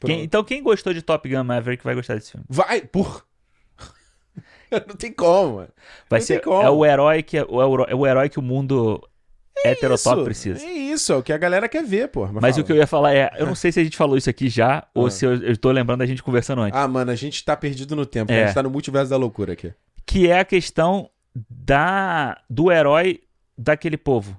S1: Pronto.
S2: então, quem gostou de Top Gun Maverick vai gostar desse filme.
S1: Vai, por... Não tem como, mano.
S2: Vai
S1: Não
S2: ser,
S1: tem como.
S2: É o herói que é o, herói- é o herói que o mundo heterotop
S1: Isso,
S2: precisa.
S1: É isso, é o que a galera quer ver, pô.
S2: Mas
S1: fala.
S2: o que eu ia falar é, eu não sei se a gente falou isso aqui já ou
S1: Ah.
S2: se eu, eu tô lembrando da gente conversando antes,
S1: Ah, mano, a gente tá perdido no tempo.
S2: É.
S1: A gente tá no multiverso da loucura aqui.
S2: que é a questão da do herói daquele povo.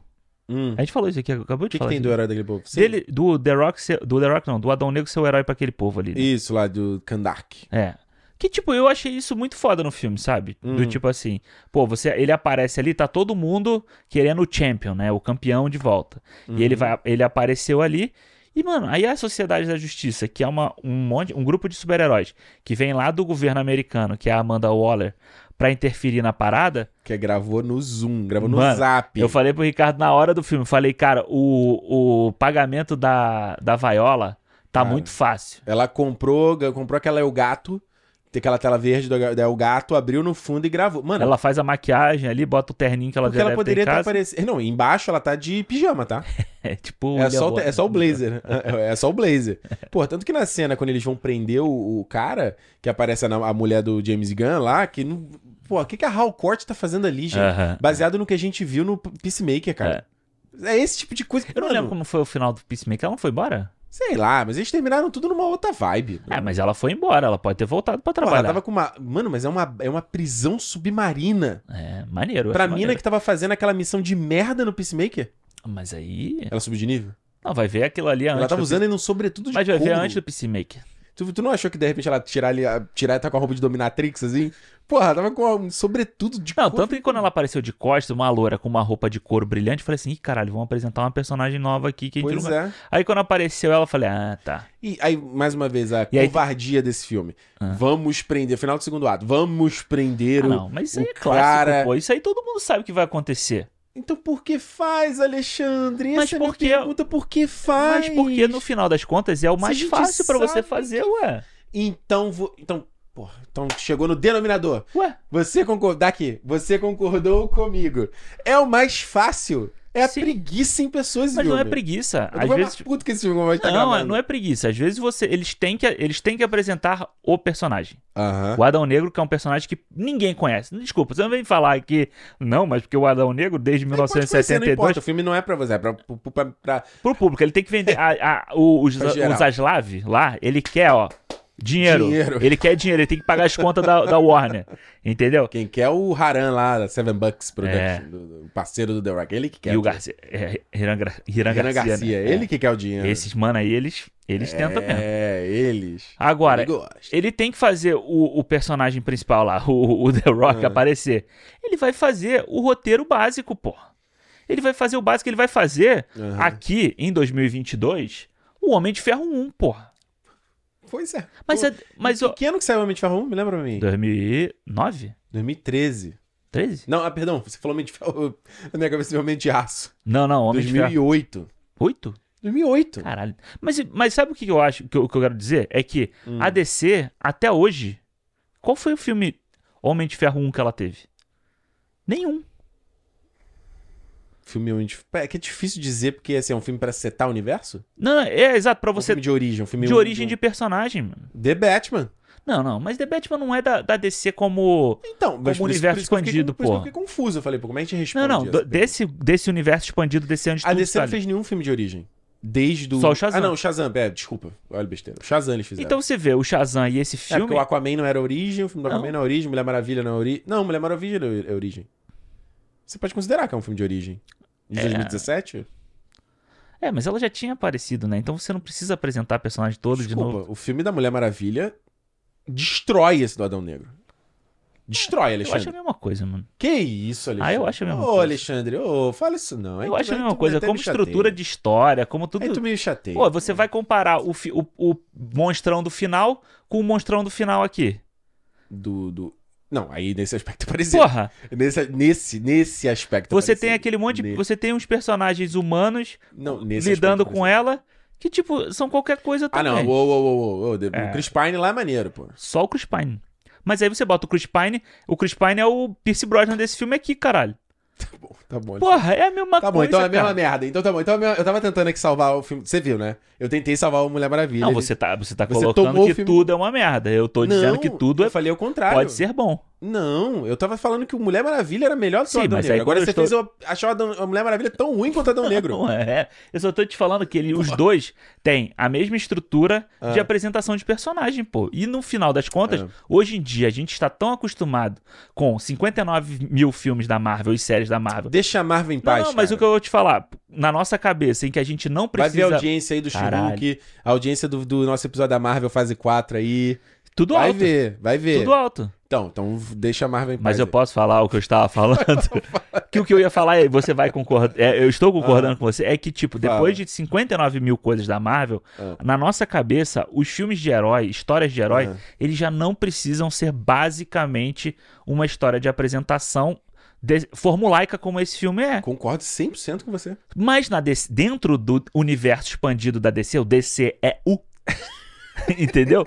S1: Hum.
S2: A gente falou isso aqui, acabou
S1: O
S2: de
S1: que, que
S2: falar.
S1: tem
S2: isso
S1: do
S2: aqui.
S1: herói daquele povo? Sim.
S2: Dele, né? do The Rock, ser- do The Rock não, do Adão Negro ser o herói pra aquele povo ali. né?
S1: Isso, lá do Kandark.
S2: É. Que, tipo, eu achei isso muito foda no filme, sabe?
S1: Hum.
S2: Do tipo assim, pô, você, ele aparece ali, tá todo mundo querendo o champion, né? O campeão de volta. E
S1: Uhum.
S2: ele, vai, ele apareceu ali. E, mano, aí a Sociedade da Justiça, que é uma, um, monte, um grupo de super-heróis que vem lá do governo americano, que é a Amanda Waller, pra interferir na parada.
S1: Que gravou no Zoom, gravou no
S2: Mano,
S1: Zap.
S2: Eu falei pro Ricardo na hora do filme, eu falei, cara, o, o pagamento da, da vaiola tá
S1: Cara.
S2: muito fácil.
S1: Ela comprou, ga- comprou aquela El Gato Tem aquela tela verde, do, daí o gato abriu no fundo e gravou. Mano,
S2: Ela faz a maquiagem ali, bota o terninho que ela
S1: porque
S2: já
S1: ela
S2: deve
S1: poderia tá
S2: ter em
S1: estar
S2: casa.
S1: aparecendo. Não, embaixo ela tá de pijama, tá?
S2: É tipo o
S1: É
S2: William
S1: só, o,
S2: Bonner.
S1: é só o blazer. né? É é só o blazer. Pô, tanto que na cena, quando eles vão prender o, o cara, que aparece a, na- a mulher do James Gunn lá, que não. Pô, o que, que a Hal Court tá fazendo ali, gente?
S2: Aham.
S1: Baseado no que a gente viu no P- Peacemaker, cara. É, esse tipo de coisa.
S2: Eu não
S1: Mano,
S2: lembro como foi o final do Peacemaker. Ela não foi embora?
S1: Sei lá, mas eles terminaram tudo numa outra vibe.
S2: É, mas ela foi embora. Ela pode ter voltado pra
S1: Pô, ela
S2: trabalhar.
S1: tava com uma. Mano, mas é uma, é uma prisão submarina.
S2: É, maneiro. eu
S1: Pra
S2: acho
S1: mina
S2: maneiro.
S1: que tava fazendo aquela missão de merda no Peacemaker.
S2: Mas aí...
S1: Ela subiu de nível?
S2: Não, vai ver aquilo ali É. antes
S1: ela tava
S2: do
S1: usando ele um sobretudo de
S2: Mas vai ver
S1: couro.
S2: antes do Peacemaker.
S1: Tu, tu não achou que de repente ela tirar ali, a- tirar e tá com a roupa de dominatrix, assim? Porra, ela tava com um sobretudo de
S2: Não,
S1: couro.
S2: tanto que quando ela apareceu de costas, uma loura com uma roupa de couro brilhante, eu falei assim, ih, caralho, vamos apresentar uma personagem nova aqui que a gente
S1: Pois
S2: não...
S1: é.
S2: Aí quando apareceu ela, eu falei, ah, tá.
S1: E aí, mais uma vez, a
S2: E aí-
S1: covardia desse filme.
S2: Ah.
S1: Vamos prender, final do segundo ato, vamos
S2: Ah,
S1: prender o...
S2: não, mas isso aí
S1: o
S2: é clássico,
S1: cara-
S2: pô. Isso aí todo mundo sabe que vai acontecer.
S1: Então por que faz, Alexandre? Essa
S2: Mas
S1: é a minha
S2: por que-
S1: pergunta, por que faz?
S2: Mas porque no final das contas é o
S1: Se a
S2: mais
S1: gente
S2: fácil pra você
S1: sabe
S2: fazer,
S1: que-
S2: ué.
S1: Então, vou... Então, porra, então chegou no denominador.
S2: Ué,
S1: Você concordou. Daqui, você concordou comigo. É o mais fácil. É a
S2: Sim.
S1: preguiça em pessoas,
S2: mas não é
S1: Yumi.
S2: preguiça.
S1: Eu
S2: Às
S1: tô
S2: vezes.
S1: mais puto que tá esse filme vai estar
S2: Não, é- não é preguiça. Às vezes você. Eles têm que, eles têm que apresentar o personagem.
S1: Aham.
S2: O Adão Negro, que é um personagem que ninguém conhece. Desculpa, você não vem falar que. Não, mas porque o Adão Negro, desde
S1: Ele pode conhecer, Não
S2: 1972,
S1: importa, o filme não é pra você, é pra, pra- pra- pra-
S2: pro público, ele tem que vender. A, a- o, os,
S1: Pra geral.
S2: os Aslav lá, ele quer, ó. Dinheiro.
S1: Dinheiro.
S2: Ele quer dinheiro, ele tem que pagar as contas da, da Warner. Entendeu?
S1: Quem quer é o Haran lá, da Seven Bucks Production,
S2: É.
S1: do- do- o parceiro do The Rock. Ele que quer.
S2: e o
S1: dinheiro.
S2: Garcia. É, Hiran, Gra- Hiran
S1: Renan
S2: Garcia.
S1: Garcia.
S2: né?
S1: Ele que quer o dinheiro.
S2: É. Esses, mano, aí eles, eles tentam mesmo.
S1: É, eles.
S2: Agora,
S1: Ele gosta.
S2: Ele tem que fazer o, o personagem principal lá, o, o The Rock,
S1: Ah.
S2: aparecer. Ele vai fazer o roteiro básico, pô. Ele vai fazer o básico, ele vai fazer
S1: Aham.
S2: aqui em 2022 o Homem de Ferro 1, pô.
S1: Pois é.
S2: Mas,
S1: Pô,
S2: é, mas
S1: que,
S2: o.
S1: que ano que saiu o Homem de Ferro 1? Me lembra pra mim.
S2: 2009?
S1: 2013.
S2: 13?
S1: Não, ah, perdão, você falou Homem de Ferro. Na minha cabeça, Homem de Aço.
S2: Não, não, Homem de Ferro
S1: 2008.
S2: 8?
S1: 2008.
S2: Caralho. Mas, mas sabe o que eu acho, que eu, que eu quero dizer? É que
S1: Hum.
S2: a DC, até hoje, qual foi o filme Homem de Ferro 1 que ela teve? Nenhum.
S1: Filme Homem de Ferro. É que é difícil dizer porque assim, é um filme pra setar o universo?
S2: Não, é exato,
S1: É
S2: pra
S1: um
S2: você
S1: filme de origem. Um filme
S2: de origem
S1: um-
S2: de personagem, mano.
S1: The Batman.
S2: Não, não, mas The Batman não é da, da DC como.
S1: Então, mas
S2: Como
S1: por isso-
S2: universo
S1: por isso que eu fiquei-
S2: expandido,
S1: por isso que eu
S2: pô.
S1: fiquei confuso. Eu falei, pô, como é que a gente responde
S2: Não, não,
S1: essa
S2: do-
S1: pergunta?
S2: desse, desse universo expandido, desse ano de
S1: A é
S2: tudo, tá
S1: DC não
S2: sabe?
S1: fez nenhum filme de origem. Desde o.
S2: Só o Shazam.
S1: Ah, não, o Shazam. É, desculpa. Olha, besteira. O Shazam eles fizeram.
S2: Então você vê o Shazam e esse
S1: É porque
S2: filme.
S1: o Aquaman não era origem, o filme do
S2: Não.
S1: Aquaman não é origem, Mulher Maravilha não é origem. Não, Mulher Maravilha é origem. Você pode considerar que é um filme de origem. De
S2: É.
S1: 2017?
S2: É, mas ela já tinha aparecido, né? Então você não precisa apresentar personagem todo de novo.
S1: Desculpa, o filme da Mulher Maravilha destrói esse do Adão Negro. Destrói,
S2: É, Eu acho
S1: Alexandre.
S2: a mesma coisa, mano.
S1: Que isso, Alexandre?
S2: Ah, eu acho a mesma
S1: Ô,
S2: coisa.
S1: Alexandre, ô, fala isso não. Aí
S2: Eu
S1: tu-
S2: acho a
S1: aí
S2: mesma
S1: tu
S2: coisa,
S1: até
S2: como
S1: me
S2: estrutura de história, como
S1: chateia. Aí tu
S2: tudo.
S1: me chateia.
S2: Pô, você vai comparar o, fi- o, o monstrão do final com o monstrão do final aqui.
S1: Do, do... Não, aí nesse aspecto é parecido.
S2: Porra!
S1: Nesse, nesse, nesse aspecto é
S2: Você
S1: parecido.
S2: tem aquele monte de.
S1: Ne-
S2: Você tem uns personagens humanos
S1: Não, nesse
S2: lidando
S1: aspecto
S2: com
S1: é
S2: ela que, tipo, são qualquer coisa
S1: parecido. Ah,
S2: também.
S1: não. Uou, uou, uou, uou, uou.
S2: É.
S1: O Chris Pine lá é maneiro, pô.
S2: Só o Chris Pine. Mas aí você bota o Chris Pine. O Chris Pine é o Pierce Brosnan desse filme aqui, caralho.
S1: Tá bom, tá bom.
S2: Porra, é a mesma
S1: Tá
S2: coisa.
S1: bom, então é a mesma
S2: cara.
S1: merda. Então tá bom. Então é a mesma- eu tava tentando aqui salvar o filme. Você viu, né? Eu tentei salvar o Mulher Maravilha.
S2: Não,
S1: Ele-
S2: você tá, você tá
S1: Você
S2: colocando
S1: tomou
S2: que
S1: o filme-
S2: tudo é uma merda. Eu tô dizendo
S1: Não,
S2: que tudo é-
S1: Eu falei o contrário.
S2: pode ser bom.
S1: Não, eu tava falando que o Mulher Maravilha era melhor do que o
S2: Sim,
S1: Adão
S2: mas aí
S1: Negro. Agora
S2: quando
S1: você
S2: eu estou-
S1: fez eu achar o Adão- a Mulher Maravilha tão ruim quanto o Adão Negro.
S2: Não é. Eu só tô te falando que ele, os dois têm a mesma estrutura de
S1: Ah.
S2: apresentação de personagem, pô. E no final das contas,
S1: É.
S2: hoje em dia, a gente está tão acostumado com 59 mil filmes da Marvel e séries da Marvel.
S1: Deixa a Marvel em
S2: Não,
S1: paz.
S2: não, mas
S1: cara.
S2: o que eu vou te falar, na nossa cabeça, em que a gente não
S1: Vai ver a
S2: precisa.
S1: audiência aí do
S2: Caralho.
S1: Shuruk, a audiência do, do nosso episódio da Marvel fase 4 aí.
S2: Tudo
S1: vai
S2: alto.
S1: ver, vai ver.
S2: Tudo alto.
S1: Então, então deixa a Marvel em paz.
S2: Mas eu
S1: aí.
S2: posso falar o que eu estava falando? que o que eu ia falar é, você vai concordar, é, eu estou concordando
S1: Ah.
S2: com você, é que, tipo, depois de 59 mil coisas da Marvel,
S1: Ah.
S2: na nossa cabeça, os filmes de herói, histórias de herói,
S1: Ah.
S2: eles já não precisam ser basicamente uma história de apresentação de- formulaica como esse filme é.
S1: Concordo 100% com você.
S2: Mas na DC dentro do universo expandido da DC, o DC é o. Entendeu?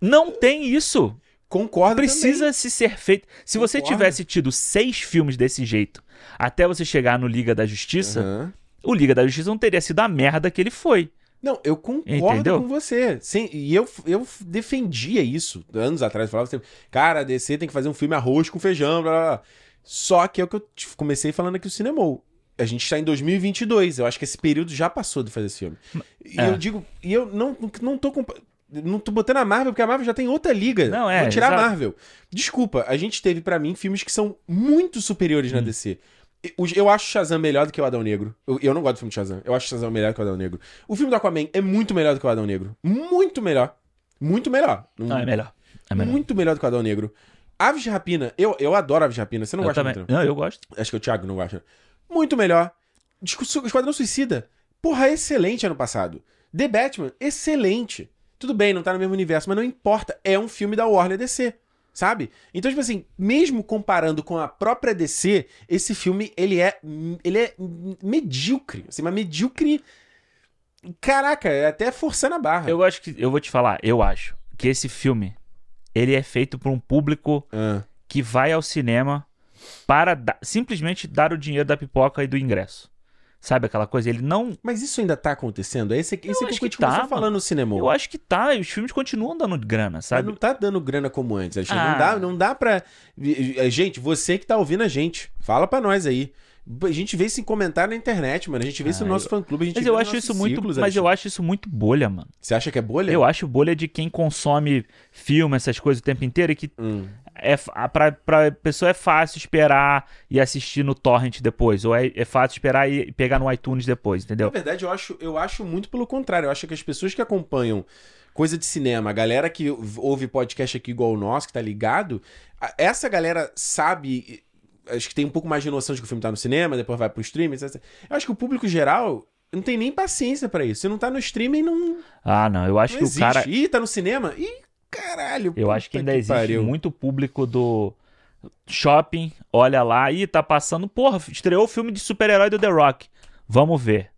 S2: Não tem isso.
S1: Concordo
S2: Precisa se ser feito. Se você
S1: Concordo.
S2: tivesse tido seis filmes desse jeito até você chegar no Liga da Justiça,
S3: Aham.
S2: o Liga da Justiça não teria sido a merda que ele foi.
S1: Não, eu concordo
S2: Entendeu?
S1: com você. Sim, e eu, eu defendia isso anos atrás. Eu Falava sempre, cara, a DC tem que fazer um filme arroz com feijão, blá, blá, blá. Só que é o que eu te- comecei falando aqui o Cinemol. A gente está em 2022. Eu acho que esse período já passou de fazer esse filme. E
S2: É.
S1: eu digo, e eu não, não tô compa- Não tô botando a Marvel, porque a Marvel já tem outra liga.
S2: Não, é,
S1: Vou tirar
S2: exato.
S1: a Marvel. Desculpa, a gente teve pra mim filmes que são muito superiores
S2: Hum.
S1: na DC. Eu- Eu acho Shazam melhor do que o Adão Negro. Eu, eu não gosto do filme de Shazam. Eu acho Shazam melhor do que o Adão Negro. O filme do Aquaman é muito melhor do que o Adão Negro. Muito melhor. Muito melhor.
S2: Não, é melhor. É melhor.
S1: Hum. Muito melhor do que o Adão Negro. Aves de Rapina. Eu, eu adoro Aves de Rapina. Você não
S2: eu
S1: gosta
S2: também.
S1: muito,
S2: Não, eu gosto.
S1: não? Acho que o Thiago não gosta. Muito melhor. Discu- Su- Esquadrão Suicida. Porra, excelente ano passado. The Batman, excelente. Tudo bem, não tá no mesmo universo, mas não importa. É um filme da Warner DC. Sabe? Então, tipo assim, mesmo comparando com a própria DC, esse filme, ele é. Ele é medíocre. Assim, mas medíocre. Caraca, é até forçando a barra.
S2: Eu acho que. Eu vou te falar, eu acho que esse filme ele é feito por um público
S1: Ah,
S2: que vai ao cinema para dar- simplesmente dar o dinheiro da pipoca e do ingresso. Sabe aquela coisa? Ele não.
S1: Mas isso ainda tá acontecendo? É esse, esse
S2: acho
S1: é o que
S2: que
S1: a gente
S2: tá,
S1: começou
S2: mano.
S1: falando no cinema.
S2: Eu acho que tá, e os filmes continuam dando grana,
S1: Mas
S2: sabe?
S1: não tá dando grana como antes, Alexandre.
S2: Ah.
S1: Não, dá, não dá pra. eh, Gente, você que tá ouvindo a gente, fala pra nós aí. A gente vê esse comentário na internet, mano. A gente vê isso no
S2: Ah,
S1: nosso fã-clube. a gente
S2: Mas
S1: vê
S2: eu
S1: nos
S2: acho
S1: nossos
S2: isso muito.
S1: círculos,
S2: Mas eu
S1: Alexandre.
S2: acho isso muito bolha, mano.
S1: Você acha que é bolha?
S2: Eu acho bolha de quem consome filme, essas coisas o tempo inteiro e que
S1: Hum.
S2: é, fa- a- pra, pra pessoa é fácil esperar e assistir no torrent depois. Ou é, é fácil esperar e pegar no iTunes depois,
S1: Na
S2: entendeu?
S1: verdade, eu acho, eu acho muito pelo contrário. Eu acho que as pessoas que acompanham coisa de cinema, a galera que ouve podcast aqui igual o nosso, que tá ligado, a- essa galera sabe. Acho que tem um pouco mais de noção de que o filme tá no cinema, depois vai pro streaming. etc. Eu acho que o público geral não tem nem paciência pra isso. Se não tá no streaming, não,
S2: Ah, não. Eu acho
S1: não
S2: que
S1: existe.
S2: o cara.
S1: Ih, tá no cinema? Ih, caralho.
S2: Eu acho que
S1: puta
S2: ainda existe
S1: pariu.
S2: muito público do shopping, olha lá, e tá passando, porra, estreou o filme de super-herói do The Rock. Vamos ver.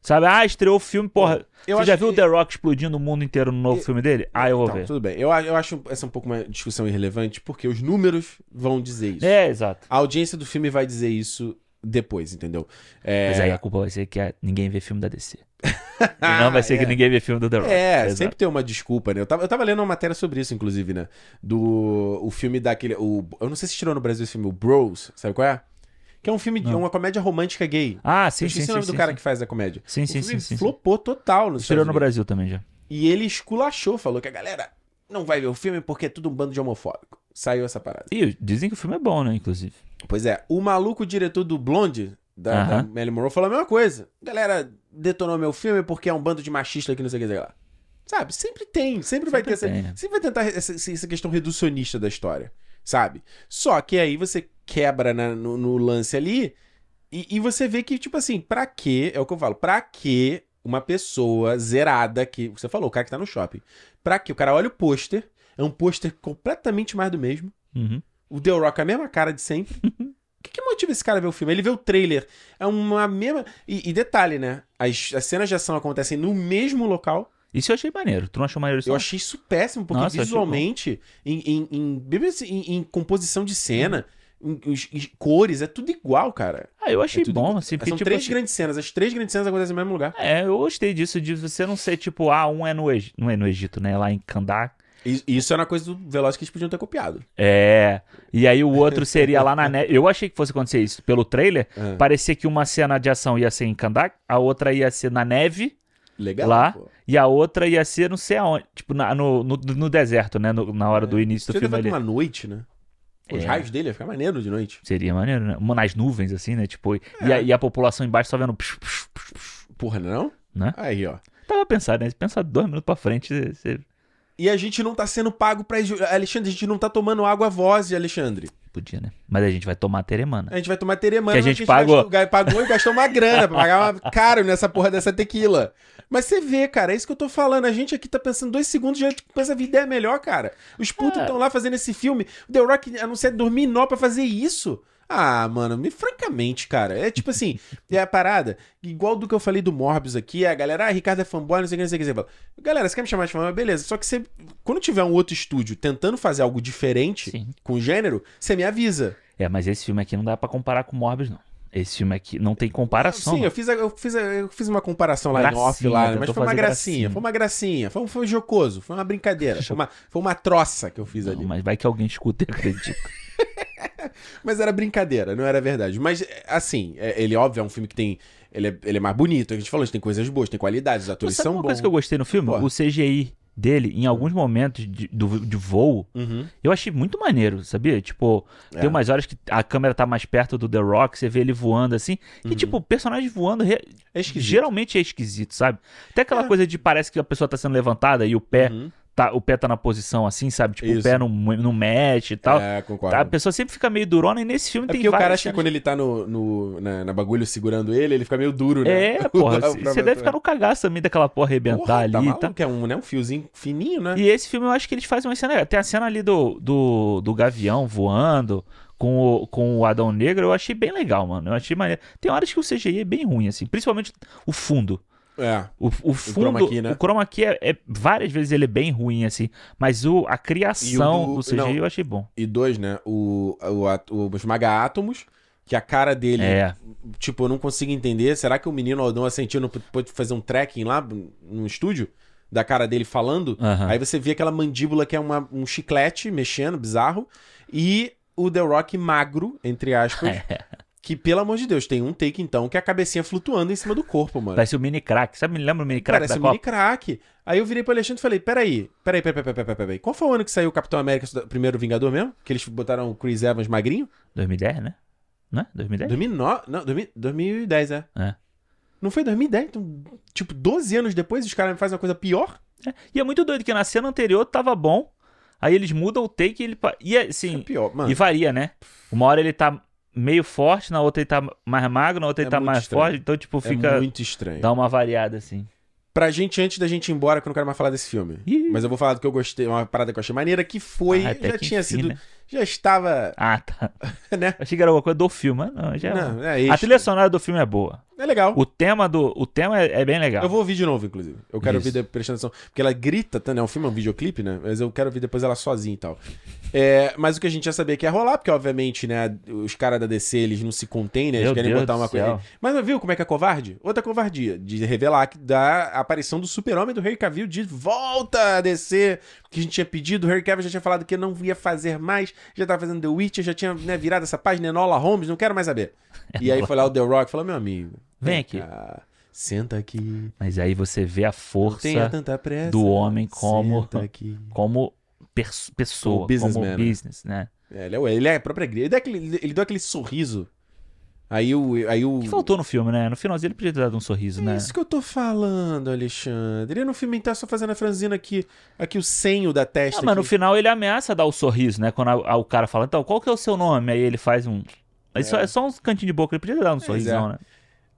S2: Sabe? Ah, estreou o filme, porra.
S1: Eu
S2: você já
S1: acho
S2: viu o
S1: que-
S2: The Rock explodindo o mundo inteiro no novo filme dele? Ah, eu vou
S1: Tá,
S2: ver.
S1: tudo bem. Eu, a- eu acho essa um pouco uma discussão irrelevante, porque os números vão dizer isso.
S2: É, exato.
S1: A audiência do filme vai dizer isso depois, entendeu? É...
S2: Mas aí a culpa vai ser que ah, ninguém vê filme da DC. e não vai ser que
S1: É.
S2: ninguém vê filme do The Rock.
S1: É,
S2: Exato.
S1: sempre tem uma desculpa, né? Eu tava, eu tava lendo uma matéria sobre isso, inclusive, né? Do o filme daquele. O, eu não sei se tirou no Brasil esse filme, o Bros, sabe qual é? Que é um filme de uma comédia romântica gay.
S2: Ah,
S1: eu
S2: sim, sim,
S1: esqueci
S2: sim.
S1: o nome
S2: sim,
S1: do cara
S2: sim.
S1: que faz a comédia.
S2: Sim,
S1: O
S2: sim,
S1: filme
S2: sim, sim, sim.
S1: flopou total nos
S2: Estreou
S1: Estados
S2: no
S1: Unidos.
S2: Brasil também já.
S1: E ele esculachou, falou que a galera não vai ver o filme porque é tudo um bando de homofóbico. Saiu essa parada.
S2: E dizem que o filme é bom, né, inclusive.
S1: Pois é, o maluco diretor do Blonde, da, da
S2: Aham.
S1: Marilyn Monroe, falou a mesma coisa. Galera, detonou meu filme porque é um bando de machista que não sei o que, sei lá. Sabe, sempre tem, sempre, vai ter
S2: Sempre
S1: essa,
S2: tem, né?
S1: sempre vai tentar essa, essa questão reducionista da história, sabe? Só que aí você quebra na- no, no lance ali e, e você vê que, tipo assim, pra que, é o que eu falo, pra que uma pessoa zerada que, você falou, o cara que tá no shopping, pra que o cara olha o pôster, é um pôster completamente mais do mesmo,
S2: Uhum.
S1: o The Rock, é a mesma cara de sempre. O que, que motiva esse cara a ver o filme? Ele vê o trailer. É uma mesma. E, e detalhe, né? As, as cenas de ação acontecem no mesmo local.
S2: Isso eu achei maneiro. Tu não achou maneiro isso?
S1: Eu
S2: não?
S1: achei isso péssimo, porque
S2: Nossa, eu achei
S1: visualmente, em, em, em, mesmo assim, em- em composição de cena, em, em- em cores, é tudo igual, cara.
S2: Ah, eu achei
S1: É tudo
S2: bom, assim, porque,
S1: São
S2: tipo,
S1: três
S2: assim,
S1: grandes cenas. As três grandes cenas acontecem no mesmo lugar.
S2: é, eu gostei disso, de você não ser, tipo, ah, um é no Egito, não é no Egito, né, lá em Kandahar,
S1: E, e isso era uma coisa do Veloz que eles podiam ter copiado.
S2: é, e aí o outro seria lá na neve, eu achei que fosse acontecer isso, pelo trailer,
S1: Ah.
S2: parecia que uma cena de ação ia ser em Kandahar, a outra ia ser na neve,
S1: Legal.
S2: Lá,
S1: pô.
S2: e a outra ia ser não sei aonde, tipo, na- no, no, no deserto, né, no- na
S1: É,
S2: hora do início do
S1: Podia ter
S2: filme
S1: feito
S2: ali.
S1: uma noite, né? Os
S2: É.
S1: raios dele ia ficar maneiro de noite.
S2: Seria maneiro, né? Uma nas nuvens, assim, né? Tipo, e,
S1: É.
S2: a, e a população embaixo só vendo. psh, psh, psh.
S1: Porra, não?
S2: Né?
S1: Aí, ó.
S2: Tava pensando, né? Se pensar dois minutos pra frente, você
S1: E a gente não tá sendo pago pra. ex- Alexandre, a gente não tá tomando água à voz, Alexandre.
S2: podia, né? Mas a gente vai tomar teremana.
S1: A gente vai tomar teremana.
S2: Que a
S1: mas
S2: gente pagou.
S1: gastou- ga- pagou e gastou uma grana pra pagar uma- caro nessa porra dessa tequila. Mas você vê, cara, é isso que eu tô falando. A gente aqui tá pensando dois segundos, já tipo, pensa a ideia melhor, cara. Os putos
S2: É.
S1: estão lá fazendo esse filme. O The Rock anuncia dormir em nó pra fazer isso. Ah, mano, me francamente, cara. É tipo assim, é a parada, igual do que eu falei do Morbius aqui, a galera, ah, Ricardo é fanboy, não sei o que, não sei o que. Você fala, Galera, você quer me chamar de fanboy? Beleza. Só que você, quando tiver um outro estúdio tentando fazer algo diferente
S2: Sim.
S1: com o gênero, você me avisa.
S2: É, mas esse filme aqui não dá pra comparar com Morbius, não. Esse filme aqui não tem comparação.
S1: É, Sim, eu fiz, a- eu, fiz a- eu fiz uma comparação lá em
S2: Gracinha,
S1: off, lá, mas
S2: tentou
S1: foi uma
S2: fazer
S1: gracinha,
S2: gracinha.
S1: foi uma gracinha, foi um, foi um jocoso, foi uma brincadeira, foi uma, foi uma troça que eu fiz ali.
S2: não, mas vai que alguém escuta e acredita.
S1: Mas era brincadeira, não era verdade. Mas, é, assim, é- ele, óbvio, é um filme que tem. Ele é, ele é mais bonito, a gente falou, tem coisas boas, tem qualidade, os
S2: Pô,
S1: atores
S2: sabe
S1: são
S2: uma
S1: bons.
S2: coisa que eu gostei no filme?
S1: Pô.
S2: O CGI dele, em alguns momentos de, do, de voo,
S1: Uhum.
S2: eu achei muito maneiro, sabia? Tipo,
S1: É.
S2: tem umas horas que a câmera tá mais perto do The Rock, você vê ele voando assim. E, tipo, o personagem voando re-
S1: É Uhum. esquisito.
S2: geralmente é esquisito, sabe? Até aquela
S1: É.
S2: coisa de parece que a pessoa tá sendo levantada e o pé,
S1: Uhum.
S2: tá, o pé tá na posição assim, sabe? Tipo,
S1: Isso.
S2: o pé não, não mexe e tal.
S1: É, concordo.
S2: Tá, a pessoa sempre fica meio durona e nesse filme
S1: É
S2: tem
S1: porque o cara
S2: várias
S1: acha que
S2: cenas-
S1: quando ele tá no, no- na, na bagulho segurando ele, ele fica meio duro, né?
S2: É, porra,
S1: Dá um
S2: você você
S1: problema.
S2: deve ficar no cagaço também daquela porra arrebentar
S1: Porra,
S2: ali
S1: tá
S2: e
S1: maluco,
S2: tal.
S1: que é um, né, um fiozinho fininho, né?
S2: E esse filme eu acho que eles fazem uma cena. Tem a cena ali do, do, do Gavião voando com o, com o Adão Negro, eu achei bem legal, mano. Eu achei maneiro. Tem horas que o CGI é bem ruim, assim, principalmente o fundo.
S1: É.
S2: O, o fundo. O
S1: chroma
S2: chroma
S1: key,
S2: key,
S1: né?
S2: é, é- várias vezes ele é bem ruim, assim. Mas o, a
S1: E o
S2: criação
S1: do-
S2: do, CGI
S1: não.
S2: eu achei bom.
S1: E dois, né? O, o, at- o Esmaga Átomos, que a cara dele,
S2: É.
S1: tipo, eu não consigo entender. Será que o menino Aldão Assentino p- pôde fazer um tracking lá no estúdio? Da cara dele falando?
S2: aham.
S1: Aí você vê aquela mandíbula que é uma- um chiclete mexendo, bizarro. E o The Rock magro, entre aspas. Que, pelo amor de Deus, tem um take então que é a cabecinha flutuando em cima do corpo, mano.
S2: Parece o mini crack. Sabe, me lembra o mini crack
S1: Parece
S2: da
S1: um
S2: Copa?
S1: mini craque. Aí eu virei pro Alexandre e falei: peraí, peraí, peraí, peraí, peraí, peraí. Qual foi o ano que saiu o Capitão América, o primeiro Vingador mesmo? Que eles botaram o Chris Evans magrinho?
S2: 2010, né? Não é? 2010?
S1: 2009. Não, 2000 2010, é.
S2: É.
S1: Não foi 2010? Então, tipo, 12 anos depois os caras fazem uma coisa pior?
S2: É. E é muito doido que na cena anterior tava bom. Aí eles mudam o take e ele. pa- E assim.
S1: É pior, mano.
S2: E varia, né? Uma hora ele tá meio forte, na outra ele tá mais magro, na outra
S1: É
S2: ele tá
S1: muito
S2: mais
S1: estranho.
S2: forte. Então, tipo,
S1: É
S2: fica.
S1: muito estranho.
S2: Dá um uma variada, assim.
S1: Pra gente, antes da gente ir embora, que eu não quero mais falar desse filme.
S2: Ih.
S1: Mas eu vou falar do que eu gostei, uma parada que eu achei maneira, que foi.
S2: Ah, até
S1: já
S2: que
S1: tinha
S2: enfim,
S1: sido.
S2: né?
S1: Já estava.
S2: Ah, tá.
S1: Né?
S2: Achei que era alguma coisa do filme, mas não, já é uma-
S1: Não, é
S2: A
S1: extra.
S2: trilha sonora do filme é boa.
S1: É legal.
S2: O tema do. O tema é, é bem legal.
S1: Eu vou ouvir de novo, inclusive. Eu quero
S2: Isso.
S1: ouvir de- prestando atenção. Porque ela grita, tá, né? O filme é um videoclipe, né? Mas eu quero ouvir depois ela sozinha e tal. É, mas o que a gente já sabia que ia rolar, porque, obviamente, né, os caras da DC, eles não se contêm, né? Eles
S2: Meu
S1: querem
S2: Deus
S1: botar
S2: do
S1: uma coisa.
S2: céu.
S1: Mas viu como é que é covarde? Outra covardia. De revelar que da aparição do super-homem do Harry Cavill de volta a DC. Que a gente tinha pedido, o Harry Cavill já tinha falado que não ia fazer mais, já tava fazendo The Witcher, já tinha né, virado essa página, Enola Holmes, não quero mais saber. E aí foi lá o The Rock falou, meu amigo.
S2: Vem aqui.
S1: cá, Senta aqui.
S2: Mas aí você vê a força
S1: Tenha tanta pressa.
S2: do homem como.
S1: Senta aqui.
S2: Como pers- pessoa,
S1: Como businessman, né?
S2: como business, né?
S1: É, ele, é, o- ele é a própria igreja. Ele, dá aquele- ele deu aquele sorriso. Aí o. Aí o...
S2: O que faltou no filme, né? No finalzinho ele podia ter dado um sorriso,
S1: É
S2: né?
S1: isso que eu tô falando, Alexandre. Ele no filme tá só fazendo a franzina aqui. Aqui o senho da testa.
S2: Ah, mas no
S1: aqui.
S2: final ele ameaça dar o sorriso, né? Quando a- a- o cara fala, então, qual que é o seu nome? Aí ele faz um. Aí só, é só um cantinho de boca, ele podia dar um
S1: é.
S2: sorrisão, né?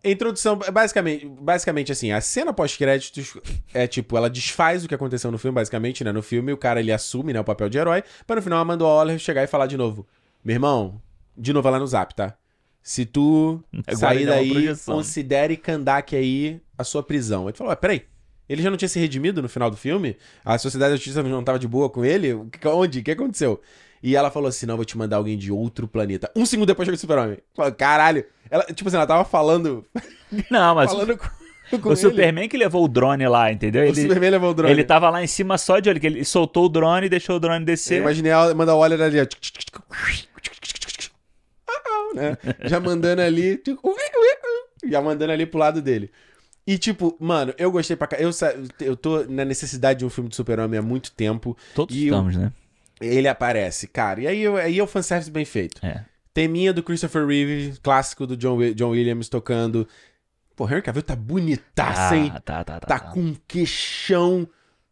S1: Introdução, basicamente, basicamente assim, a cena pós-créditos é tipo, ela desfaz o que aconteceu no filme, basicamente, né? No filme, o cara ele assume, né, o papel de herói, pra no final a Amanda Waller chegar e falar de novo: Meu irmão, de novo lá no zap, tá? Se tu
S2: Agora
S1: sair
S2: ele dá É uma
S1: daí,
S2: projeção.
S1: considere Kandak aí a sua prisão. Aí tu falou: ah, peraí. Ele já não tinha se redimido no final do filme? A sociedade da justiça não tava de boa com ele? O que- Onde? O que aconteceu? E ela falou assim: não, vou te mandar alguém de outro planeta. Um segundo depois chega o Super-Homem. Fala, Caralho. Ela, tipo assim, ela tava falando
S2: Não, mas o-
S1: falando com, com
S2: o
S1: ele.
S2: Superman que levou o drone lá, entendeu?
S1: O
S2: Ele,
S1: Superman levou o drone.
S2: ele tava lá em cima só de olho, que ele soltou o drone e deixou o drone
S1: Eu
S2: descer.
S1: imaginei ela mandar o Waller ali, ó. Ah, ah, né? Já mandando ali. Já mandando ali pro lado dele. E, tipo, mano, eu gostei pra cá. Eu, sa- eu tô na necessidade de um filme de super-homem há muito tempo.
S2: Todos
S1: E o-
S2: estamos, né?
S1: Ele aparece, cara. E aí, eu- aí é o fanservice bem feito.
S2: É.
S1: Teminha do Christopher Reeve, clássico do John, Wi- John Williams tocando. Pô, Henry Cavill tá bonitaço, hein?
S2: Ah, tá, tá, tá.
S1: tá
S2: tá.
S1: com um queixão,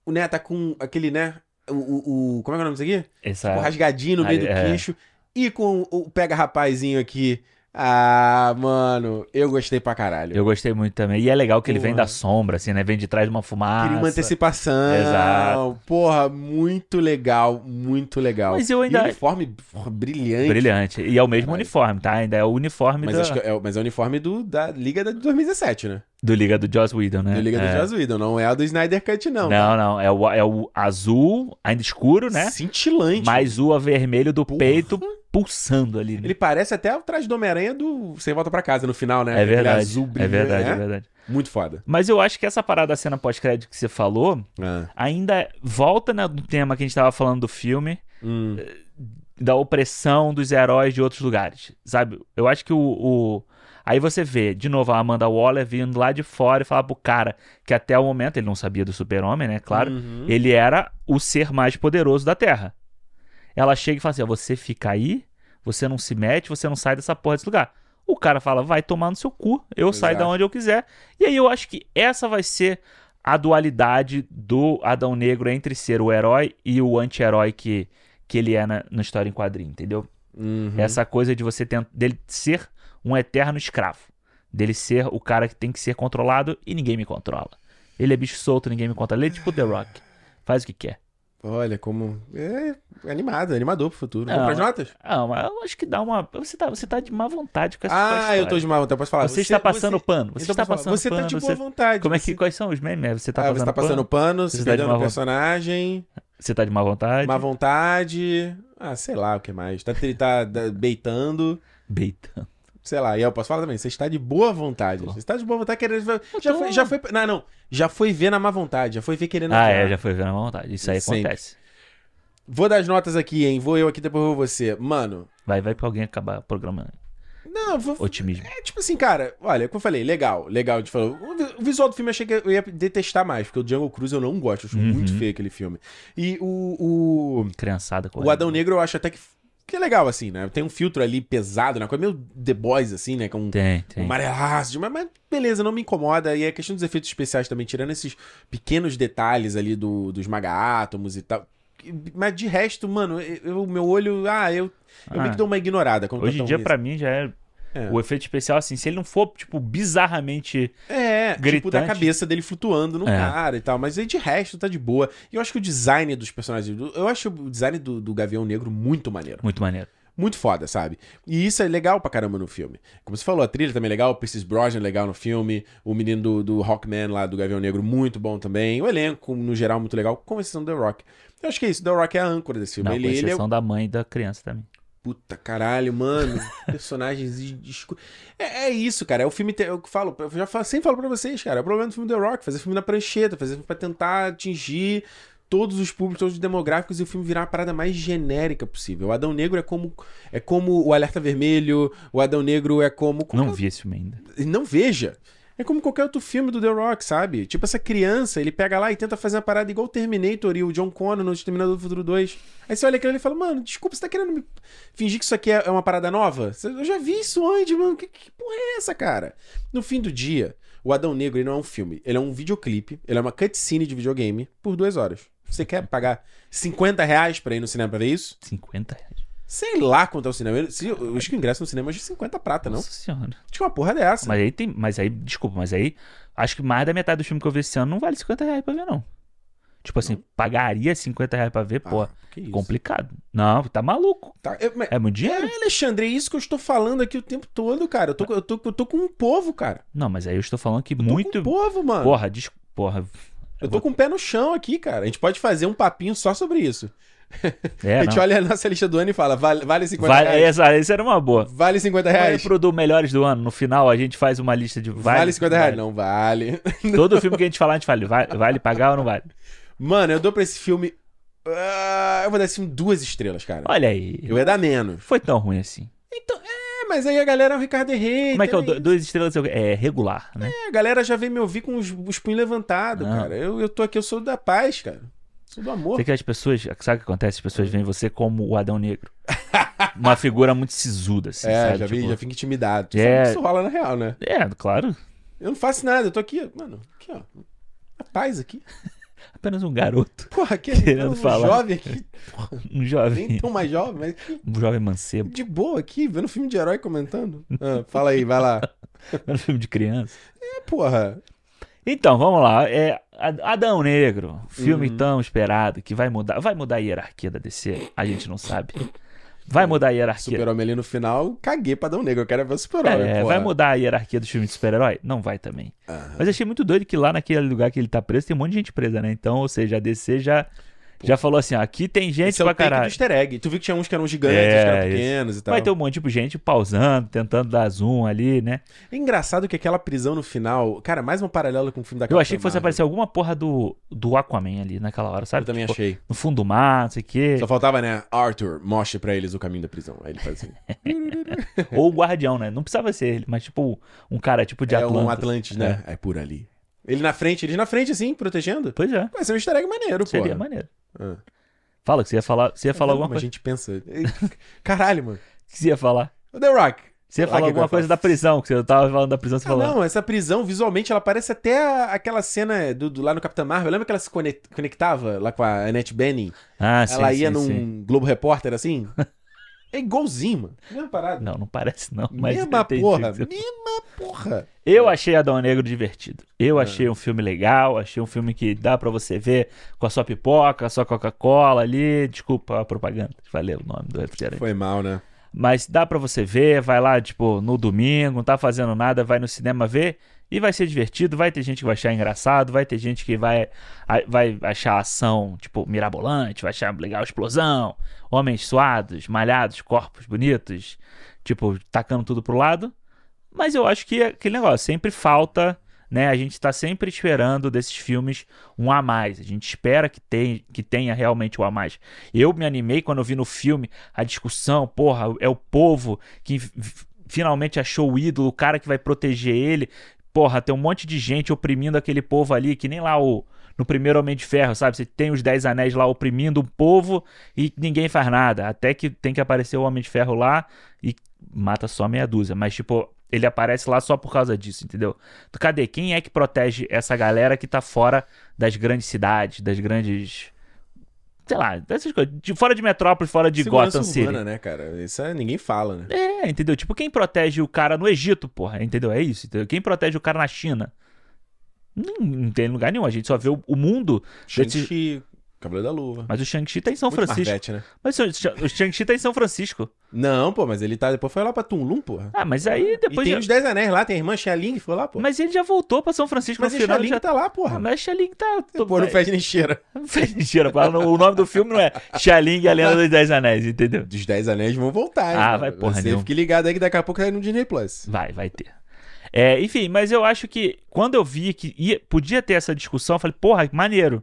S1: né? Tá com aquele, né? O, o, o- como é que é o nome disso aqui?
S2: Essa...
S1: O rasgadinho no meio
S2: Ah,
S1: do
S2: é.
S1: queixo. E com o pega rapazinho aqui, Ah, mano, eu gostei pra caralho.
S2: Eu gostei muito também. E é legal que ele vem
S1: Porra.
S2: da sombra, assim, né? Vem de trás de uma fumaça.
S1: Queria um uma antecipação.
S2: Exato.
S1: Porra, muito legal, muito legal.
S2: Mas eu ainda-
S1: E o uniforme porra, brilhante.
S2: Brilhante. E é o mesmo
S1: Caralho.
S2: uniforme, tá? Ainda é o uniforme
S1: Mas,
S2: da-
S1: acho que é, o- mas é o uniforme do, da Liga da- de 2017, né?
S2: do Liga do Joss Whedon, né?
S1: da Liga
S2: é.
S1: do Joss Whedon, não é a do Snyder Cut, não. tá.
S2: Não, não. É, o, é o azul, ainda escuro, né?
S1: Cintilante.
S2: Mais o vermelho do
S1: Porra.
S2: peito pulsando ali. Né?
S1: Ele parece até o traje do Homem-Aranha do Sem Volta Pra Casa no final, né?
S2: É
S1: Aquele
S2: verdade.
S1: azul
S2: é
S1: brilhante,
S2: verdade, é
S1: né?
S2: verdade.
S1: Muito foda.
S2: Mas eu acho que essa parada da cena pós-crédito que você falou
S1: Ah.
S2: ainda volta né, no tema que a gente tava falando do filme,
S1: Hum.
S2: da opressão dos heróis de outros lugares, sabe? Eu acho que o. o- Aí você vê, de novo, a Amanda Waller vindo lá de fora e falar pro cara que até o momento ele não sabia do super-homem, né? Claro.
S1: Uhum.
S2: Ele era o ser mais poderoso da Terra. Ela chega e fala assim: ó, você fica aí, você não se mete, você não sai dessa porra desse lugar. O cara fala: vai tomar no seu cu, eu saio da
S1: Exato.
S2: onde eu quiser. E aí eu acho que essa vai ser a dualidade do Adão Negro entre ser o herói e o anti-herói que, que ele é na, na história em quadrinho, entendeu?
S1: Uhum.
S2: Essa coisa de você tent- dele ser um eterno escravo, dele ser o cara que tem que ser controlado e ninguém me controla. Ele é bicho solto, ninguém me controla. Ele é tipo The Rock. Faz o que quer.
S1: Olha como. É animado, animador pro futuro.
S2: Não.
S1: Vamos pras notas?
S2: Ah, mas eu acho que dá uma. Você tá, você tá de má vontade com essa com a
S1: Ah,
S2: história.
S1: eu tô de má vontade. Posso falar?
S2: Você, está passando
S1: você-
S2: pano. Você
S1: Então
S2: está
S1: posso falar,
S2: passando
S1: Você
S2: pano.
S1: tá de boa
S2: você...
S1: vontade.
S2: Como é que.
S1: você-
S2: Quais são os memes? Você tá
S1: Ah,
S2: passando,
S1: você tá passando
S2: pano?
S1: pano,
S2: Você
S1: se
S2: tá de
S1: perdendo
S2: má
S1: no
S2: vontade.
S1: personagem,
S2: Você tá de má vontade?
S1: má vontade. Ah, sei lá o que mais. Tá, tri- tá da- beitando.
S2: Beitando.
S1: Sei lá, e eu posso falar também, você está de boa vontade. Você está de boa vontade querendo. Já
S2: tô.
S1: foi, já foi. Não, não. Já foi ver na má vontade, já foi ver querendo.
S2: Ah,
S1: odiar.
S2: é, já foi vendo a má vontade. Isso aí
S1: Sempre.
S2: acontece.
S1: Vou dar as notas aqui, hein? Vou eu aqui, depois vou você. Mano.
S2: Vai, vai pra alguém acabar programando.
S1: Não, vou,
S2: Otimismo.
S1: É tipo assim, cara, olha, como eu falei, legal, legal de falar. O vi- o visual do filme eu achei que eu ia detestar mais, porque o Django Cruz eu não gosto, eu acho muito
S2: Uhum.
S1: feio aquele filme. E o,
S2: Criançada
S1: o,
S2: com
S1: o Adão Negro eu acho até que, que é legal, assim, né? Tem um filtro ali pesado, né? Coisa meio The Boys, assim, né? Com
S2: Tem,
S1: um
S2: tem.
S1: amarelaço, de- mas, mas beleza, não me incomoda. E a questão dos efeitos especiais também, tirando esses pequenos detalhes ali do, dos maga-átomos e tal. Mas de resto, mano, eu- o meu olho. Ah, eu, eu meio
S2: Ah.
S1: que dou uma ignorada. quando
S2: Hoje em
S1: tá
S2: dia,
S1: tão
S2: pra mim, já é.
S1: É.
S2: O efeito especial, assim, se ele não for, tipo, bizarramente.
S1: É, tipo da
S2: Gritante.
S1: cabeça dele flutuando no
S2: É.
S1: cara e tal. Mas aí de resto tá de boa. E eu acho que o design dos personagens. do- Eu acho o design do, do Gavião Negro muito maneiro.
S2: Muito maneiro.
S1: Muito foda, sabe? E isso é legal pra caramba no filme. Como você falou, a trilha também é legal, o Pierce Brosnan é legal no filme, o menino do, do Rockman lá do Gavião Negro, muito bom também. O elenco, no geral, muito legal, com exceção do The Rock. Eu acho que é isso, The Rock é a âncora desse filme.
S2: Não,
S1: ele,
S2: com
S1: ele é o
S2: exceção da mãe e da criança também.
S1: Puta caralho, mano. Personagens de- de esco- é, é isso, cara. É o filme. te- Eu falo, eu já falo, sempre falo pra vocês, cara. É o problema do filme The Rock, fazer filme na prancheta, fazer filme pra tentar atingir todos os públicos, todos os demográficos e o filme virar a parada mais genérica possível. O Adão Negro é como é como o Alerta Vermelho, o Adão Negro é como
S2: Não vi esse filme ainda.
S1: e não veja. É como qualquer outro filme do The Rock, sabe? Tipo, essa criança, ele pega lá e tenta fazer uma parada igual o Terminator e o John Connor no Terminador do Futuro 2. Aí você olha aquilo ali e fala, mano, desculpa, você tá querendo me fingir que isso aqui é é uma parada nova? Você- Eu já vi isso antes, mano. Que, que porra é essa, cara? No fim do dia, o Adão Negro ele não é um filme. Ele é um videoclipe, ele é uma cutscene de videogame por duas horas. Você quer pagar 50 reais pra ir no cinema pra ver isso?
S2: 50 reais.
S1: Sei lá quanto é o cinema. Eu, se- eu acho que o ingresso no cinema é de 50 prata, não?
S2: Nossa senhora.
S1: Tinha uma é porra dessa.
S2: Mas aí tem. Mas aí, desculpa, mas aí. Acho que mais da metade do filme que eu vi esse ano não vale 50 reais pra ver, não. Tipo assim, pagaria 50 reais pra ver, pô.
S1: Ah, que isso.
S2: complicado. Não, tá maluco.
S1: Tá, eu- mas-
S2: É muito dinheiro.
S1: É, Alexandre, é isso que eu estou falando aqui o tempo todo, cara. Eu tô, eu tô, eu tô com um povo, cara.
S2: Não, mas aí eu estou falando que
S1: Eu tô com
S2: muito.
S1: um povo, mano.
S2: Porra, des... porra.
S1: eu tô com o pé no chão aqui, cara. A gente pode fazer um papinho só sobre isso. a
S2: É,
S1: gente
S2: não.
S1: olha a nossa lista do ano e fala, vale, vale 50
S2: Vale,
S1: reais.
S2: essa, essa era uma boa.
S1: Vale 50
S2: Vai
S1: reais.
S2: pro do melhores do ano. No final a gente faz uma lista de
S1: É, Vale, 50 reais. Não, vale.
S2: Todo filme que a gente falar, a gente fala, vale, vale pagar ou não vale?
S1: Mano, eu dou pra esse filme... ah, eu vou dar esse filme duas estrelas, cara.
S2: Olha aí.
S1: Eu ia dar menos.
S2: Foi tão ruim assim.
S1: É, mas aí a galera é o Ricardo Herrera.
S2: Como é que é? o do- Duas estrelas é regular, né?
S1: A galera já vem me ouvir com os, os punhos levantados,
S2: Não.
S1: cara. Eu, eu tô aqui, eu sou da paz, cara. Sou do amor.
S2: Sei que as pessoas, sabe o que acontece? As pessoas veem você como o Adão Negro. Uma figura muito sisuda, assim,
S1: É,
S2: sabe?
S1: já, vi,
S2: Tipo,
S1: já fico intimidado. Tu
S2: É.
S1: sabe que isso rola na real, né?
S2: É, claro.
S1: Eu não faço nada, eu tô aqui, mano, aqui, ó. A paz aqui.
S2: Apenas um garoto,
S1: Porra, que
S2: Querendo
S1: um
S2: falar.
S1: jovem aqui,
S2: um
S1: nem
S2: jovem,
S1: tão mais jovem, mas
S2: um jovem mancebo,
S1: de boa aqui, vendo filme de herói comentando. Ah, fala aí, vai lá.
S2: era um filme de criança.
S1: É, porra.
S2: Então, vamos lá. É Ad- Adão Negro, filme
S1: Uhum.
S2: tão esperado que vai mudar, vai mudar a hierarquia da DC, a gente não sabe. Vai mudar a hierarquia.
S1: Super-Homem ali no final, caguei pra dar um negro. Eu quero ver o Super-Homem,
S2: É,
S1: porra.
S2: vai mudar a hierarquia do filme de super-herói? Não vai também.
S1: Ah,
S2: Mas achei muito doido que lá naquele lugar que ele tá preso tem um monte de gente presa, né? Então, ou seja, a DC já, já falou assim: ó, aqui tem gente
S1: esse é o
S2: pra
S1: take do
S2: caralho.
S1: easter egg. Tu viu que tinha uns que eram gigantes,
S2: É,
S1: uns que eram
S2: isso.
S1: pequenos e tal.
S2: Vai ter um monte de gente pausando, tentando dar zoom ali, né?
S1: É engraçado que aquela prisão no final... Cara, mais um paralelo com o filme da
S2: Eu achei que fosse
S1: Capitã Marvel.
S2: aparecer alguma porra do, do Aquaman ali naquela hora, sabe?
S1: Eu também
S2: Tipo, é.
S1: achei.
S2: No fundo do mar, não sei o quê.
S1: Só faltava, né? Arthur, mostre pra eles o caminho da prisão. Aí ele faz assim.
S2: Ou o guardião, né? Não precisava ser ele, mas tipo um cara tipo de
S1: é
S2: Atlantis.
S1: um Atlantis, né? É. por ali. Ele na frente, ele na frente, assim, protegendo.
S2: Pois é,
S1: Vai ser um easter egg maneiro,
S2: seria
S1: pô.
S2: maneiro.
S1: Ah.
S2: Fala que você ia falar, você ia falar
S1: Não,
S2: alguma
S1: mas
S2: coisa.
S1: a gente pensa... Caralho, mano.
S2: Que você ia falar?
S1: O The Rock.
S2: Você ia
S1: Lá
S2: falar
S1: que eu
S2: alguma
S1: ia
S2: coisa
S1: falar.
S2: da prisão, que você tava falando da prisão, você
S1: Ah,
S2: falou.
S1: não, essa prisão, visualmente, ela parece até a- aquela cena do, do- lá no Capitão Marvel. Lembra que ela se conet- conectava lá com a Annette Bening?
S2: Ah, sim,
S1: ela
S2: sim,
S1: ia num
S2: sim.
S1: Globo Repórter, assim? É igualzinho, mano. Mesma parada.
S2: Não, não parece não, mas eu
S1: mesma
S2: entendi
S1: porra.
S2: o que você-
S1: Mesma porra.
S2: Eu achei Adão Negro divertido. Eu
S1: Ah.
S2: achei um filme legal, achei um filme que dá pra você ver com a sua pipoca, a sua Coca-Cola ali, desculpa a propaganda, valeu o nome do refrigerante.
S1: Foi mal, né?
S2: Mas dá pra você ver, vai lá, tipo, no domingo, não tá fazendo nada, vai no cinema ver e vai ser divertido. Vai ter gente que vai achar engraçado, vai ter gente que vai, a- vai achar a ação, tipo, mirabolante, vai achar legal a explosão, homens suados, malhados, corpos bonitos, tipo, tacando tudo pro lado. Mas eu acho que é aquele negócio sempre falta, né? A gente tá sempre esperando desses filmes um a mais. A gente espera que, tem, que tenha realmente um a mais. Eu me animei quando eu vi no filme a discussão, porra, é o povo que f- finalmente achou o ídolo, o cara que vai proteger ele. Porra, tem um monte de gente oprimindo aquele povo ali, que nem lá o. No primeiro Homem de Ferro, sabe? Você tem os Dez Anéis lá oprimindo o povo e ninguém faz nada. Até que tem que aparecer o Homem de Ferro lá e mata só meia dúzia. Mas, tipo, ele aparece lá só por causa disso, entendeu? Cadê? Quem é que protege essa galera que tá fora das grandes cidades, das grandes. Sei lá, dessas coisas. De, fora de metrópole, fora de
S1: Segurança
S2: Gotham City.
S1: urbana, né, cara? Isso é- ninguém fala, né?
S2: É, entendeu? Tipo, quem protege o cara no Egito, porra, entendeu? É isso, entendeu? Quem protege o cara na China? Não, não tem lugar nenhum, a gente só vê o, o mundo.
S1: Gente, Cavaleiro da Luva.
S2: Mas o Shang-Chi tá em São
S1: Muito
S2: Francisco.
S1: Marvete, né?
S2: Mas o, Sha- o Shang-Chi tá em São Francisco.
S1: Não, pô, mas ele tá... Depois foi lá pra Tumlum, porra.
S2: Ah, mas aí
S1: E
S2: depois.
S1: tem
S2: já-
S1: os Dez Anéis lá, tem a irmã Xia Ling, foi lá, pô.
S2: Mas ele já voltou pra São Francisco
S1: Mas
S2: no
S1: a
S2: final.
S1: Xia
S2: ele
S1: Ling
S2: Já...
S1: tá lá,
S2: Ah,
S1: porra.
S2: Mas Xaling tá. tô-
S1: Pô, não
S2: vai-
S1: fede nem cheira.
S2: não fede cheiro, pá. O nome do filme não é Xaling e a Lenda dos Dez Anéis, entendeu?
S1: Dos 10 anéis vão voltar, hein,
S2: Ah,
S1: cara?
S2: vai porra
S1: Você
S2: nenhuma.
S1: fique ligado aí que daqui a pouco sai no Disney Plus.
S2: Vai, vai ter. É, enfim, mas eu acho que quando eu vi que ia- podia ter essa discussão, eu falei, porra, que maneiro.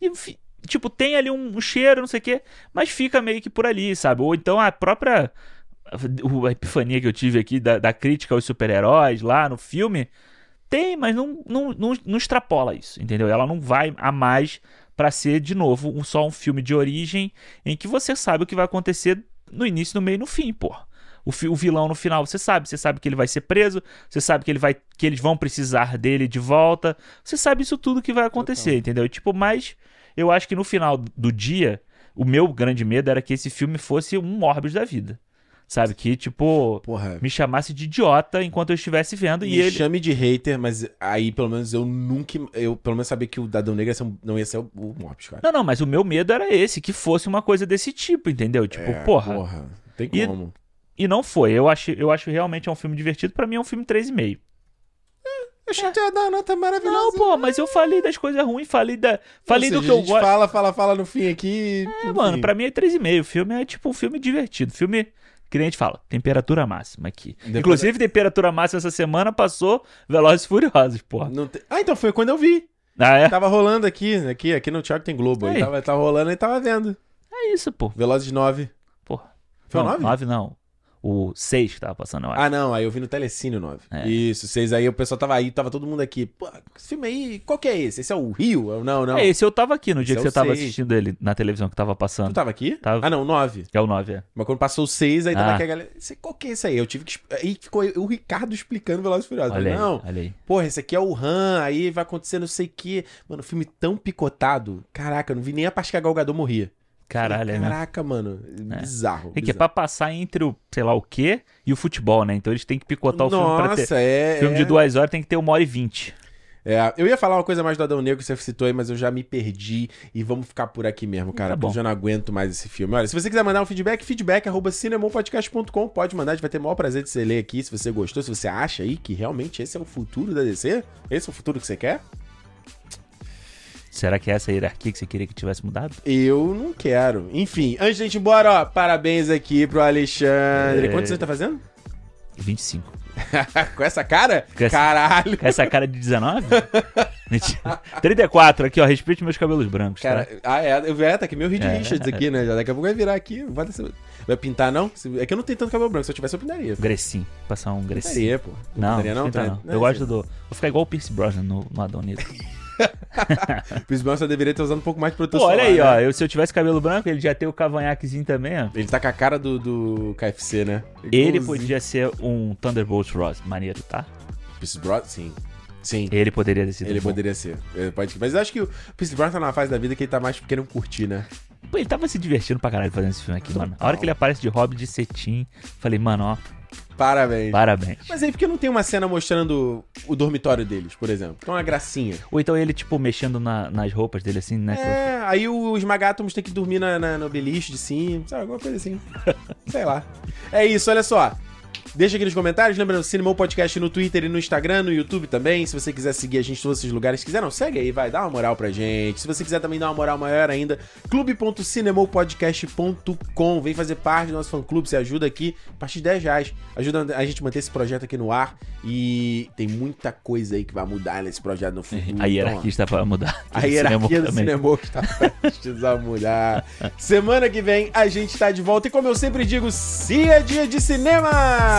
S2: E, fi- tipo, tem ali um, um cheiro, não sei o quê, mas fica meio que por ali, sabe? Ou então a própria o- a epifania que eu tive aqui da, da crítica aos super-heróis lá no filme, tem, mas não, não, não, não extrapola isso, entendeu? Ela não vai a mais pra ser, de novo, um, só um filme de origem em que você sabe o que vai acontecer no início, no meio e no fim, pô. O, fi- o vilão no final, você sabe, você sabe que ele vai ser preso, você sabe que ele vai que eles vão precisar dele de volta. Você sabe isso tudo que vai acontecer, entendeu? Tipo, mas eu acho que no final do dia, o meu grande medo era que esse filme fosse um Morbius da vida. Sabe que tipo
S1: Porra,
S2: me chamasse de idiota enquanto eu estivesse vendo
S1: me
S2: e ele
S1: chame de hater, mas aí pelo menos eu nunca... Eu pelo menos sabia que o Dadão Negra ia ser um- não ia ser o o Morbius, cara.
S2: Não, não, mas o meu medo era esse, que fosse uma coisa desse tipo, entendeu? Tipo,
S1: É,
S2: porra.
S1: Não tem
S2: E-
S1: como.
S2: E não foi. Eu acho, eu acho realmente é um filme divertido, pra mim é um filme 3,5.
S1: Eu achei que ia dar uma nota maravilhosa.
S2: Não, pô, mas eu falei das coisas ruins, falei da falei
S1: Ou seja,
S2: do que eu
S1: a gente
S2: gosto.
S1: fala, fala, fala no fim aqui.
S2: É, mano, pra mim é 3,5. O filme é tipo um filme divertido. Filme que nem a gente fala, temperatura máxima aqui.
S1: Depois-
S2: Inclusive, temperatura máxima essa semana passou Velozes e Furiosos, porra.
S1: Não tem- Ah, então foi quando eu vi.
S2: Ah, é?
S1: Tava rolando aqui, aqui, aqui no Thiago tem Globo. Aí
S2: Aí.
S1: tava, tava rolando e tava vendo.
S2: É isso, pô.
S1: Velozes 9.
S2: Porra.
S1: Foi o
S2: não,
S1: 9?
S2: não. O 6 que tava passando, eu acho.
S1: Ah, não, aí eu vi no Telecine o 9.
S2: É.
S1: Isso, vocês aí, o pessoal tava aí, tava todo mundo aqui. Pô, esse filme aí, qual que é esse? Esse é o Rio? Eu, não, não.
S2: É, esse eu tava aqui no dia
S1: Esse
S2: que
S1: é
S2: você
S1: o
S2: tava
S1: seis.
S2: assistindo ele na televisão que tava
S1: Tu
S2: passando.
S1: tava aqui?
S2: Tava.
S1: Ah, não, 9.
S2: É o 9, é.
S1: Mas quando passou o 6, aí tava
S2: Ah.
S1: aqui a galera. "Esse- Qual que é esse aí? Eu tive que. exp- Aí ficou o Ricardo explicando Velozes e Furiosos. Eu falei,
S2: Olha aí,
S1: não,
S2: olha aí.
S1: porra, esse aqui é o Han, aí vai acontecer não sei o quê. Mano, um filme tão picotado. Caraca, eu não vi nem a parte que a Gal Gadot morria.
S2: Caralho,
S1: Falei,
S2: é mesmo.
S1: Caraca, mano. Bizarro.
S2: É que é
S1: bizarro.
S2: pra passar entre o, sei lá o quê, e o futebol, né? Então eles têm que picotar o filme pra ter.
S1: Nossa, é.
S2: Filme de
S1: é-
S2: duas horas tem que ter uma hora e vinte.
S1: É, eu ia falar uma coisa mais do Adão Negro que você citou aí, mas eu já me perdi e vamos ficar por aqui mesmo, cara,
S2: Tá
S1: porque
S2: bom.
S1: eu já não aguento mais esse filme. Olha, se você quiser mandar um feedback, feedback arroba cinemopodcast.com, pode mandar, a gente vai ter o maior prazer de você ler aqui, se você gostou, se você acha aí que realmente esse é o futuro da DC, esse é o futuro que você quer,
S2: Será que é essa hierarquia que você queria que tivesse mudado?
S1: eu não quero. Enfim, antes da gente ir embora, ó, parabéns aqui pro Alexandre.
S2: É.
S1: Quantos anos você tá fazendo?
S2: 25.
S1: Com essa cara?
S2: Com essa-
S1: Caralho!
S2: Com essa cara de 19? Mentira. 34 aqui, ó. Respeite meus cabelos brancos. tá?
S1: Cara, ah, é, eu- é, tá aqui meu Reed
S2: É.
S1: Richards aqui, né? Já daqui a pouco vai virar aqui. Vai, descer- vai pintar, não? Se- É que eu não tenho tanto cabelo branco, se eu tivesse eu pintaria.
S2: Grecinho. Passar um grecinho.
S1: Pintaria, pô.
S2: Não,
S1: pintaria não?
S2: não, não.
S1: Tá-
S2: Eu gosto do. Vou ficar igual o Pierce Brosnan no, no Adão Negro.
S1: Chris Brown só deveria ter usado um pouco mais de
S2: Pô,
S1: proteção.
S2: olha aí,
S1: né?
S2: ó. Eu, se eu tivesse cabelo branco, ele já tem o cavanhaquezinho também, ó.
S1: Ele tá com a cara do, do KFC, né?
S2: Ele
S1: Igualzinho.
S2: podia ser um Thunderbolt Ross, maneiro, tá?
S1: Chris Brown, sim. Sim.
S2: Ele poderia ter sido. um
S1: Ele
S2: bom.
S1: poderia ser. Ele pode- Mas eu acho que o Chris Brown tá numa fase da vida que ele tá mais querendo curtir, né?
S2: Pô, ele tava se divertindo pra caralho fazendo esse filme aqui, mano. A hora que ele aparece de hobby de cetim, falei, mano, ó,
S1: Parabéns.
S2: parabéns.
S1: Mas aí, por que não tem uma cena mostrando o dormitório deles, por exemplo? Que é uma gracinha.
S2: Ou então ele, tipo, mexendo na- nas roupas dele assim, né?
S1: É, aí o Esmagátomos tem que dormir na, na, no beliche de cima, sabe? Alguma coisa assim. Sei lá. É isso, olha só. Deixa aqui nos comentários, lembrando, Cinemou Podcast no Twitter e no Instagram, no YouTube também. Se você quiser seguir a gente em todos esses lugares, se quiser não, segue aí, vai, dá uma moral pra gente. Se você quiser também dar uma moral maior ainda, clube.cinemopodcast.com. Vem fazer parte do nosso fã-clube, você ajuda aqui a partir de 10 reais. Ajuda a gente a manter esse projeto aqui no ar e tem muita coisa aí que vai mudar nesse projeto no futuro.
S2: A
S1: Então, ó,
S2: hierarquia está pra mudar.
S1: a
S2: Do
S1: hierarquia
S2: cinema
S1: do cinema está prestes a mudar. Semana que vem a gente tá de volta e como eu sempre digo, se é dia de cinema!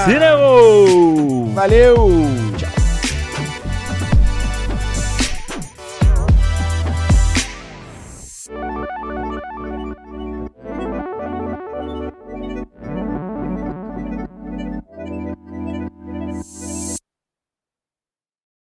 S2: Cinema!
S1: Ah. Valeu! Tchau!